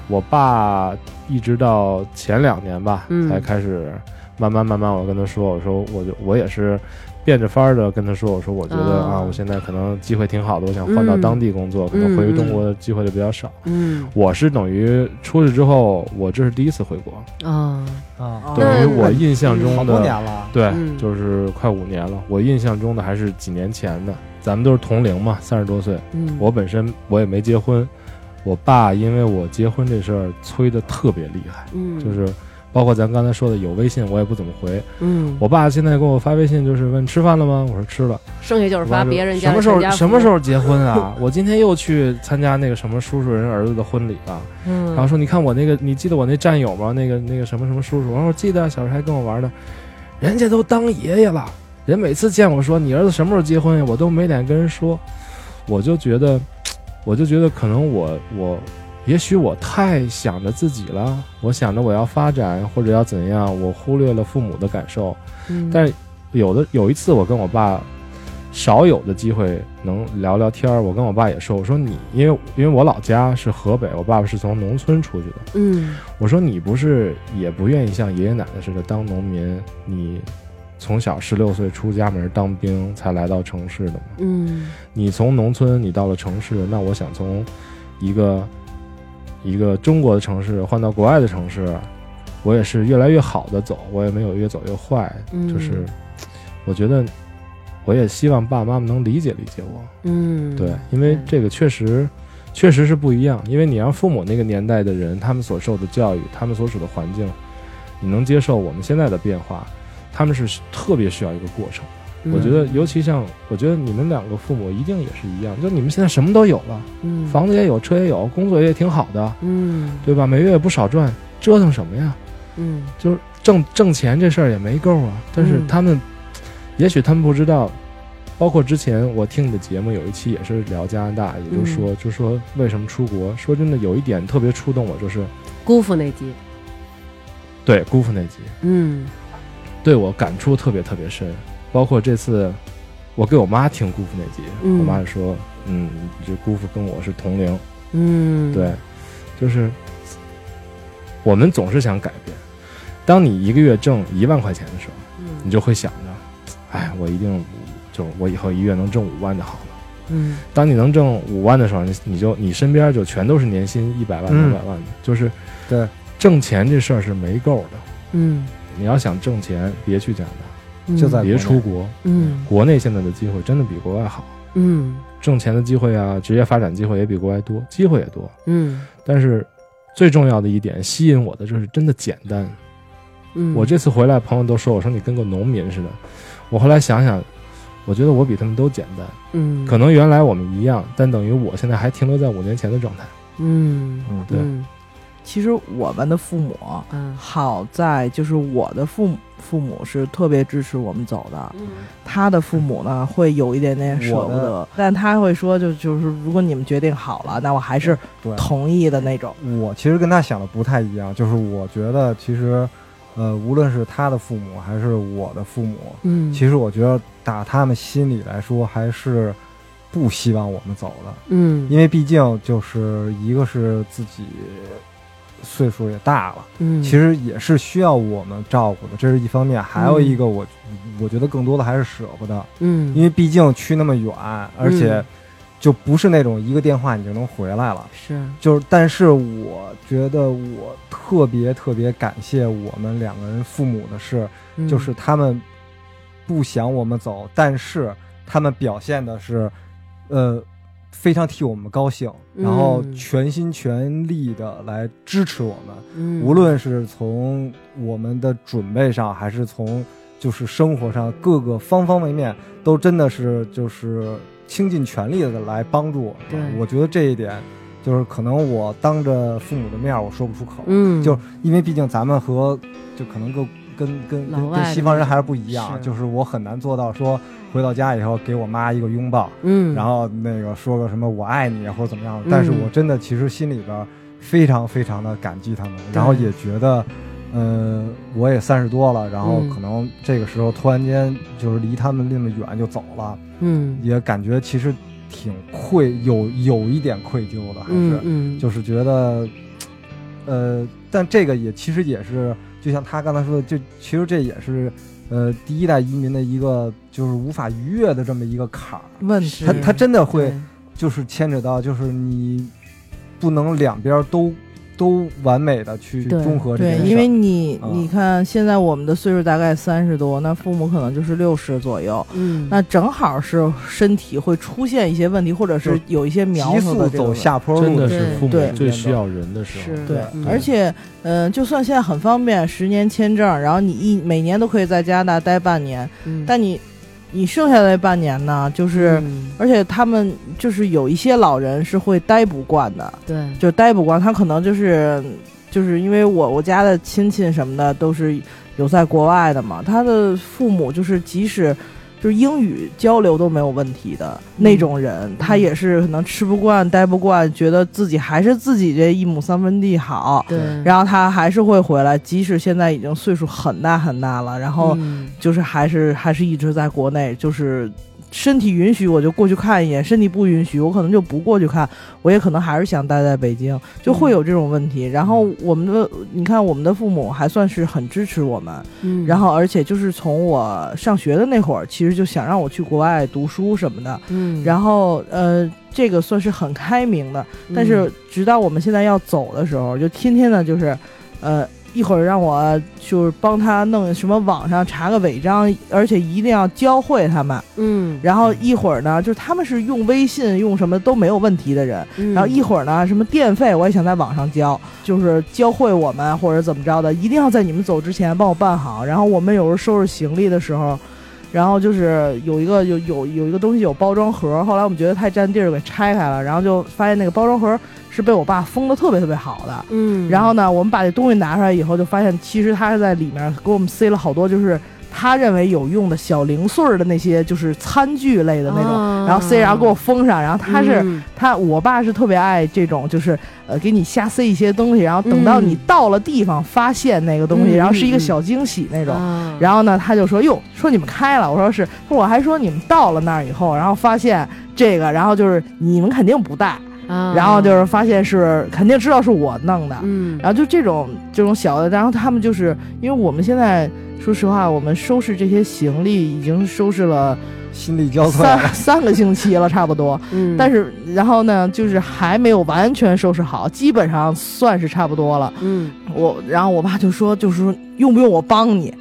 Speaker 5: 我爸一直到前两年吧，
Speaker 2: 嗯
Speaker 5: 才开始慢慢慢慢，我跟他说，我说我就我也是变着法儿的跟他说，我说我觉得
Speaker 2: 哦
Speaker 5: 啊，我现在可能机会挺好的，我想换到
Speaker 2: 嗯
Speaker 5: 当地工作，可能回中国的机会就比较少。
Speaker 2: 嗯
Speaker 5: 我是等于出去之后，我这是第一次回国，
Speaker 2: 啊，
Speaker 1: 啊，
Speaker 4: 哦
Speaker 5: 等于我印象中
Speaker 1: 好
Speaker 5: 的
Speaker 1: 多年了，
Speaker 5: 对，
Speaker 2: 嗯
Speaker 5: 就是快五年了。我印象中的还是几年前的，咱们都是同龄嘛，三十多岁。
Speaker 2: 嗯，
Speaker 5: 我本身我也没结婚，我爸因为我结婚这事儿催得特别厉害，
Speaker 2: 嗯
Speaker 5: 就是包括咱刚才说的有微信我也不怎么回。
Speaker 2: 嗯，
Speaker 5: 我爸现在给我发微信就是问吃饭了吗？我说吃了。
Speaker 2: 剩下就是
Speaker 5: 我爸
Speaker 2: 发
Speaker 5: 就
Speaker 2: 别人家
Speaker 5: 什么
Speaker 2: 的
Speaker 5: 时
Speaker 2: 全
Speaker 5: 候
Speaker 2: 家福
Speaker 5: 什么时候结婚啊？我今天又去参加那个什么叔叔人儿子的婚礼啊。
Speaker 2: 嗯，
Speaker 5: 然后说：“你看我那个，你记得我那战友吗？那个那个什么什么叔叔。”我说：“记得啊，小时候还跟我玩呢。人家都当爷爷了，人每次见我说你儿子什么时候结婚呀，我都没脸跟人说。我就觉得，我就觉得可能我我，也许我太想着自己了，我想着我要发展或者要怎样，我忽略了父母的感受。
Speaker 2: 嗯，
Speaker 5: 但是有的有一次，我跟我爸少有的机会能聊聊天儿，我跟我爸也说，我说你，因为因为我老家是河北，我爸爸是从农村出去的，
Speaker 2: 嗯
Speaker 5: 我说你不是也不愿意像爷爷奶奶似的当农民，你从小十六岁出家门当兵才来到城市的吗？
Speaker 2: 嗯
Speaker 5: 你从农村你到了城市，那我想从一个一个中国的城市换到国外的城市，我也是越来越好的走，我也没有越走越坏，
Speaker 2: 嗯
Speaker 5: 就是我觉得我也希望爸爸妈妈能理解理解我，
Speaker 2: 嗯，
Speaker 5: 对，因为
Speaker 2: 对
Speaker 5: 这个确实。确实是不一样，因为你让父母那个年代的人，他们所受的教育，他们所处的环境，你能接受我们现在的变化，他们是特别需要一个过程。
Speaker 2: 嗯
Speaker 5: 我觉得，尤其像，我觉得你们两个父母一定也是一样，就你们现在什么都有了，
Speaker 2: 嗯
Speaker 5: 房子也有，车也有，工作也挺好的，
Speaker 2: 嗯
Speaker 5: 对吧？每月也不少赚，折腾什么呀？
Speaker 2: 嗯
Speaker 5: 就是挣挣钱这事儿也没够啊。但是
Speaker 2: 嗯
Speaker 5: 他们，也许他们不知道，包括之前我听你的节目有一期也是聊加拿大，也就说、
Speaker 2: 嗯
Speaker 5: 就说为什么出国。说真的，有一点特别触动我，就是
Speaker 2: 姑父那集，
Speaker 5: 对姑父那集，
Speaker 2: 嗯
Speaker 5: 对我感触特别特别深。包括这次我给我妈听姑父那集，
Speaker 2: 嗯
Speaker 5: 我妈就说：“嗯，这姑父跟我是同龄。
Speaker 2: 嗯，
Speaker 5: 对，就是我们总是想改变。当你一个月挣一万块钱的时候，
Speaker 2: 嗯
Speaker 5: 你就会想着，哎，我一定就是我以后一月能挣五万就好了。
Speaker 2: 嗯
Speaker 5: 当你能挣五万的时候，你你就你身边就全都是年薪一百万、
Speaker 1: 嗯
Speaker 5: 两百万的，就是
Speaker 1: 对
Speaker 5: 挣钱这事儿是没够的。
Speaker 2: 嗯，
Speaker 5: 你要想挣钱，别去加拿大，
Speaker 2: 嗯
Speaker 1: 就在
Speaker 5: 别
Speaker 1: 国内
Speaker 5: 出国，
Speaker 2: 嗯
Speaker 5: 国内现在的机会真的比国外好，
Speaker 2: 嗯
Speaker 5: 挣钱的机会啊，职业发展机会也比国外多，机会也多。
Speaker 2: 嗯
Speaker 5: 但是最重要的一点，吸引我的就是真的简单。
Speaker 2: 嗯，
Speaker 5: 我这次回来，朋友都说我说你跟个农民似的。我后来想想，我觉得我比他们都简单。
Speaker 2: 嗯
Speaker 5: 可能原来我们一样，但等于我现在还停留在五年前的状态。
Speaker 2: 嗯
Speaker 1: 嗯
Speaker 5: 对
Speaker 2: 嗯
Speaker 4: 其实我们的父母
Speaker 2: 啊
Speaker 4: 好在就是我的父母父母是特别支持我们走的，他的父母呢会有一点点舍不
Speaker 1: 我
Speaker 4: 得，但他会说就就是如果你们决定好了，那我还是
Speaker 1: 对，
Speaker 4: 同意的那种。
Speaker 1: 我其实跟他想的不太一样，就是我觉得其实，呃，无论是他的父母还是我的父母，
Speaker 2: 嗯，
Speaker 1: 其实我觉得打他们心里来说，还是不希望我们走的，
Speaker 2: 嗯
Speaker 1: 因为毕竟就是一个是自己岁数也大了，
Speaker 2: 嗯
Speaker 1: 其实也是需要我们照顾的，这是一方面，还有一个我我觉得更多的还是舍不得，
Speaker 2: 嗯
Speaker 1: 因为毕竟去那么远，而且就不是那种一个电话你就能回来了。
Speaker 2: 是
Speaker 1: 就是，但是我觉得我特别特别感谢我们两个人父母的是，
Speaker 2: 嗯
Speaker 1: 就是他们不想我们走，但是他们表现的是，呃，非常替我们高兴，然后全心全力的来支持我们，
Speaker 2: 嗯
Speaker 1: 无论是从我们的准备上，还是从就是生活上各个方方面面，都真的是就是倾尽全力的来帮助我
Speaker 2: 对
Speaker 1: 们。我觉得这一点，就是可能我当着父母的面儿我说不出口，
Speaker 2: 嗯，
Speaker 1: 就是因为毕竟咱们和就可能跟跟跟
Speaker 2: 老
Speaker 1: 跟
Speaker 2: 外
Speaker 1: 跟西方人还是不一
Speaker 2: 是
Speaker 1: 样，就是我很难做到说回到家以后给我妈一个拥抱，
Speaker 2: 嗯，
Speaker 1: 然后那个说个什么我爱你或者怎么样，但是
Speaker 2: 嗯
Speaker 1: 我真的其实心里边非常非常的感激他们，然后也觉得，呃，我也三十多了，然后
Speaker 2: 嗯
Speaker 1: 可能这个时候突然间就是离他们那么远就走了，
Speaker 2: 嗯
Speaker 1: 也感觉其实挺愧有有一点愧疚的，还是
Speaker 2: 嗯嗯，
Speaker 1: 就是觉得，呃，但这个也其实也是，就像他刚才说的，就其实这也是，呃，第一代移民的一个就是无法逾越的这么一个坎儿。
Speaker 4: 问题
Speaker 1: 他他真的会
Speaker 4: 对
Speaker 1: 就是牵扯到，就是你不能两边都都完美的去
Speaker 2: 对
Speaker 1: 综合这件
Speaker 4: 对
Speaker 1: 事，儿
Speaker 4: 因为你
Speaker 1: 啊
Speaker 4: 你看，现在我们的岁数大概三十多，那父母可能就是六十左右，
Speaker 2: 嗯
Speaker 4: 那正好是身体会出现一些问题，或者是有一些苗
Speaker 1: 急
Speaker 4: 头
Speaker 1: 速
Speaker 4: 的这种
Speaker 1: 走
Speaker 4: 问题。
Speaker 1: 下坡
Speaker 5: 真
Speaker 1: 路的
Speaker 5: 的是
Speaker 1: 时候
Speaker 5: 父母
Speaker 4: 对
Speaker 5: 最需要人的时候。
Speaker 2: 是
Speaker 4: 对
Speaker 2: 嗯，
Speaker 4: 而且，嗯、就算现在很方便，十年签证，然后你一每年都可以在加拿大待半年，
Speaker 2: 嗯
Speaker 4: 但你，你剩下的那半年呢，就是，
Speaker 2: 嗯
Speaker 4: 而且他们就是有一些老人是会待不惯的，
Speaker 2: 对，
Speaker 4: 就待不惯，他可能就是就是因为我我家的亲戚什么的都是有在国外的嘛，他的父母就是即使就是英语交流都没有问题的、那种人，他也是可能吃不惯、待不惯，觉得自己还是自己这一亩三分地好，
Speaker 2: 对，
Speaker 4: 然后他还是会回来，即使现在已经岁数很大很大了，然后
Speaker 2: 嗯
Speaker 4: 就是还是还是一直在国内，就是身体允许我就过去看一眼，身体不允许我可能就不过去看，我也可能还是想待在北京，就
Speaker 2: 嗯
Speaker 4: 会有这种问题。然后我们的你看，我们的父母还算是很支持我们，
Speaker 2: 嗯
Speaker 4: 然后而且就是从我上学的那会儿，其实就想让我去国外读书什么的，
Speaker 2: 嗯，
Speaker 4: 然后呃，这个算是很开明的。
Speaker 2: 嗯
Speaker 4: 但是直到我们现在要走的时候，就天天的就是，呃，一会儿让我就是帮他弄什么网上查个违章，而且一定要教会他们。
Speaker 2: 嗯，
Speaker 4: 然后一会儿呢，就是他们是用微信用什么都没有问题的人。
Speaker 2: 嗯
Speaker 4: 然后一会儿呢，什么电费我也想在网上交，就是教会我们或者怎么着的，一定要在你们走之前帮我办好。然后我们有时候收拾行李的时候，然后就是有一个有有有一个东西有包装盒，后来我们觉得太占地儿给拆开了，然后就发现那个包装盒是被我爸封的特别特别好的。
Speaker 2: 嗯，
Speaker 4: 然后呢，我们把这东西拿出来以后，就发现其实他是在里面给我们塞了好多就是他认为有用的小零碎儿的那些就是餐具类的那种，
Speaker 2: 啊
Speaker 4: 然后塞然后给我封上，然后他是。
Speaker 2: 嗯
Speaker 4: 他我爸是特别爱这种，就是呃给你瞎塞一些东西，然后等到你到了地方发现那个东西，
Speaker 2: 嗯
Speaker 4: 然后是一个小惊喜那种。
Speaker 2: 啊
Speaker 4: 然后呢，他就说：“哟，说你们开了。”我说：“是。”我还说你们到了那儿以后，然后发现这个，然后就是你们肯定不带，
Speaker 2: 啊
Speaker 4: 然后就是发现是肯定知道是我弄的，
Speaker 2: 嗯，
Speaker 4: 然后就这种这种小的，然后他们就是因为我们现在说实话，我们收拾这些行李已经收拾了
Speaker 1: 心力交瘁
Speaker 4: 三三个星期了，差不多。
Speaker 2: 嗯，
Speaker 4: 但是然后呢，就是还没有完全收拾好，基本上算是差不多了。
Speaker 2: 嗯
Speaker 4: 我然后我爸就说，就是说用不用我帮你？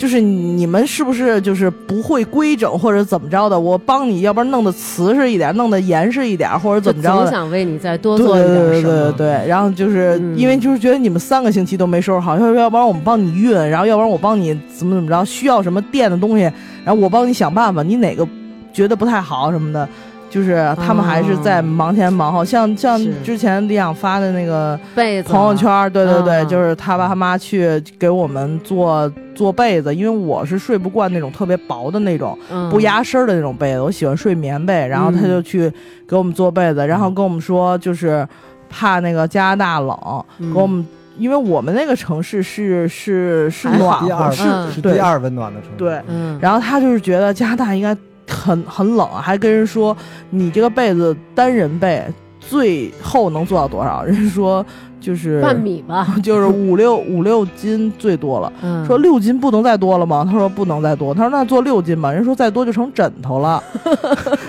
Speaker 4: 就是你们是不是就是不会规整或者怎么着的？我帮你，要不然弄得瓷实一点，弄得严实一点，或者
Speaker 2: 就
Speaker 4: 怎么着
Speaker 2: 总
Speaker 4: 的？
Speaker 2: 想为你再多
Speaker 4: 对
Speaker 2: 做一点
Speaker 4: 对对
Speaker 2: 什
Speaker 4: 对
Speaker 2: 么
Speaker 4: 对，然后就是、
Speaker 2: 嗯
Speaker 4: 因为就是觉得你们三个星期都没收拾好，要不要不然我们帮你运，然后要不然我帮你怎么怎么着，需要什么电的东西，然后我帮你想办法，你哪个觉得不太好什么的，就是他们还是在忙前忙后，像像
Speaker 2: 是
Speaker 4: 之前李想发的那个
Speaker 2: 被子
Speaker 4: 朋友圈儿，对对对，
Speaker 2: 啊
Speaker 4: 就是他爸他妈去给我们做做被子，因为我是睡不惯那种特别薄的那种。
Speaker 2: 嗯
Speaker 4: 不压身儿的那种被子，我喜欢睡棉被。然后他就去给我们做被
Speaker 2: 嗯
Speaker 4: 子，然后跟我们说就是怕那个加拿大冷，
Speaker 2: 嗯
Speaker 4: 给我们，因为我们那个城市是是是
Speaker 2: 还
Speaker 1: 哎
Speaker 4: 暖
Speaker 2: 好
Speaker 1: 第
Speaker 4: 和
Speaker 1: 二
Speaker 4: 是
Speaker 2: 嗯
Speaker 1: 是
Speaker 4: 对
Speaker 1: 第二温暖的城市，
Speaker 4: 对
Speaker 2: 嗯，
Speaker 4: 然后他就是觉得加拿大应该很很冷，还跟人说你这个被子单人被最厚能做到多少？人说就是
Speaker 2: 半米吧，
Speaker 4: [LAUGHS] 就是五六五六斤最多了。
Speaker 2: 嗯，
Speaker 4: 说六斤不能再多了吗？他说不能再多。他说那做六斤吧。人说再多就成枕头
Speaker 2: [LAUGHS]
Speaker 4: 了。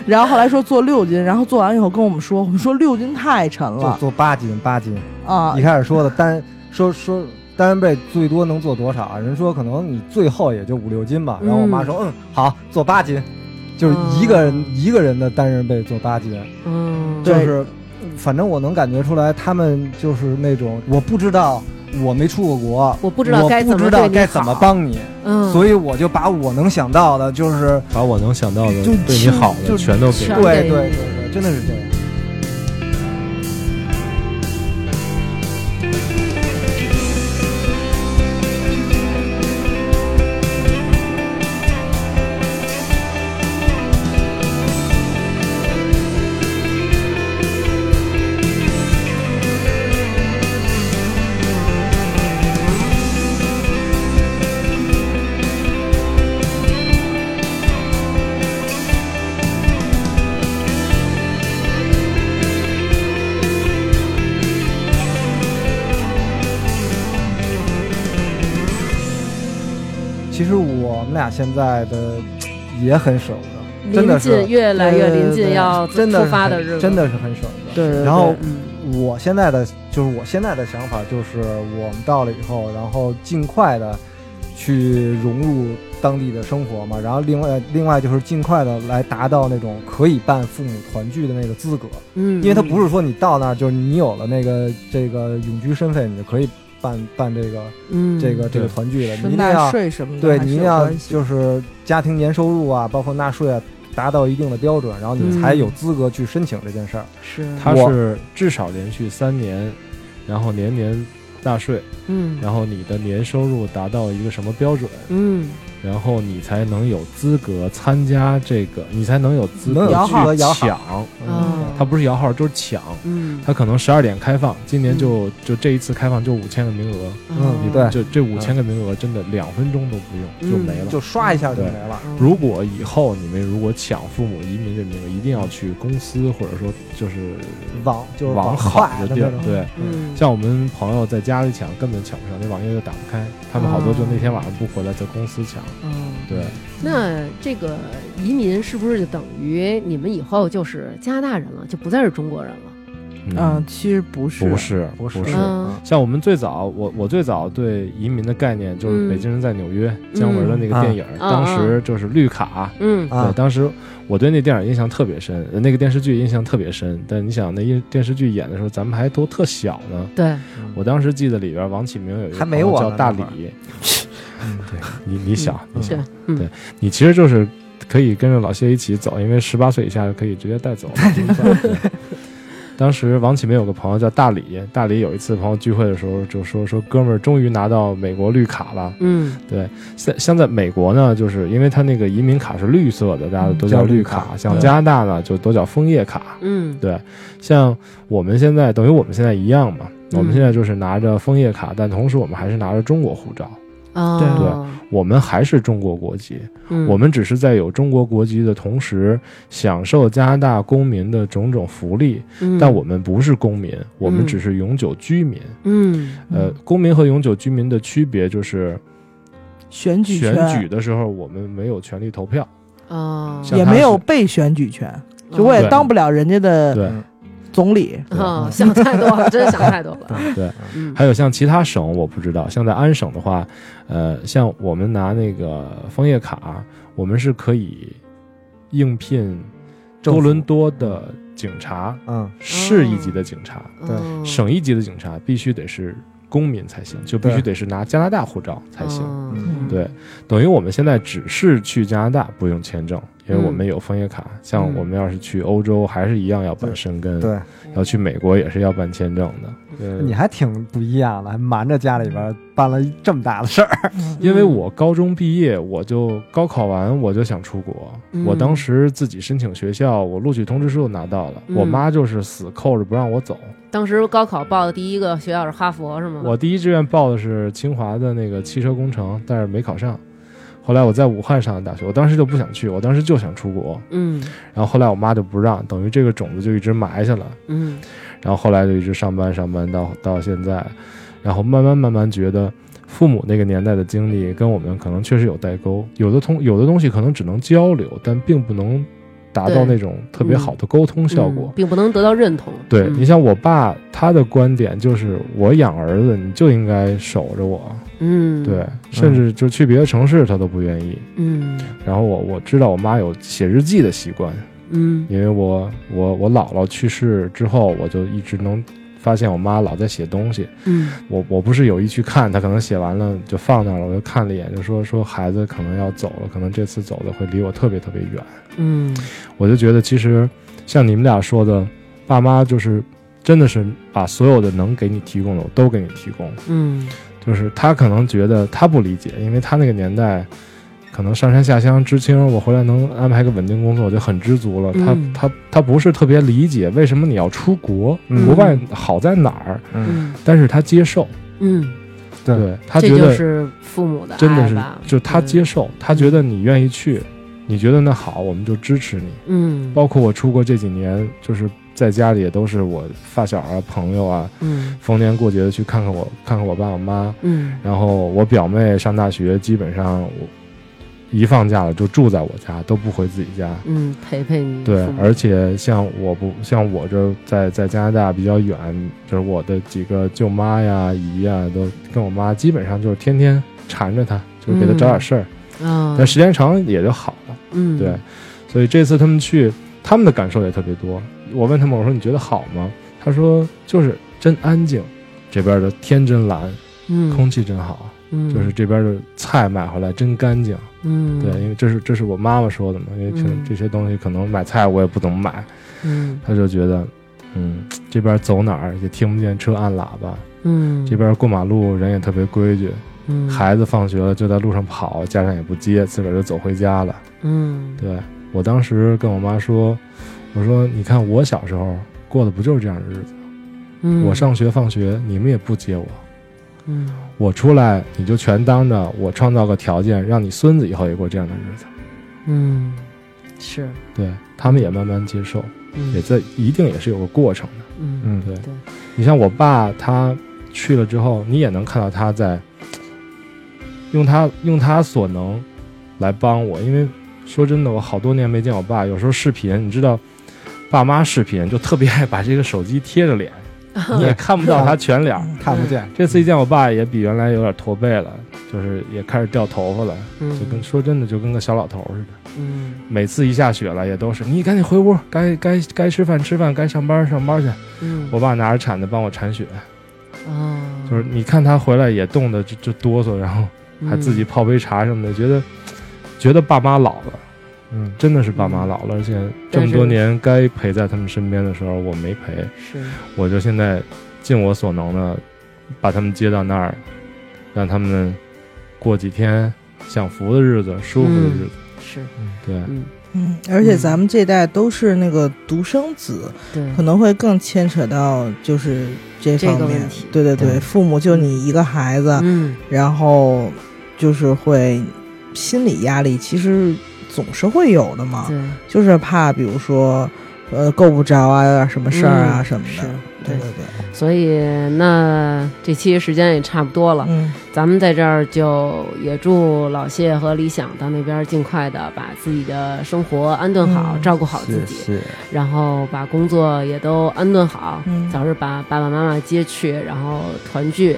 Speaker 4: 然后后来说做六斤，然后做完以后跟我们说，我们说六斤太沉
Speaker 1: 就
Speaker 4: 了
Speaker 1: 做八斤八斤。
Speaker 4: 啊
Speaker 1: 一。开始说的单说说单人被最多能嗯做多少啊？人说可能你最后也就五六斤吧。然后我妈说，嗯，好，做八斤，就是一个人、一个人的单人被做巴结，
Speaker 2: 嗯，
Speaker 1: 就
Speaker 4: 对
Speaker 1: 是反正我能感觉出来，他们就是那种我不知道。我没出过国，
Speaker 2: 我不知道该怎么
Speaker 1: 我不知
Speaker 2: 对
Speaker 1: 道
Speaker 2: 你
Speaker 1: 该怎么
Speaker 2: 好
Speaker 1: 帮你，
Speaker 2: 嗯，
Speaker 1: 所
Speaker 2: 以
Speaker 1: 以我就把我能想到的，就是
Speaker 5: 把我能想到的
Speaker 1: 就
Speaker 5: 对你
Speaker 1: 就
Speaker 5: 好的
Speaker 1: 就
Speaker 5: 全都给
Speaker 2: 全
Speaker 5: 你。
Speaker 2: 对
Speaker 1: 对对对，真的是这样。其实我们俩现在的也很舍不得，真
Speaker 2: 临
Speaker 1: 的是
Speaker 2: 近越来越临
Speaker 4: 对对
Speaker 2: 近
Speaker 4: 对
Speaker 2: 要出
Speaker 1: 真的是
Speaker 2: 发的
Speaker 1: 很
Speaker 2: 日子，
Speaker 1: 真的是很舍不得。
Speaker 4: 对对对
Speaker 1: 然后
Speaker 2: 嗯，
Speaker 1: 我现在的就是我现在的想法就是，我们到了以后，然后尽快的去融入当地的生活嘛，然后另外另外就是尽快的来达到那种可以办父母团聚的那个资格，
Speaker 2: 嗯，
Speaker 1: 因为他不是说你到那儿就是你有了那个这个永居身份，你就可以办办这个
Speaker 2: 嗯
Speaker 1: 这个这个
Speaker 5: 对
Speaker 1: 团聚了，你一
Speaker 4: 跟
Speaker 1: 定要
Speaker 4: 纳税什么的，
Speaker 1: 对
Speaker 4: 还
Speaker 1: 你
Speaker 4: 是
Speaker 1: 一
Speaker 4: 有
Speaker 1: 定要
Speaker 4: 关系。
Speaker 1: 就是家庭年收入啊，包括纳税啊，达到一定的标准，然后你
Speaker 2: 嗯
Speaker 1: 才有资格去申请这件事儿。
Speaker 2: 是
Speaker 5: 他
Speaker 1: 我
Speaker 5: 是至少连续三年，然后年年纳税，
Speaker 2: 嗯
Speaker 5: 然后你的年收入达到一个什么标准，
Speaker 2: 嗯
Speaker 5: 然后你才能有资格参加这个，你才能有资格
Speaker 1: 能有资格
Speaker 5: 去
Speaker 1: 摇号
Speaker 5: 抢。
Speaker 2: 哦
Speaker 5: 他不是摇号就是抢，
Speaker 2: 嗯，
Speaker 5: 他可能十二点开放，今年就就这一次开放就五千个名额，
Speaker 1: 嗯
Speaker 2: 哦
Speaker 1: 对嗯
Speaker 5: 就这五千个名额真的两分钟都不用就没了。
Speaker 1: 就刷一下就没了。
Speaker 2: 嗯
Speaker 5: 如果以后你们如果抢父母移民这名额，一定要去公司或者说就是
Speaker 1: 网就是好
Speaker 5: 往嗯好
Speaker 1: 快
Speaker 5: 的
Speaker 1: 的
Speaker 5: 地
Speaker 1: 那
Speaker 5: 儿
Speaker 1: 种，，
Speaker 5: 对。
Speaker 2: 嗯，
Speaker 5: 像我们朋友在家里抢根本抢不上，那网页就打不开。他们好多就那天晚上不回来，在公司抢。
Speaker 4: 嗯，
Speaker 5: 对，
Speaker 2: 那这个移民是不是就等于你们以后就是加拿大人了，就不再是中国人了？
Speaker 4: 嗯，，其实不是，
Speaker 5: 不是，
Speaker 1: 不
Speaker 5: 是。
Speaker 1: 是
Speaker 2: 嗯
Speaker 5: 像我们最早，我我最早对移民的概念就是
Speaker 2: 嗯
Speaker 5: 北京人在纽约，姜文的那个电影，
Speaker 2: 嗯
Speaker 5: 当时就是绿卡。
Speaker 2: 嗯
Speaker 5: 对，
Speaker 1: 啊，
Speaker 5: 当时我对那电影印象特别深，呃那个电视剧印象特别深。但你想，那电电视剧演的时候，咱们还都特小呢。
Speaker 2: 对，
Speaker 1: 嗯
Speaker 5: 我当时记得里边王启明有一个
Speaker 1: 还没
Speaker 5: 朋友
Speaker 1: 我
Speaker 5: 叫
Speaker 1: 呢
Speaker 5: 大
Speaker 1: 那
Speaker 5: 李
Speaker 1: 会儿，
Speaker 5: 嗯对你你想，你想
Speaker 2: 是，嗯
Speaker 5: 对你其实就是可以跟着老谢一起走，因为十八岁以下就可以直接带走了。对当时王启明有个朋友叫大李，大李有一次朋友聚会的时候就说说哥们儿终于拿到美国绿卡了。
Speaker 2: 嗯
Speaker 5: 像像在美国呢，就是因为他那个移民卡是绿色的，大家都
Speaker 1: 嗯
Speaker 5: 叫
Speaker 1: 叫绿
Speaker 5: 绿
Speaker 1: 卡
Speaker 5: 卡；像
Speaker 1: 对
Speaker 5: 加拿大呢，就都叫枫叶卡。
Speaker 2: 嗯
Speaker 5: 对，像我们现在等于我们现在一样嘛，我
Speaker 2: 嗯
Speaker 5: 们现在就是拿着枫叶卡，但同时我们还是拿着中国护照，
Speaker 2: 哦，
Speaker 5: 我们还是中国国籍。
Speaker 2: 嗯
Speaker 5: 我们只是在有中国国籍的同时，享受加拿大公民的种种福利，
Speaker 2: 嗯
Speaker 5: 但我们不是公民，我们只是永久居民。
Speaker 2: 嗯
Speaker 5: 呃，公民和永久居民的区别就是，
Speaker 4: 选举
Speaker 5: 选
Speaker 4: 权
Speaker 5: 举的时候我们没有权利投票，
Speaker 2: 哦，
Speaker 5: 像
Speaker 4: 也
Speaker 5: 他
Speaker 4: 没
Speaker 5: 是
Speaker 4: 有被选举权，
Speaker 2: 嗯
Speaker 4: 就我也
Speaker 5: 对
Speaker 4: 当不了人家的
Speaker 5: 对
Speaker 1: 嗯
Speaker 4: 总理。
Speaker 2: 啊，想太多了，真想太多了。
Speaker 5: 嗯 [LAUGHS] 对。
Speaker 2: 嗯
Speaker 5: 还有像其他省我不知道，像在安省的话，呃，像我们拿那个枫叶卡，我们是可以应聘
Speaker 1: 政
Speaker 5: 多
Speaker 1: 府
Speaker 5: 伦多的警察，
Speaker 1: 嗯，
Speaker 5: 市一级的警察。
Speaker 1: 对
Speaker 2: 哦
Speaker 5: 省一级的警察必须得是公民才行，就必须
Speaker 1: 对
Speaker 5: 得是拿加拿大护照才行。
Speaker 2: 哦
Speaker 1: 嗯
Speaker 5: 对，等于我们现在只是去加拿大不用签证，因为我们有枫叶卡。像
Speaker 1: 嗯
Speaker 5: 我们要是去欧洲，还是一样要办申根；
Speaker 1: 对，嗯
Speaker 5: 要去美国也是要办签证的。对
Speaker 1: 你还挺不一样的，还瞒着家里边办了这么大的事儿。
Speaker 4: 嗯
Speaker 5: 因为
Speaker 2: 嗯
Speaker 5: 我高中毕业，我就高考完我就想出国。
Speaker 2: 嗯
Speaker 5: 我当时自己申请学校，我录取通知书拿到了，
Speaker 2: 嗯
Speaker 5: 我妈就是死扣着不让我走。
Speaker 2: 当时高考报的第一个学校是哈佛是吗？
Speaker 5: 我第一志愿报的是清华的那个汽车工程，但是没考上。后来我在武汉上的大学，我当时就不想去，我当时就想出国。
Speaker 2: 嗯
Speaker 5: 然后后来我妈就不让，等于这个种子就一直埋下了。
Speaker 2: 嗯
Speaker 5: 然后后来就一直上班上班到到现在，然后慢慢慢慢觉得父母那个年代的经历跟我们可能确实有代沟，有的通有的东西可能只能交流，但并不能达
Speaker 2: 对
Speaker 5: 到
Speaker 2: 嗯
Speaker 5: 那种特别好的沟通效果。
Speaker 2: 嗯并不能得到认同。
Speaker 5: 对
Speaker 2: 嗯
Speaker 5: 你像我爸，他的观点就是我养儿子，你就应该守着我，
Speaker 2: 嗯，
Speaker 5: 对，甚至就去别的城市他都不愿意。
Speaker 2: 嗯
Speaker 5: 然后我我知道我妈有写日记的习惯，
Speaker 2: 嗯
Speaker 5: 因为我我我姥姥去世之后，我就一直能发现我妈老在写东西。
Speaker 2: 嗯
Speaker 5: 我我不是有意去看，她可能写完了就放那儿了，我就看了一眼，就说说孩子可能要走了，可能这次走的会离我特别特别远。
Speaker 2: 嗯
Speaker 5: 我就觉得其实像你们俩说的，爸妈就是真的是把所有的能给你提供的我都给你提供。
Speaker 2: 嗯
Speaker 5: 就是他可能觉得他不理解，因为他那个年代，可能上山下乡知青，我回来能安排个稳定工作，我就很知足了。
Speaker 2: 嗯
Speaker 5: 他他他不是特别理解为什么你要出国，
Speaker 1: 嗯
Speaker 5: 国外好在哪儿，
Speaker 1: 嗯，
Speaker 2: 嗯
Speaker 5: 但是他接受，
Speaker 2: 嗯，
Speaker 1: 对
Speaker 5: 对他
Speaker 2: 这
Speaker 5: 觉
Speaker 2: 就
Speaker 5: 得
Speaker 2: 是父母的
Speaker 5: 真的
Speaker 2: 爱
Speaker 5: 是
Speaker 2: 吧，嗯
Speaker 5: 就他接受，他觉得你愿意去，你觉得那好，我们就支持你。
Speaker 2: 嗯
Speaker 5: 包括我出国这几年，就是在家里也都是我发小啊、朋友啊，
Speaker 2: 嗯
Speaker 5: 逢年过节的去看看我，看看我爸我妈。
Speaker 2: 嗯
Speaker 5: 然后我表妹上大学，基本上我一放假了就住在我家，都不回自己家。
Speaker 2: 嗯，陪陪你
Speaker 5: 对
Speaker 2: 父，母
Speaker 5: 而且像我不像我这在在加拿大比较远，就是我的几个舅妈呀、姨呀，都跟我妈基本上就是天天缠着她，就是给她
Speaker 2: 嗯
Speaker 5: 找点事儿。
Speaker 2: 啊，
Speaker 5: 但时间长了也就好了。
Speaker 2: 嗯
Speaker 5: 对，所以这次他们去，他们的感受也特别多。我问他们，我说你觉得好吗？他说就是真安静，这边的天真蓝，
Speaker 2: 嗯
Speaker 5: 空气真好。
Speaker 2: 嗯
Speaker 5: 就是这边的菜买回来真干净，
Speaker 2: 嗯
Speaker 5: 对，因为这是这是我妈妈说的嘛，因为这
Speaker 2: 嗯
Speaker 5: 这些东西可能买菜我也不怎么买，
Speaker 2: 嗯
Speaker 5: 她就觉得，嗯，这边走哪儿也听不见车按喇叭，
Speaker 2: 嗯
Speaker 5: 这边过马路人也特别规矩，
Speaker 2: 嗯
Speaker 5: 孩子放学了就在路上跑，家长也不接，自个儿就走回家了。
Speaker 2: 嗯
Speaker 5: 对我当时跟我妈说，我说你看我小时候过的不就是这样的日子，
Speaker 2: 嗯
Speaker 5: 我上学放学你们也不接我，
Speaker 2: 嗯
Speaker 5: 我出来你就全当着我创造个条件，让你孙子以后也过这样的日子。
Speaker 2: 嗯是
Speaker 5: 对他们也慢慢接受，
Speaker 2: 嗯
Speaker 5: 也在一定也是有个过程的。
Speaker 2: 嗯
Speaker 1: 嗯
Speaker 5: 对
Speaker 2: 对
Speaker 5: 你像我爸他去了之后，你也能看到他在用他用他所能来帮我，因为说真的，我好多年没见我爸，有时候视频，你知道。爸妈视频就特别爱把这个手机
Speaker 2: [LAUGHS]
Speaker 5: 贴着脸，你也看不到他全脸儿。
Speaker 2: 嗯
Speaker 1: 看不见，
Speaker 5: [LAUGHS] 这次一见我爸，也比原来有点驼背了，就是也开始掉头发了，
Speaker 2: 嗯
Speaker 5: 就跟说真的就跟个小老头儿似的。
Speaker 2: 嗯
Speaker 5: 每次一下雪了，也都是你赶紧回屋，该该该吃饭吃饭，该上班上班去。
Speaker 2: 嗯
Speaker 5: 我爸拿着铲子帮我铲雪，
Speaker 2: 啊
Speaker 5: 就是你看他回来也冻得就就哆嗦，然后还自
Speaker 2: 嗯
Speaker 5: 己泡杯茶什么的，觉得觉得爸妈老了，
Speaker 1: 嗯，
Speaker 5: 真的是爸妈老了，而且这么多年该陪在他们身边的时候我没陪，
Speaker 2: 嗯是
Speaker 5: 我就现在尽我所能的把他们接到那儿，让他们过几天享福的日子，舒服的日子。
Speaker 2: 是
Speaker 5: 对，
Speaker 2: 嗯
Speaker 6: 嗯，而且咱们这代都是那个独生子，
Speaker 2: 对
Speaker 6: 可能会更牵扯到就是这
Speaker 2: 这
Speaker 6: 方
Speaker 2: 个
Speaker 6: 面。
Speaker 2: 问题
Speaker 6: 对对对，
Speaker 5: 对
Speaker 6: 父母就你一个孩子，
Speaker 2: 嗯
Speaker 6: 然后就是会心理压力，其实总是会有的嘛，
Speaker 2: 对
Speaker 6: 就是怕比如说呃够不着啊，有点什么事儿啊
Speaker 2: 嗯
Speaker 6: 什么的。
Speaker 2: 是
Speaker 6: 对
Speaker 2: 对
Speaker 6: 对对，
Speaker 2: 所以那这期时间也差不多了，
Speaker 6: 嗯，
Speaker 2: 咱们在这儿就也祝老谢和李想到那边尽快的把自己的生活安顿好，
Speaker 6: 嗯
Speaker 2: 照顾好自
Speaker 1: 谢
Speaker 2: 己，
Speaker 1: 谢，
Speaker 2: 然后把工作也都安顿好，
Speaker 6: 嗯
Speaker 2: 早日把爸爸妈妈接去，然后团聚。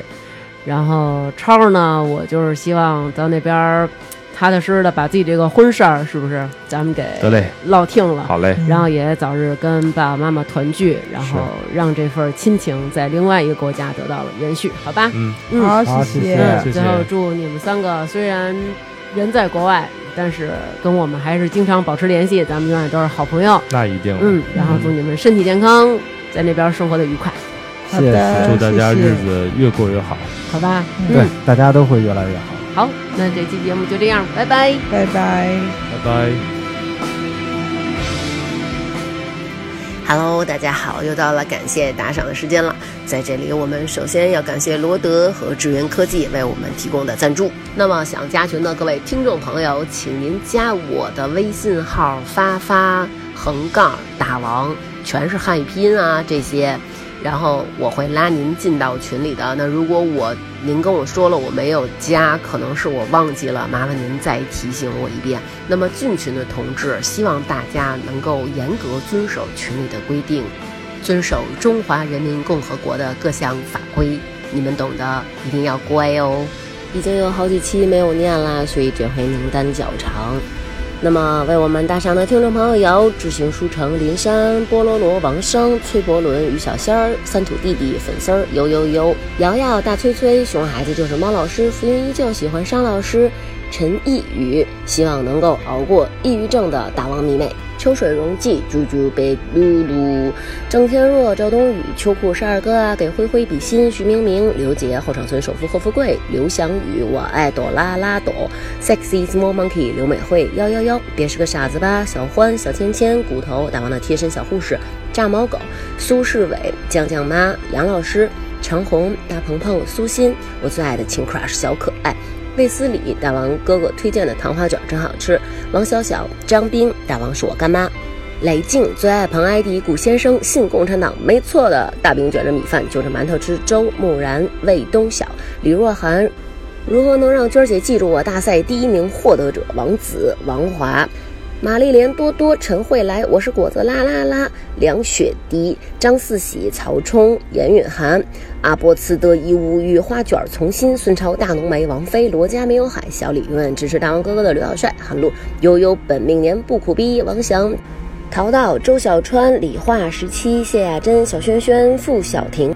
Speaker 2: 然后超儿呢，我就是希望到那边儿踏踏实实的把自己这个婚事儿，是不是咱们给
Speaker 5: 得嘞，
Speaker 2: 落听了？
Speaker 5: 好嘞。
Speaker 4: 嗯
Speaker 2: 然后嗯也早日跟爸爸妈妈团聚，然后让这份亲情在另外一个国家得到了延续，好吧？
Speaker 5: 嗯，
Speaker 2: 嗯，
Speaker 1: 好
Speaker 6: 好，
Speaker 1: 谢
Speaker 6: 谢
Speaker 1: 谢
Speaker 4: 啊
Speaker 2: 嗯
Speaker 5: 谢谢
Speaker 2: 最后祝你们三个虽然人在国外，但是跟我们还是经常保持联系，咱们永远都是好朋友。
Speaker 5: 那一定。
Speaker 2: 嗯，然后祝你们身体健康，在那边生活的愉快，
Speaker 6: 好
Speaker 1: 谢
Speaker 6: 的，
Speaker 5: 祝大
Speaker 6: 谢
Speaker 5: 家
Speaker 6: 谢
Speaker 5: 日子越过越好。
Speaker 2: 好吧？
Speaker 5: 嗯
Speaker 2: 嗯
Speaker 1: 对，大家都会越来越好。
Speaker 2: 好，那这期节目就这样，拜拜。
Speaker 6: 拜拜。
Speaker 5: 拜拜。
Speaker 7: Hello，大家好，又到了感谢打赏的时间了。在这里，我们首先要感谢罗德和智源科技为我们提供的赞助。那么，想加群的各位听众朋友，请您加我的微信号“发发横杠大王”，全是汉语拼音啊这些。然后我会拉您进到群里的。那如果我您跟我说了我没有加，可能是我忘记了，麻烦您再提醒我一遍。那么进群的同志，希望大家能够严格遵守群里的规定，遵守中华人民共和国的各项法规，你们懂得，一定要乖哦。已经有好几期没有念啦，所以这回名单较长。那么，为我们打赏的听众朋友有：知行书城、林山、菠萝萝、王生、崔伯伦、于小仙儿、三土弟弟、粉丝儿、呦呦呦、瑶瑶、大崔崔、熊孩子就是猫老师、浮云依旧喜欢商老师、陈奕宇，希望能够熬过抑郁症的大王迷妹。秋水溶剂，猪猪被露露，郑天若、赵冬雨、秋裤十二哥啊，给灰灰比心，徐明明、刘杰、后场村首富贺富贵、刘翔宇，我爱朵拉拉朵，sexy small monkey，刘美惠幺幺幺，别是个傻子吧，小欢、小芊芊、骨头、大王的贴身小护士、炸毛狗、苏世伟、酱酱妈、杨老师、长虹、大鹏鹏、苏欣，我最爱的情 crush 小可爱。卫斯理大王哥哥推荐的糖花卷真好吃。王小小、张冰大王是我干妈。雷静最爱彭艾迪、古先生、信共产党，没错的。大饼卷着米饭，就着馒头吃粥。木然、魏东晓、李若涵，如何能让娟儿姐记住我？大赛第一名获得者王子、王华。玛丽莲多多、陈慧来，我是果子啦啦啦，梁雪迪、张四喜、曹冲、严允涵、阿波茨的伊乌玉花卷、从新、孙超、大浓眉、王菲、罗家没有海、小李永远支持大王哥哥的刘小帅、韩露、悠悠本命年不苦逼、王翔、淘到、周小川、李化十七、谢雅珍、小轩轩、付小婷。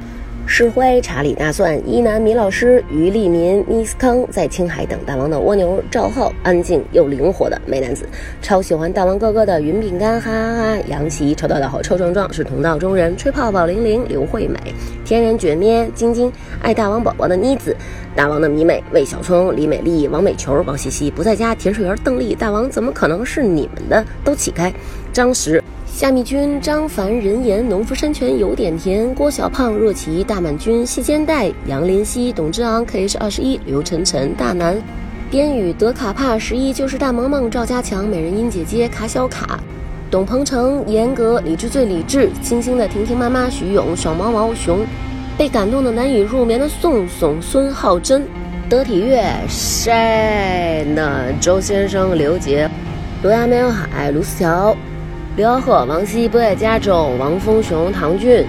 Speaker 7: 世辉、查理大蒜、一南米老师、于立民、Miss 康在青海等大王的蜗牛、赵浩，安静又灵活的美男子，超喜欢大王哥哥的云饼干，哈哈哈！杨琪、臭豆豆和臭壮壮是同道中人，吹泡泡玲玲、刘惠美、天然卷咩、晶晶，爱大王宝宝的妮子，大王的迷妹魏小聪、李美丽、王美球、王茜茜不在家，甜水园邓丽，大王怎么可能是你们的？都起开！张石。夏密君、张凡、任岩、农夫山泉有点甜、郭小胖、若琪、大满军、细肩带、杨林熙、董之昂、KH 二十一、刘晨晨、大南、边宇、德卡帕十一就是大萌萌、赵家强、美人音姐姐、卡小卡、董鹏程、严格、理智最理智、星星的婷婷妈妈、徐勇、小毛毛熊、被感动的难以入眠的宋宋、孙浩真、德体月、晒呢、周先生、刘杰、罗亚没有海、卢思乔。刘耀赫、王希、波野加重、王峰雄、唐骏、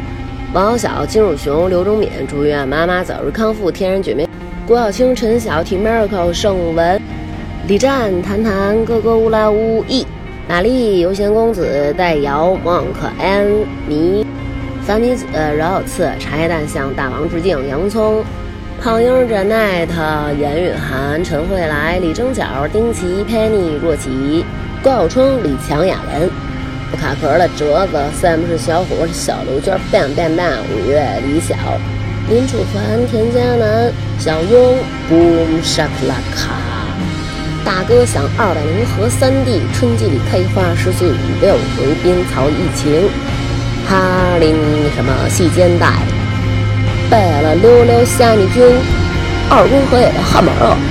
Speaker 7: 王小小、金汝雄、刘忠敏，祝愿妈妈早日康复。天然卷面，郭晓清、陈晓、T Miracle、盛文、李战、谭谭、哥哥乌拉乌意、玛丽、游闲公子、戴瑶、孟可安、迷、樊妮子、饶小次、茶叶蛋向大王致敬。洋葱。胖英、Janet、严雨涵、陈慧来、李正角、丁奇、Penny、若琪、高晓春、李强、雅文。不卡壳的折子，Sam 是小虎，是小刘娟，bang bang bang，五月李晓，林楚凡，田佳楠，小雍，boom shakalaka，大哥想二百零和三弟，春季里开花，十岁五六回冰曹疫情，哈林什么细肩带，贝了溜溜虾米君，二宫和也的汉堡肉。